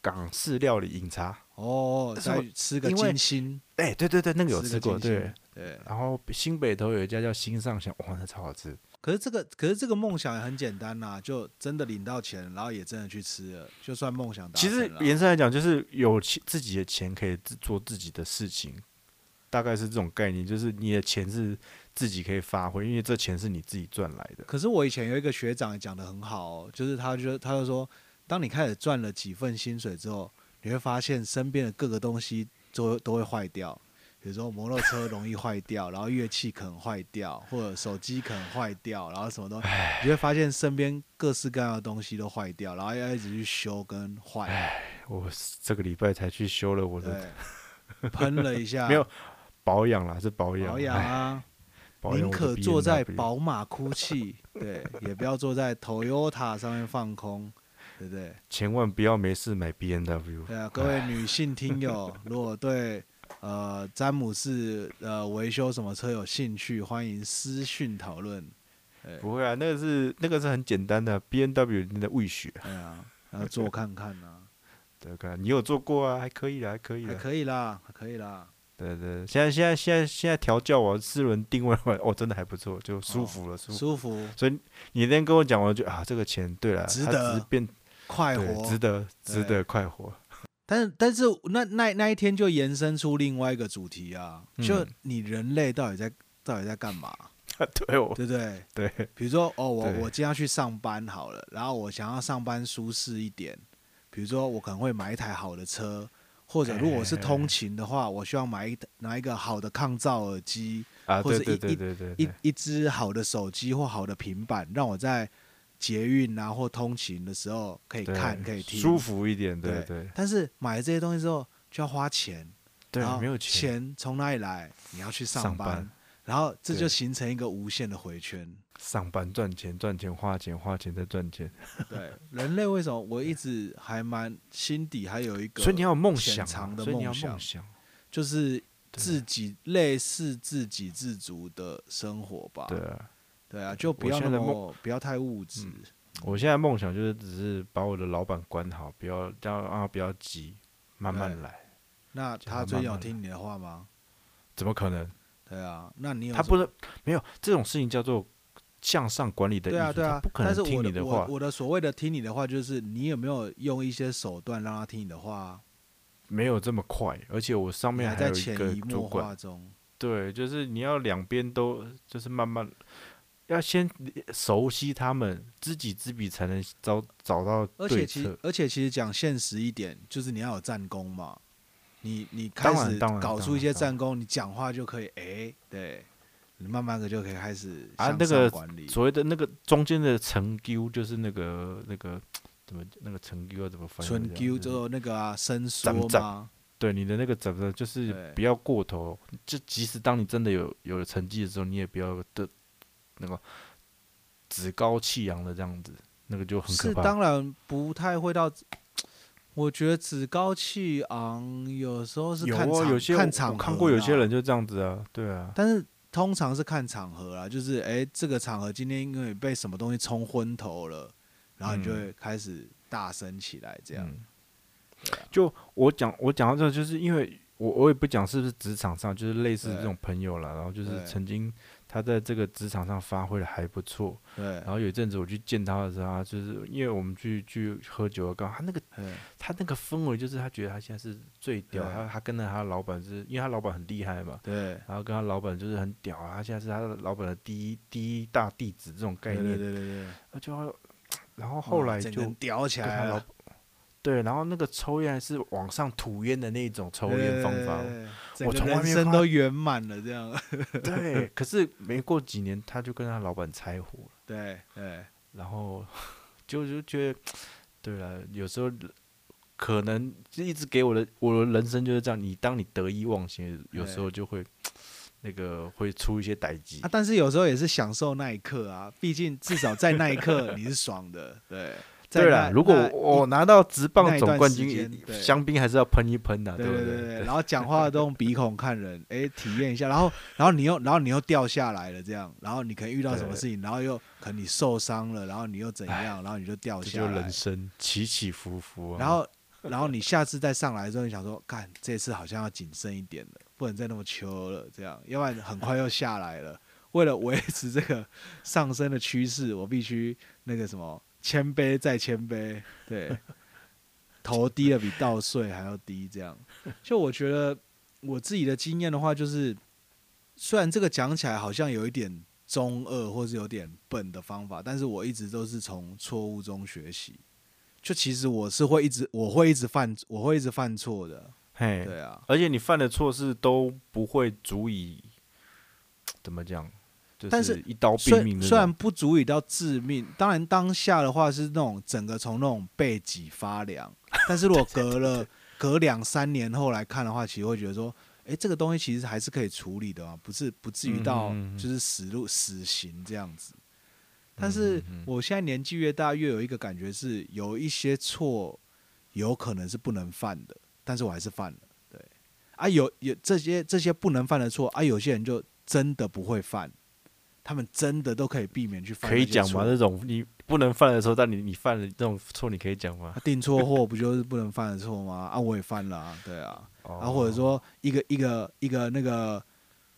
Speaker 2: 港式料理饮茶，
Speaker 1: 哦，
Speaker 2: 那时候
Speaker 1: 再吃个
Speaker 2: 因为
Speaker 1: 金星，
Speaker 2: 哎、对对对，那个有吃
Speaker 1: 个
Speaker 2: 过，
Speaker 1: 金
Speaker 2: 对
Speaker 1: 星。，对。
Speaker 2: 然后新北头有一家叫新上香，哇，那超好吃。
Speaker 1: 可是这个，可是这个梦想也很简单呐、就真的领到钱，然后也真的去吃了，就算梦想达
Speaker 2: 其
Speaker 1: 成
Speaker 2: 实
Speaker 1: 了
Speaker 2: 延伸来讲，就是有钱自己的钱可以自做自己的事情，大概是这种概念，就是你的钱是自己可以发挥，因为这钱是你自己赚来的。
Speaker 1: 可是我以前有一个学长也讲的很好、哦，就是他就他就说，当你开始赚了几份薪水之后，你会发现身边的各个东西都都会坏掉，比如说摩托车容易坏掉，然后乐器可能坏掉，或者手机可能坏掉，然后什么东西，你会发现身边各式各样的东西都坏掉，然后要一直去修跟换，
Speaker 2: 我这个礼拜才去修了我的
Speaker 1: 对，喷了一下，
Speaker 2: 没有保养啦，是保养，
Speaker 1: 保养
Speaker 2: 哎
Speaker 1: 啊。
Speaker 2: 保养
Speaker 1: 宁
Speaker 2: 我的
Speaker 1: 可坐在
Speaker 2: B&W
Speaker 1: 宝马哭
Speaker 2: (laughs)
Speaker 1: 泣，对，也不要坐在 Toyota 上面放空，对不对？
Speaker 2: 千万不要没事买 B N W。
Speaker 1: 对啊，各位女性听友， (laughs) 如果对呃詹姆士呃维修什么车有兴趣，欢迎私讯讨论。对
Speaker 2: 不会啊，那个是那个是很简单的啊 B N W 你的魏雪，
Speaker 1: 对啊，然后坐看看
Speaker 2: (laughs)
Speaker 1: 啊，
Speaker 2: 对吧？你有做过啊，还可以啦，还可以
Speaker 1: 还
Speaker 2: 啦。
Speaker 1: 可以啦，还可以啦，
Speaker 2: 对啊对，现在现在现在现在调教我四轮定位 (laughs) 完，哦，真的还不错，就舒服了，舒服。
Speaker 1: 哦舒服，
Speaker 2: 所以你那天跟我讲，我就啊，这个钱对了，
Speaker 1: 值
Speaker 2: 它
Speaker 1: 得
Speaker 2: 只是变
Speaker 1: 快
Speaker 2: 对，值
Speaker 1: 活。
Speaker 2: 得值
Speaker 1: 对
Speaker 2: 得快活。 (laughs)
Speaker 1: 但是但是那那那一天就延伸出另外一个主题啊，就
Speaker 2: 嗯
Speaker 1: 你人类到底在到底在干嘛，
Speaker 2: 对我
Speaker 1: 对不对？
Speaker 2: 对
Speaker 1: 比如说，哦，我
Speaker 2: 对
Speaker 1: 我今天要去上班好了，然后我想要上班舒适一点，比如说我可能会买一台好的车，或者如果我是通勤的话，我需要买一拿一个好的抗噪耳机，
Speaker 2: 啊，
Speaker 1: 或
Speaker 2: 对
Speaker 1: 是
Speaker 2: 对
Speaker 1: 一
Speaker 2: 对对对
Speaker 1: 一
Speaker 2: 对，
Speaker 1: 一只好的手机或好的平板，让我在捷运啊或通勤的时候可以
Speaker 2: 对
Speaker 1: 看可以听
Speaker 2: 舒。服一点，对
Speaker 1: 对
Speaker 2: 对
Speaker 1: 但是买了这些东西之后就要花钱，
Speaker 2: 对
Speaker 1: 然，后
Speaker 2: 没有钱，
Speaker 1: 钱从哪里来？你要去
Speaker 2: 上
Speaker 1: 班，
Speaker 2: 班
Speaker 1: 然后这就
Speaker 2: 对
Speaker 1: 形成一个无限的回圈。
Speaker 2: 上班赚钱，赚钱花钱，花钱再赚钱， (laughs)
Speaker 1: 对，人类为什么我一直还蛮心底还有一个，
Speaker 2: 所以你要有梦
Speaker 1: 潜
Speaker 2: 想
Speaker 1: 藏
Speaker 2: 啊，
Speaker 1: 的
Speaker 2: 所以你要
Speaker 1: 梦想
Speaker 2: 梦想，
Speaker 1: 就是
Speaker 2: 对
Speaker 1: 自己类似自给自足的生活吧。
Speaker 2: 对啊。
Speaker 1: 对啊，就不要
Speaker 2: 我
Speaker 1: 那
Speaker 2: 现在的嗯
Speaker 1: 么不要太物质。
Speaker 2: 我现在梦想就是只是把我的老板管好，不要让让他不要急，慢慢
Speaker 1: 对
Speaker 2: 来。
Speaker 1: 那
Speaker 2: 就
Speaker 1: 他
Speaker 2: 慢慢
Speaker 1: 最近有
Speaker 2: 来
Speaker 1: 听你的话吗？
Speaker 2: 怎么可能？
Speaker 1: 对啊，那你有
Speaker 2: 他
Speaker 1: 什
Speaker 2: 不能没有这种事情叫做向上管理的艺
Speaker 1: 对
Speaker 2: 术，
Speaker 1: 啊对
Speaker 2: 他
Speaker 1: 啊
Speaker 2: 不，可
Speaker 1: 但是
Speaker 2: 能
Speaker 1: 我
Speaker 2: 听你
Speaker 1: 的
Speaker 2: 话
Speaker 1: 我。我的所谓的听你的话，就是你有没有用一些手段让他听你的话啊？
Speaker 2: 没有这么快，而且我上
Speaker 1: 你
Speaker 2: 面
Speaker 1: 还在
Speaker 2: 有
Speaker 1: 潜
Speaker 2: 一个
Speaker 1: 移
Speaker 2: 主
Speaker 1: 默
Speaker 2: 管
Speaker 1: 化，中。
Speaker 2: 对，就是你要两边都就是慢慢，要先熟悉他们，知己知彼才能找找到
Speaker 1: 而且
Speaker 2: 对
Speaker 1: 其
Speaker 2: 策
Speaker 1: 实，。而且其实讲现实一点，就是你要有战功嘛。你你开
Speaker 2: 当然
Speaker 1: 始
Speaker 2: 当然
Speaker 1: 搞
Speaker 2: 当
Speaker 1: 出一
Speaker 2: 然
Speaker 1: 些
Speaker 2: 当
Speaker 1: 战功，你讲话就可以，哎、对，你慢慢的就可以开始
Speaker 2: 啊
Speaker 1: 向
Speaker 2: 那
Speaker 1: 上
Speaker 2: 个
Speaker 1: 管理。
Speaker 2: 所谓的那个中间的层丢，就是那个那个怎么那个层丢要怎么翻译来讲？
Speaker 1: 纯 Q
Speaker 2: 就是
Speaker 1: 就那个啊，伸
Speaker 2: 咱们
Speaker 1: 缩嘛，
Speaker 2: 对你的那个怎么就是
Speaker 1: 对
Speaker 2: 不要过头，就即使当你真的有有了成绩的时候，你也不要的那个趾高气扬的这样子，那个就很可
Speaker 1: 是
Speaker 2: 怕。
Speaker 1: 当然不太会到。我觉得趾高气昂，有时候是
Speaker 2: 有
Speaker 1: 看
Speaker 2: 啊，
Speaker 1: 场
Speaker 2: 有些我
Speaker 1: 看场
Speaker 2: 我看
Speaker 1: 合
Speaker 2: 过有些
Speaker 1: 啦
Speaker 2: 人就这样子啊，对啊，
Speaker 1: 但是通常是看场合啦，就是哎、诶这个场合今天因为被什么东西冲昏头了，然后你就
Speaker 2: 嗯
Speaker 1: 会开始大声起来，这样。
Speaker 2: 嗯
Speaker 1: 啊对啊
Speaker 2: 就我讲，我讲到这，就是因为我我也不讲是不是职场上，就是类似这种朋友啦，然后就是
Speaker 1: 对
Speaker 2: 曾经他在这个职场上发挥的还不错，
Speaker 1: 对
Speaker 2: 然，后有一阵子我去见他的时候，他就是因为我们去去喝酒，刚好他那个
Speaker 1: 嗯
Speaker 2: 他那个氛围，就是他觉得他现在是最屌，
Speaker 1: 对
Speaker 2: 他他跟着他的老板是，因为他老板很厉害嘛，
Speaker 1: 对，
Speaker 2: 然后跟他老板就是很屌啊，他现在是他的老板的第一第一大弟子这种概
Speaker 1: 对
Speaker 2: 念，
Speaker 1: 对对对对。
Speaker 2: 而且他然后后来
Speaker 1: 哇
Speaker 2: 就
Speaker 1: 整个人屌起
Speaker 2: 跟他
Speaker 1: 来
Speaker 2: 老
Speaker 1: 了，
Speaker 2: 对，然后那个抽烟还是往上吐烟的那种抽烟方法。
Speaker 1: 对，整
Speaker 2: 我
Speaker 1: 个
Speaker 2: 从外
Speaker 1: 人
Speaker 2: 面
Speaker 1: 生
Speaker 2: 看
Speaker 1: 都圆满了，这样。 (laughs)
Speaker 2: 对，可是没过几年，他就跟他老板拆伙了，
Speaker 1: 对对
Speaker 2: 然后就就觉得，对了，有时候可能就一直给我的我的人生就是这样，你当你得意忘形，有时候就会那个会出一些歹疾
Speaker 1: 哎啊，。但是有时候也是享受那一刻啊，毕竟至少在那一刻你是爽的，对。
Speaker 2: 对
Speaker 1: 了
Speaker 2: 了，，如果
Speaker 1: 那
Speaker 2: 我我拿到直
Speaker 1: 那
Speaker 2: 棒
Speaker 1: 一
Speaker 2: 总
Speaker 1: 段
Speaker 2: 冠
Speaker 1: 时
Speaker 2: 军
Speaker 1: 间
Speaker 2: 也，
Speaker 1: 对
Speaker 2: 香槟还是要喷一喷的，
Speaker 1: 对
Speaker 2: 不
Speaker 1: 对对对，然后讲话都用鼻孔看人，哎，体验一下，然后然后你又然后你又掉下来了，这样，然后你可能遇到什么
Speaker 2: 对
Speaker 1: 事情，然后又可能你受伤了，然后你又怎样，然后你就掉
Speaker 2: 这
Speaker 1: 下
Speaker 2: 就
Speaker 1: 来
Speaker 2: 人，生起起伏伏啊。
Speaker 1: 然后然后你下次再上来之后，你想说，干这次好像要谨慎一点了，不能再那么秋了，这样，要不然很快又下来了。 (laughs) 为了维持这个上升的趋势，我必须那个什么谦卑再谦卑，对，头低的比稻穗还要低，这样。就我觉得我自己的经验的话，就是虽然这个讲起来好像有一点中二或是有点笨的方法，但是我一直都是从错误中学习。就其实我是会一直，我会一直犯，我会一直犯错的。
Speaker 2: 嘿，
Speaker 1: 对啊，
Speaker 2: 而且你犯的错事都不会足以怎么讲，就
Speaker 1: 但
Speaker 2: 是
Speaker 1: 是
Speaker 2: 一刀
Speaker 1: 虽
Speaker 2: 毙命的。
Speaker 1: 虽然不足以到致命，当然当下的话是那种整个从那种背脊发凉，但是如果
Speaker 2: (laughs)
Speaker 1: 隔了隔两三年后来看的话，其实会觉得说，哎、这个东西其实还是可以处理的嘛，不是不至于到
Speaker 2: 嗯哼嗯哼
Speaker 1: 就是死路死刑这样子。但是
Speaker 2: 嗯
Speaker 1: 我现在年纪越大，越有一个感觉是，有一些错有可能是不能犯的，但是我还是犯了。对，啊，有有这些这些不能犯的错啊，有些人就真的不会犯，他们真的都可以避免去犯。
Speaker 2: 可以讲吗？？那种你不能犯的时候，但你你犯了这种错，你可以讲吗
Speaker 1: 啊？订错货不就是不能犯的错吗？啊，我也犯了、啊，对啊。
Speaker 2: 啊
Speaker 1: 啊，或者说一个一个一个那个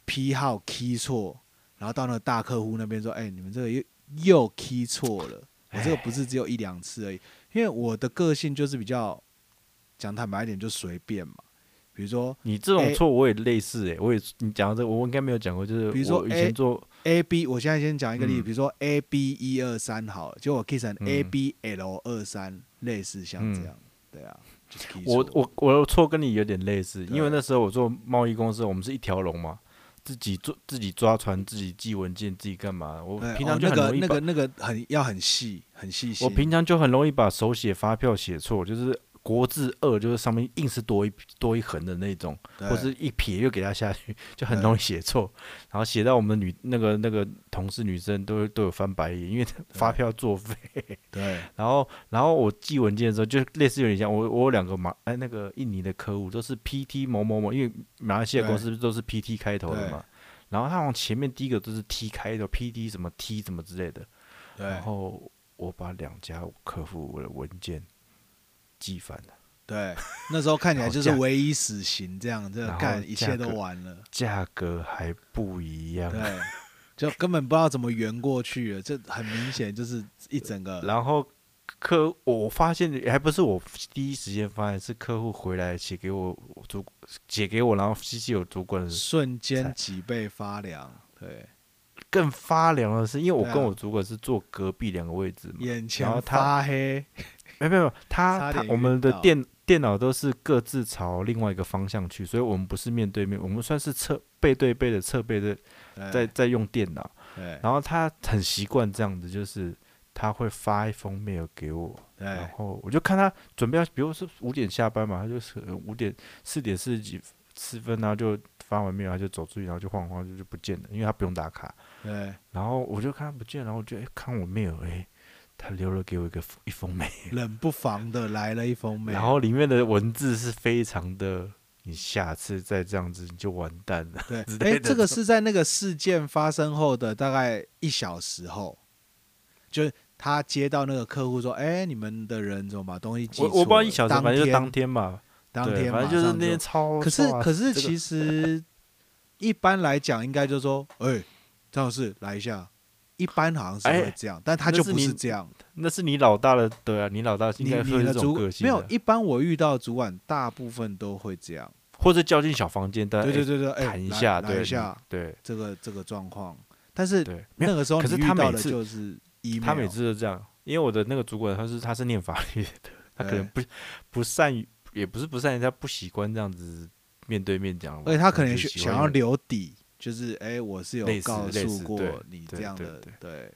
Speaker 1: 批号 key 错，然后到那个大客户那边说，哎、你们这个又又 key 错了，我这个不是只有一两次而已，因为我的个性就是比较讲坦白一点，就随便嘛。比如说
Speaker 2: 你这种
Speaker 1: 哎
Speaker 2: 错，我也类似诶、欸我也你讲到这个，我应该没有讲过，就是
Speaker 1: 比如说
Speaker 2: 我以
Speaker 1: 哎
Speaker 2: 前做
Speaker 1: A B，我现在先讲一个例子，
Speaker 2: 嗯
Speaker 1: 比如说 A B 一二三好了，结果我 key 成 A
Speaker 2: 嗯
Speaker 1: B L 二三，类似像
Speaker 2: 嗯
Speaker 1: 这样，对啊，就是 key
Speaker 2: 我
Speaker 1: 错
Speaker 2: 我我的错跟你有点类似，因
Speaker 1: 对
Speaker 2: 为那时候我做贸易公司，我们是一条龙嘛，自己做自己抓船，自己寄文件，自己干嘛？我
Speaker 1: 对
Speaker 2: 平
Speaker 1: 哦
Speaker 2: 常
Speaker 1: 那
Speaker 2: 就很
Speaker 1: 个
Speaker 2: 容易
Speaker 1: 那
Speaker 2: 把
Speaker 1: 个那个很要很细很细心，
Speaker 2: 我平常就很容易把手写发票写错，就是国字二，就是上面硬是多一多一横的那种，
Speaker 1: 对
Speaker 2: 或是一撇又给它下去，就很容易写错。然后写到我们女那个那个同事女生都都有翻白眼，因为她发票作废。 (laughs)
Speaker 1: 对
Speaker 2: 然后然后我寄文件的时候，就类似有点像我我有两个马哎那个印尼的客户都是 PT 某某某，因为马来西亚公司都是 PT 开头的嘛。然后他好像前面第一个都是 T 开头，PT 什么 T 什么之类的。
Speaker 1: 对
Speaker 2: 然后我把两家客户我的文件寄反了，
Speaker 1: 对，那时候看起来就
Speaker 2: 然
Speaker 1: 是
Speaker 2: 后价
Speaker 1: 唯一死刑这样，这个
Speaker 2: 然后
Speaker 1: 干一切
Speaker 2: 价
Speaker 1: 都
Speaker 2: 格
Speaker 1: 完了，
Speaker 2: 价格还不一样。
Speaker 1: 对，就根本不知道怎么圆过去了，这很明显就是一整个
Speaker 2: 然后客我发现还不是我第一时间发现，是客户回来写给我我主写给我，然后西西有主管的
Speaker 1: 瞬
Speaker 2: 才
Speaker 1: 间脊背发凉，对，
Speaker 2: 更发凉的是，因为我
Speaker 1: 对啊
Speaker 2: 跟我主管是坐隔壁两个位置嘛，
Speaker 1: 眼
Speaker 2: 嗯然后
Speaker 1: 前
Speaker 2: 他
Speaker 1: 发黑，
Speaker 2: 没有没有，他
Speaker 1: 差
Speaker 2: 他
Speaker 1: 点
Speaker 2: 我们
Speaker 1: 晕
Speaker 2: 的
Speaker 1: 倒
Speaker 2: 电电脑都是各自朝另外一个方向去，所以我们不是面对面，我们算是侧背对背的侧背的在
Speaker 1: 对
Speaker 2: 在用电脑。
Speaker 1: 对
Speaker 2: 然后他很习惯这样子，就是他会发一封 mail 给我，然
Speaker 1: 对
Speaker 2: 后我就看他准备要，比如说五点下班嘛，他就是五点四点四十几四分，然后就发完 mail，他就走出去，然后就晃晃就就不见了，因为他不用打卡。
Speaker 1: 对，
Speaker 2: 然后我就看他不见，然后我就、诶看我 mail，哎、他留了给我一个一封 mail，
Speaker 1: 冷不防的来了一封 mail，
Speaker 2: 然后里面的文字是非常的你下次再这样子你就完蛋了。
Speaker 1: 对，
Speaker 2: 之类
Speaker 1: 哎，
Speaker 2: 的
Speaker 1: 这个是在那个事件发生后的大概一小时后，就是他接到那个客户说：“哎，你们的人怎么把东西寄
Speaker 2: 我
Speaker 1: 错
Speaker 2: 我
Speaker 1: 了？”
Speaker 2: 不知道一小时，
Speaker 1: 当
Speaker 2: 反正就
Speaker 1: 天
Speaker 2: 当天嘛，
Speaker 1: 当
Speaker 2: 对
Speaker 1: 天
Speaker 2: 反
Speaker 1: 马
Speaker 2: 正
Speaker 1: 上
Speaker 2: 就是
Speaker 1: 就
Speaker 2: 那天超。啊
Speaker 1: 可是
Speaker 2: 哇
Speaker 1: 可是
Speaker 2: 这个
Speaker 1: 其实一般来讲，应该就说：“哎，张老师来一下。”一般好像是
Speaker 2: 哎
Speaker 1: 会这样，但他
Speaker 2: 那
Speaker 1: 就是不
Speaker 2: 你
Speaker 1: 是这样。
Speaker 2: 那是你老大的，对啊，你老大应
Speaker 1: 你
Speaker 2: 该
Speaker 1: 你
Speaker 2: 会是
Speaker 1: 的
Speaker 2: 这种
Speaker 1: 主
Speaker 2: 个性
Speaker 1: 没
Speaker 2: 的，
Speaker 1: 有，一般我遇到主管大部分都会这样。
Speaker 2: 或者叫进小房间，但
Speaker 1: 对对
Speaker 2: 对
Speaker 1: 对对，哎，
Speaker 2: 谈一
Speaker 1: 来
Speaker 2: 下，
Speaker 1: 来
Speaker 2: 对嗯
Speaker 1: 一下
Speaker 2: 对
Speaker 1: 这个这个状况。但是
Speaker 2: 对，没有
Speaker 1: 那个时候
Speaker 2: 可
Speaker 1: 你
Speaker 2: 是
Speaker 1: 遇
Speaker 2: 他
Speaker 1: 到
Speaker 2: 每
Speaker 1: 的
Speaker 2: 次
Speaker 1: 就是
Speaker 2: 他
Speaker 1: email，
Speaker 2: 每次都这样，因为我的那个主管他是他是念法律的，他可能不不善于，也不是不善于，他不习惯这样子面对面讲嘛，
Speaker 1: 而且他可能
Speaker 2: 就
Speaker 1: 想
Speaker 2: 喜
Speaker 1: 想
Speaker 2: 欢
Speaker 1: 要
Speaker 2: 用
Speaker 1: 留底，就是哎、我是有
Speaker 2: 类似
Speaker 1: 告
Speaker 2: 类
Speaker 1: 诉
Speaker 2: 似
Speaker 1: 过
Speaker 2: 对
Speaker 1: 你
Speaker 2: 对
Speaker 1: 这样
Speaker 2: 对
Speaker 1: 的
Speaker 2: 对，
Speaker 1: 对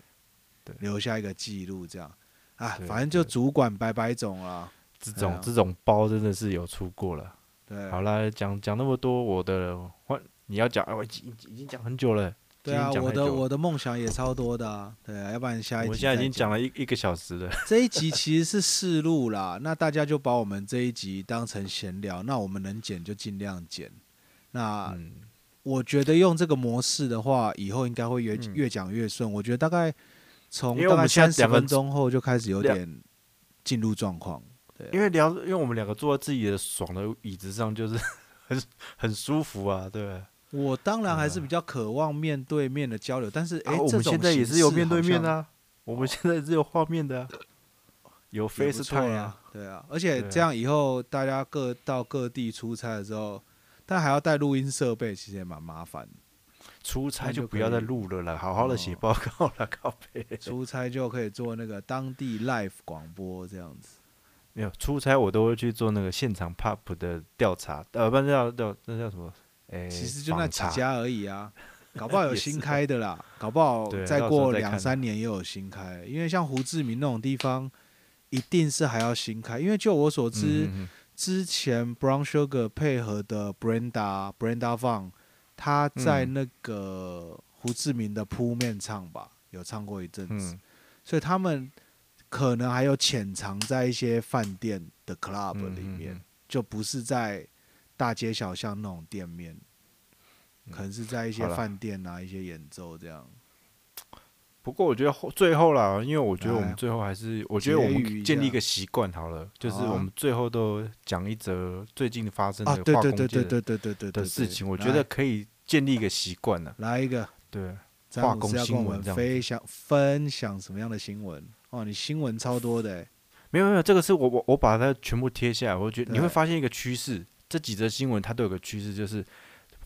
Speaker 2: 对
Speaker 1: 留下一个记录这样。啊，
Speaker 2: 对
Speaker 1: 反正就
Speaker 2: 对
Speaker 1: 主管百百种啦。
Speaker 2: 这
Speaker 1: 哎呀哎
Speaker 2: 种这种包真的是有出过了。
Speaker 1: 对，
Speaker 2: 好啦，讲讲那么多，我的换你要讲，哎我已经已经讲很久了，
Speaker 1: 对啊，
Speaker 2: 今天讲
Speaker 1: 我
Speaker 2: 太
Speaker 1: 的
Speaker 2: 久了
Speaker 1: 我的梦想也超多的啊。对啊，要不然下一
Speaker 2: 我
Speaker 1: 集
Speaker 2: 现在已
Speaker 1: 再
Speaker 2: 经
Speaker 1: 讲
Speaker 2: 讲了一一个小时了。
Speaker 1: 这一集其实是试录啦，那大家就把我们这一集当成闲聊，那我们能剪就尽量剪。那
Speaker 2: 嗯，
Speaker 1: 我觉得用这个模式的话，以后应该会越、
Speaker 2: 嗯
Speaker 1: 越讲越顺。我觉得大概从
Speaker 2: 因为
Speaker 1: 大
Speaker 2: 我
Speaker 1: 概
Speaker 2: 们现
Speaker 1: 三
Speaker 2: 在
Speaker 1: 十
Speaker 2: 两个
Speaker 1: 分钟后就开始有
Speaker 2: 两
Speaker 1: 点进入状况。
Speaker 2: 因为聊，因为我们两个坐在自己的爽的椅子上，就是 (laughs) 很很舒服啊，对吧。
Speaker 1: 我当然还是
Speaker 2: 嗯
Speaker 1: 比较渴望面对面的交流，但是哎、
Speaker 2: 啊，
Speaker 1: 这
Speaker 2: 我们
Speaker 1: 种
Speaker 2: 现在也
Speaker 1: 形
Speaker 2: 是有
Speaker 1: 式
Speaker 2: 面对
Speaker 1: 好
Speaker 2: 面
Speaker 1: 像
Speaker 2: 啊，我们现在也是有画面的啊、有
Speaker 1: 也不错
Speaker 2: FaceTime
Speaker 1: 啊，对啊，而且
Speaker 2: 对啊
Speaker 1: 这样以后大家各到各地出差的时候，但还要带录音设备，其实也蛮麻烦的。
Speaker 2: 出差
Speaker 1: 那
Speaker 2: 就
Speaker 1: 就
Speaker 2: 不
Speaker 1: 可
Speaker 2: 要再
Speaker 1: 以
Speaker 2: 录了啦，好好的写报告了，靠背。
Speaker 1: 出差就可以做那个当地 live 广播这样子。
Speaker 2: 没有出差，我都会去做那个现场 pub 的调查，呃，不是叫叫那叫什么？哎，
Speaker 1: 其实就那
Speaker 2: 访
Speaker 1: 几
Speaker 2: 查，
Speaker 1: 家而已啊，搞
Speaker 2: (laughs)
Speaker 1: 不好有
Speaker 2: 也是
Speaker 1: 新
Speaker 2: 啊
Speaker 1: 开的啦，搞不好
Speaker 2: 对啊
Speaker 1: 再
Speaker 2: 到时候
Speaker 1: 过
Speaker 2: 再
Speaker 1: 两
Speaker 2: 看
Speaker 1: 三年又有新开，因为像胡志明那种地方，一定是还要新开，因为就我所知，
Speaker 2: 嗯嗯嗯
Speaker 1: 之前 Brown Sugar 配合的 Brenda Brenda Fang，他在
Speaker 2: 嗯
Speaker 1: 那个胡志明的铺面唱吧，有唱过一阵子，
Speaker 2: 嗯
Speaker 1: 所以他们可能还有潜藏在一些饭店的 club
Speaker 2: 嗯
Speaker 1: 里
Speaker 2: 嗯
Speaker 1: 面，
Speaker 2: 嗯
Speaker 1: 就不是在大街小巷那种店面，
Speaker 2: 嗯
Speaker 1: 可能是在一些
Speaker 2: 好啦
Speaker 1: 饭店啊、一些演奏这样。
Speaker 2: 不过我觉得后最后啦，因为我觉得我
Speaker 1: 来
Speaker 2: 们最后还是，我
Speaker 1: 结
Speaker 2: 觉得我
Speaker 1: 语一
Speaker 2: 们建立一
Speaker 1: 下
Speaker 2: 个习惯好了，就是
Speaker 1: 好啊
Speaker 2: 我们最后都讲一则最近发生的
Speaker 1: 啊，对
Speaker 2: 化
Speaker 1: 对
Speaker 2: 工
Speaker 1: 对
Speaker 2: 界
Speaker 1: 对
Speaker 2: 的
Speaker 1: 对对对对
Speaker 2: 的
Speaker 1: 对
Speaker 2: 事情，我
Speaker 1: 来
Speaker 2: 觉得可以建立一个习惯了。
Speaker 1: 来一个。
Speaker 2: 对，
Speaker 1: 詹姆
Speaker 2: 工
Speaker 1: 斯要跟
Speaker 2: 新
Speaker 1: 我
Speaker 2: 闻
Speaker 1: 们
Speaker 2: 这样
Speaker 1: 分享分享什么样的新闻？哦，你新闻超多的欸，
Speaker 2: 没有没有，这个是我我我把它全部贴下来，我觉得
Speaker 1: 对
Speaker 2: 你会发现一个趋势，这几则新闻它都有个趋势，就是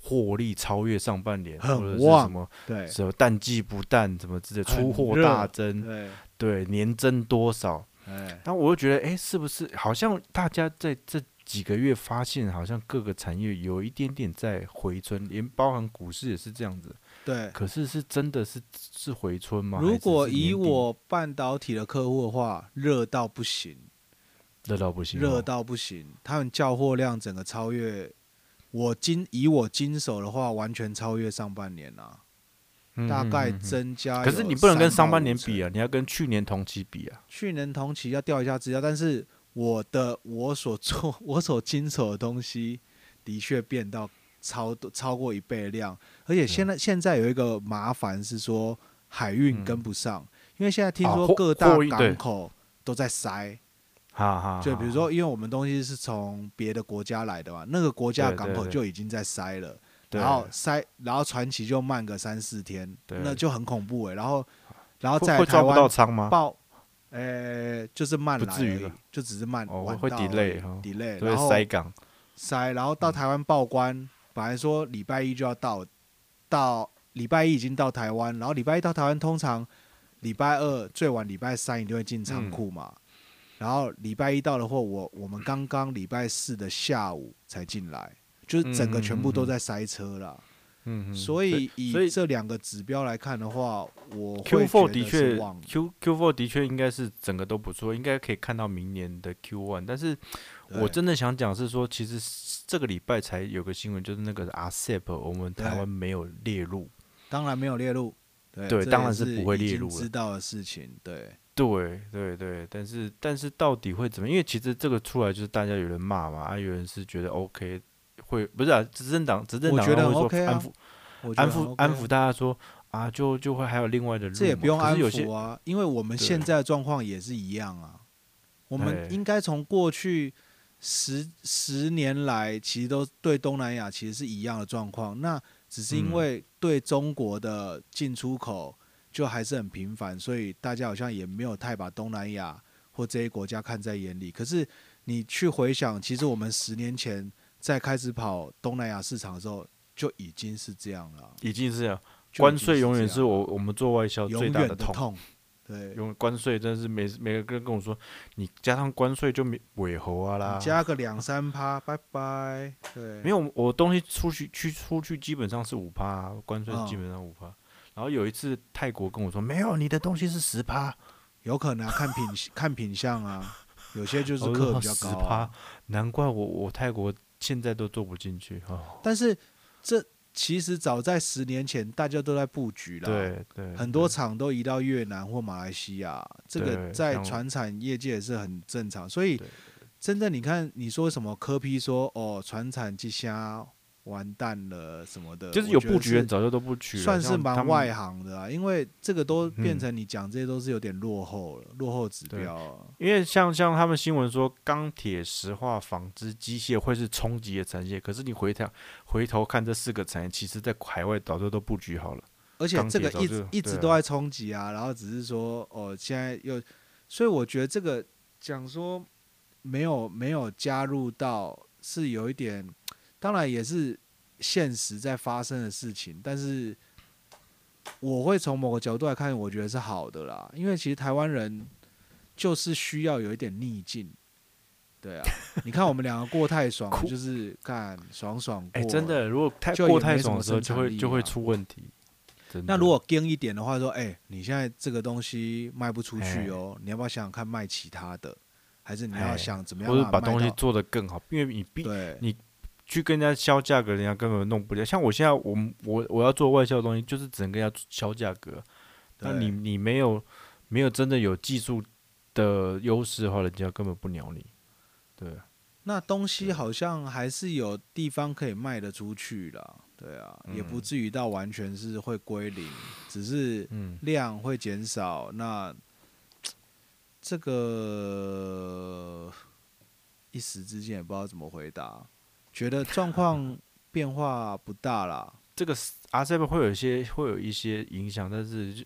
Speaker 2: 获利超越上半年，
Speaker 1: 很
Speaker 2: 或者是
Speaker 1: 旺
Speaker 2: 什么
Speaker 1: 对
Speaker 2: 什么淡季不淡，什么之类，
Speaker 1: 很
Speaker 2: 出货
Speaker 1: 热
Speaker 2: 大增，
Speaker 1: 对，
Speaker 2: 对，年增多少？
Speaker 1: 哎，
Speaker 2: 然后我就觉得，哎，是不是好像大家在这几个月发现，好像各个产业有一点点在回春，连包含股市也是这样子。
Speaker 1: 对。
Speaker 2: 可是是真的是是回春吗？还
Speaker 1: 如
Speaker 2: 是
Speaker 1: 果
Speaker 2: 是
Speaker 1: 以
Speaker 2: 年底
Speaker 1: 我半导体的客户的话，热到不行，
Speaker 2: 热到不行哦，
Speaker 1: 热到不行，他们交货量整个超越我经以我经手的话，完全超越上半年啊，
Speaker 2: 嗯
Speaker 1: 大
Speaker 2: 嗯
Speaker 1: 概
Speaker 2: 嗯嗯
Speaker 1: 增加。
Speaker 2: 可是你不能跟上半年比啊，，你要跟去年同期比啊。
Speaker 1: 去年同期要掉一下资料，但是我的我所做我所经手的东西的确变到超多超过一倍量，而且
Speaker 2: 嗯
Speaker 1: 现在、现在有一个麻烦是说海运跟不上，因为现在听
Speaker 2: 啊
Speaker 1: 说
Speaker 2: 货
Speaker 1: 各大
Speaker 2: 货运对
Speaker 1: 港口都在塞，
Speaker 2: 哈哈，
Speaker 1: 就比如说因为我们东西是从别的国家来的嘛，那个国家的
Speaker 2: 对对
Speaker 1: 港口
Speaker 2: 对
Speaker 1: 就已经在塞了。
Speaker 2: 对，
Speaker 1: 然后塞，然后传奇就慢个三四天，
Speaker 2: 对
Speaker 1: 那就很恐怖哎、然后，然后
Speaker 2: 会
Speaker 1: 再来
Speaker 2: 会
Speaker 1: 台
Speaker 2: 抓不
Speaker 1: 湾
Speaker 2: 到仓吗？
Speaker 1: 爆，呃，就是慢来
Speaker 2: 不至
Speaker 1: 而
Speaker 2: 于
Speaker 1: 已
Speaker 2: 了
Speaker 1: 就只是慢，
Speaker 2: 哦
Speaker 1: 晚
Speaker 2: 会
Speaker 1: 到
Speaker 2: delay
Speaker 1: 而已
Speaker 2: 哦
Speaker 1: delay，
Speaker 2: 对
Speaker 1: 然，后嗯
Speaker 2: 塞港。
Speaker 1: 塞，然后到台湾报关，本来说礼拜一就要到，到礼拜一已经到台湾，然后礼拜一到台湾，通常礼拜二最晚礼拜三一定会进仓库
Speaker 2: 嗯
Speaker 1: 嘛，然后礼拜一到了货，我我们刚刚礼拜四的下午才进来，就是整个全部都在塞车啦。
Speaker 2: 嗯嗯
Speaker 1: 所以
Speaker 2: 所以
Speaker 1: 以这两个指标来看的话，我会
Speaker 2: Q4
Speaker 1: 觉
Speaker 2: 的
Speaker 1: 得
Speaker 2: 确
Speaker 1: 是旺的
Speaker 2: ，Q Q4 的确应该是整个都不错，应该可以看到明年的 Q1。但是我
Speaker 1: 对
Speaker 2: 真的想讲是说，其实是这个礼拜才有个新闻，就是那个 RCEP 我们
Speaker 1: 对
Speaker 2: 台湾没有列入。
Speaker 1: 当然没有列入，对
Speaker 2: 对
Speaker 1: 这
Speaker 2: 当
Speaker 1: 也
Speaker 2: 然
Speaker 1: 是
Speaker 2: 是不会
Speaker 1: 已
Speaker 2: 列
Speaker 1: 经
Speaker 2: 入了
Speaker 1: 知道的事情，对
Speaker 2: 对对对，但是但是到底会怎么样？因为其实这个出来就是大家有人骂嘛，啊，有人是觉得 OK，会不是啊，执政党执政
Speaker 1: 我
Speaker 2: 党
Speaker 1: 觉得
Speaker 2: 他
Speaker 1: 很
Speaker 2: 会说
Speaker 1: OK 啊
Speaker 2: 安抚
Speaker 1: 我觉
Speaker 2: 安
Speaker 1: 得很
Speaker 2: 抚
Speaker 1: OK
Speaker 2: 安抚大家说啊，就就会还有另外的路嘛，
Speaker 1: 这也不用
Speaker 2: 嗯可
Speaker 1: 安
Speaker 2: 是有些
Speaker 1: 抚啊，因为我们
Speaker 2: 对哎
Speaker 1: 现在的状况也是一样啊。我们
Speaker 2: 对
Speaker 1: 应该从过去十十年来，其实都对东南亚其实是一样的状况。那只是因
Speaker 2: 嗯
Speaker 1: 为对中国的进出口就还是很频繁，所以大家好像也没有太把东南亚或这些国家看在眼里。可是你去回想，其实我们十年前在开始跑东南亚市场的时候，就已经是这样了。啊
Speaker 2: 已经是这样
Speaker 1: 就已
Speaker 2: 关
Speaker 1: 经
Speaker 2: 税永远
Speaker 1: 这
Speaker 2: 是
Speaker 1: 样
Speaker 2: 我我们做外销
Speaker 1: 永
Speaker 2: 最
Speaker 1: 远
Speaker 2: 大
Speaker 1: 的
Speaker 2: 痛。
Speaker 1: 痛，对，
Speaker 2: 用关税真的是每每个人跟我说，你加上关税就没尾猴啊啦
Speaker 1: 你。加个两三趴，拜拜。对，
Speaker 2: 没
Speaker 1: 有，
Speaker 2: 有，我我东西出去去出去基本上是五趴、关税
Speaker 1: 嗯
Speaker 2: 基本上五趴。然后有一次泰国跟我说，没有，你的东西是十趴，
Speaker 1: 有可能、啊、看品看品相啊，有些就是
Speaker 2: 我
Speaker 1: 课
Speaker 2: 说
Speaker 1: 比较
Speaker 2: 10%
Speaker 1: 高啊、
Speaker 2: 难怪我我泰国现在都做不进去哦。
Speaker 1: 但是这其实早在十年前，大家都在布局了。。
Speaker 2: 对对，
Speaker 1: 啊很多
Speaker 2: 对
Speaker 1: 厂都移到越南或马来西亚，这个
Speaker 2: 对
Speaker 1: 在
Speaker 2: 像
Speaker 1: 船产业界也是很正常。所以
Speaker 2: 对，
Speaker 1: 真的你看，你说什么科批说哦，船产这下完蛋了什么的，
Speaker 2: 就是
Speaker 1: 我
Speaker 2: 有
Speaker 1: 觉得
Speaker 2: 布局人
Speaker 1: 是
Speaker 2: 早就都布局了，
Speaker 1: 算是
Speaker 2: 像他
Speaker 1: 蛮
Speaker 2: 们
Speaker 1: 外行的啊，因为这个都变
Speaker 2: 嗯
Speaker 1: 成你讲这些都是有点落后了，落后指
Speaker 2: 对
Speaker 1: 标啊。
Speaker 2: 因为像像他们新闻说，钢铁、石化、纺织、机械会是冲击的产业，可是你回头回头看这四个产业，其实在海外早就都布局好了。
Speaker 1: 而且
Speaker 2: 钢
Speaker 1: 这
Speaker 2: 铁
Speaker 1: 个
Speaker 2: 早
Speaker 1: 一
Speaker 2: 就
Speaker 1: 直一直
Speaker 2: 对啊
Speaker 1: 都在冲击啊，然后只是说哦，现在又，所以我觉得这个讲说没有没有加入到是有一点，当然也是现实在发生的事情，但是我会从某个角度来看，我觉得是好的啦，因为其实台湾人就是需要有一点逆境。对啊，你看我们两个过太爽了，
Speaker 2: (laughs) 哭
Speaker 1: 就是干爽爽过
Speaker 2: 哎、
Speaker 1: 了，
Speaker 2: 真的，如果太
Speaker 1: 就
Speaker 2: 过
Speaker 1: 也没
Speaker 2: 太
Speaker 1: 什么
Speaker 2: 爽的时候，
Speaker 1: 生
Speaker 2: 就
Speaker 1: 产
Speaker 2: 会
Speaker 1: 力
Speaker 2: 就会
Speaker 1: 啊
Speaker 2: 出问题。真
Speaker 1: 那
Speaker 2: 的
Speaker 1: 如果更一点的话，说，哎、你现在这个东西卖不出去哦，你要不要想想看卖其他的，还是你要
Speaker 2: 哎
Speaker 1: 想怎么样
Speaker 2: 或者
Speaker 1: 把
Speaker 2: 把
Speaker 1: 它卖
Speaker 2: 东西
Speaker 1: 到
Speaker 2: 做得更好，因为你必
Speaker 1: 对
Speaker 2: 你去跟人家销价格，人家根本弄不了。像我现在，我们我我要做外销的东西，就是只能跟人家销价格。那
Speaker 1: 对
Speaker 2: 你你没有没有真的有技术的优势的话，人家根本不鸟你。对，
Speaker 1: 那东西好像还是有地方可以卖得出去啦，对啊，也不
Speaker 2: 嗯
Speaker 1: 至于到完全是会归零，只是
Speaker 2: 嗯，
Speaker 1: 量会减少。那这个一时之间也不知道怎么回答，觉得状况变化不大啦。
Speaker 2: 这个 RCEP 会有一些会有一些影响，但是就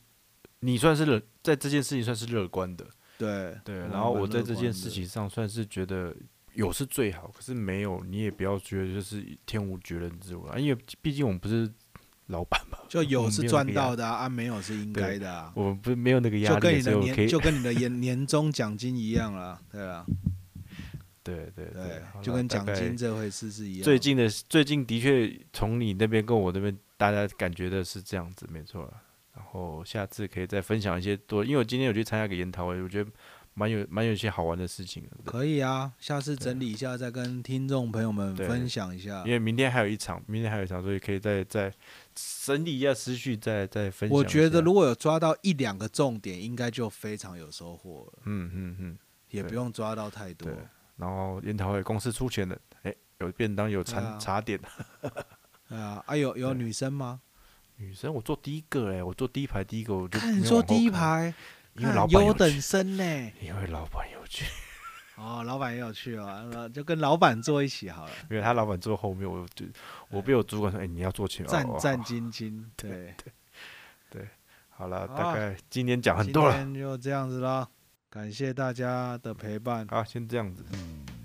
Speaker 2: 你算是乐在这件事情算是乐观的，
Speaker 1: 对
Speaker 2: 对。
Speaker 1: 蛮
Speaker 2: 然后我
Speaker 1: 蛮
Speaker 2: 在
Speaker 1: 乐
Speaker 2: 这件
Speaker 1: 观
Speaker 2: 事
Speaker 1: 的
Speaker 2: 情上算是觉得有是最好，可是没有你也不要觉得就是天无绝人之路啊，因为毕竟我们不是老板嘛，
Speaker 1: 就有
Speaker 2: 我
Speaker 1: 是
Speaker 2: 嗯没有
Speaker 1: 赚
Speaker 2: 那个压
Speaker 1: 到的啊，啊没有是应该的啊，
Speaker 2: 我们不是没有那个压
Speaker 1: 就跟
Speaker 2: 力，
Speaker 1: 你
Speaker 2: 所
Speaker 1: 的
Speaker 2: 以我可
Speaker 1: 年
Speaker 2: 以
Speaker 1: 就跟你的年年终奖金一样
Speaker 2: (laughs)
Speaker 1: 啦，对啦，
Speaker 2: 对对
Speaker 1: 对，
Speaker 2: 好
Speaker 1: 就
Speaker 2: 啦
Speaker 1: 跟
Speaker 2: 大
Speaker 1: 奖
Speaker 2: 概
Speaker 1: 金这回事是一样。
Speaker 2: 最近的最近的确从你那边跟我这边，大家感觉的是这样子，没错啦。然后下次可以再分享一些多，因为我今天有去参加个研讨会，我觉得蛮有蛮有一些好玩的事情的。
Speaker 1: 可以啊，下次整理一下再跟听众朋友们
Speaker 2: 对
Speaker 1: 分享一下
Speaker 2: 因。为明天还有一场，明天还有一场，所以可以再再整理一下思绪，再再分享一
Speaker 1: 我
Speaker 2: 下。
Speaker 1: 觉得如果有抓到一两个重点，应该就非常有收获了，
Speaker 2: 嗯嗯嗯，
Speaker 1: 也
Speaker 2: 对
Speaker 1: 不用抓到太多
Speaker 2: 对。然后研讨会公司出钱的，哎，有便当有
Speaker 1: 对啊
Speaker 2: 餐茶点。
Speaker 1: 对啊，啊有有
Speaker 2: 对
Speaker 1: 女生吗？
Speaker 2: 女生我坐第一个哎，我坐第一排第一个我就
Speaker 1: 看你
Speaker 2: 没有
Speaker 1: 坐
Speaker 2: 往后
Speaker 1: 第一
Speaker 2: 看，
Speaker 1: 排，
Speaker 2: 因为
Speaker 1: 看
Speaker 2: 老板
Speaker 1: 优
Speaker 2: 有
Speaker 1: 等
Speaker 2: 去
Speaker 1: 生呢。
Speaker 2: 因为老板有去。 (laughs)
Speaker 1: 哦，老板也有去哦，那就跟老板坐一起好了。
Speaker 2: 因为他老板坐后面，我就我被我主管说：“哎、你要坐前面。
Speaker 1: 战
Speaker 2: (laughs) 哦”
Speaker 1: 战
Speaker 2: 好
Speaker 1: 兢兢，对，
Speaker 2: 好了，
Speaker 1: 好
Speaker 2: 大概今天讲很
Speaker 1: 哦今
Speaker 2: 多了，
Speaker 1: 天就这样子啦，感谢大家的陪伴，
Speaker 2: 好，先这样子。
Speaker 3: Mm.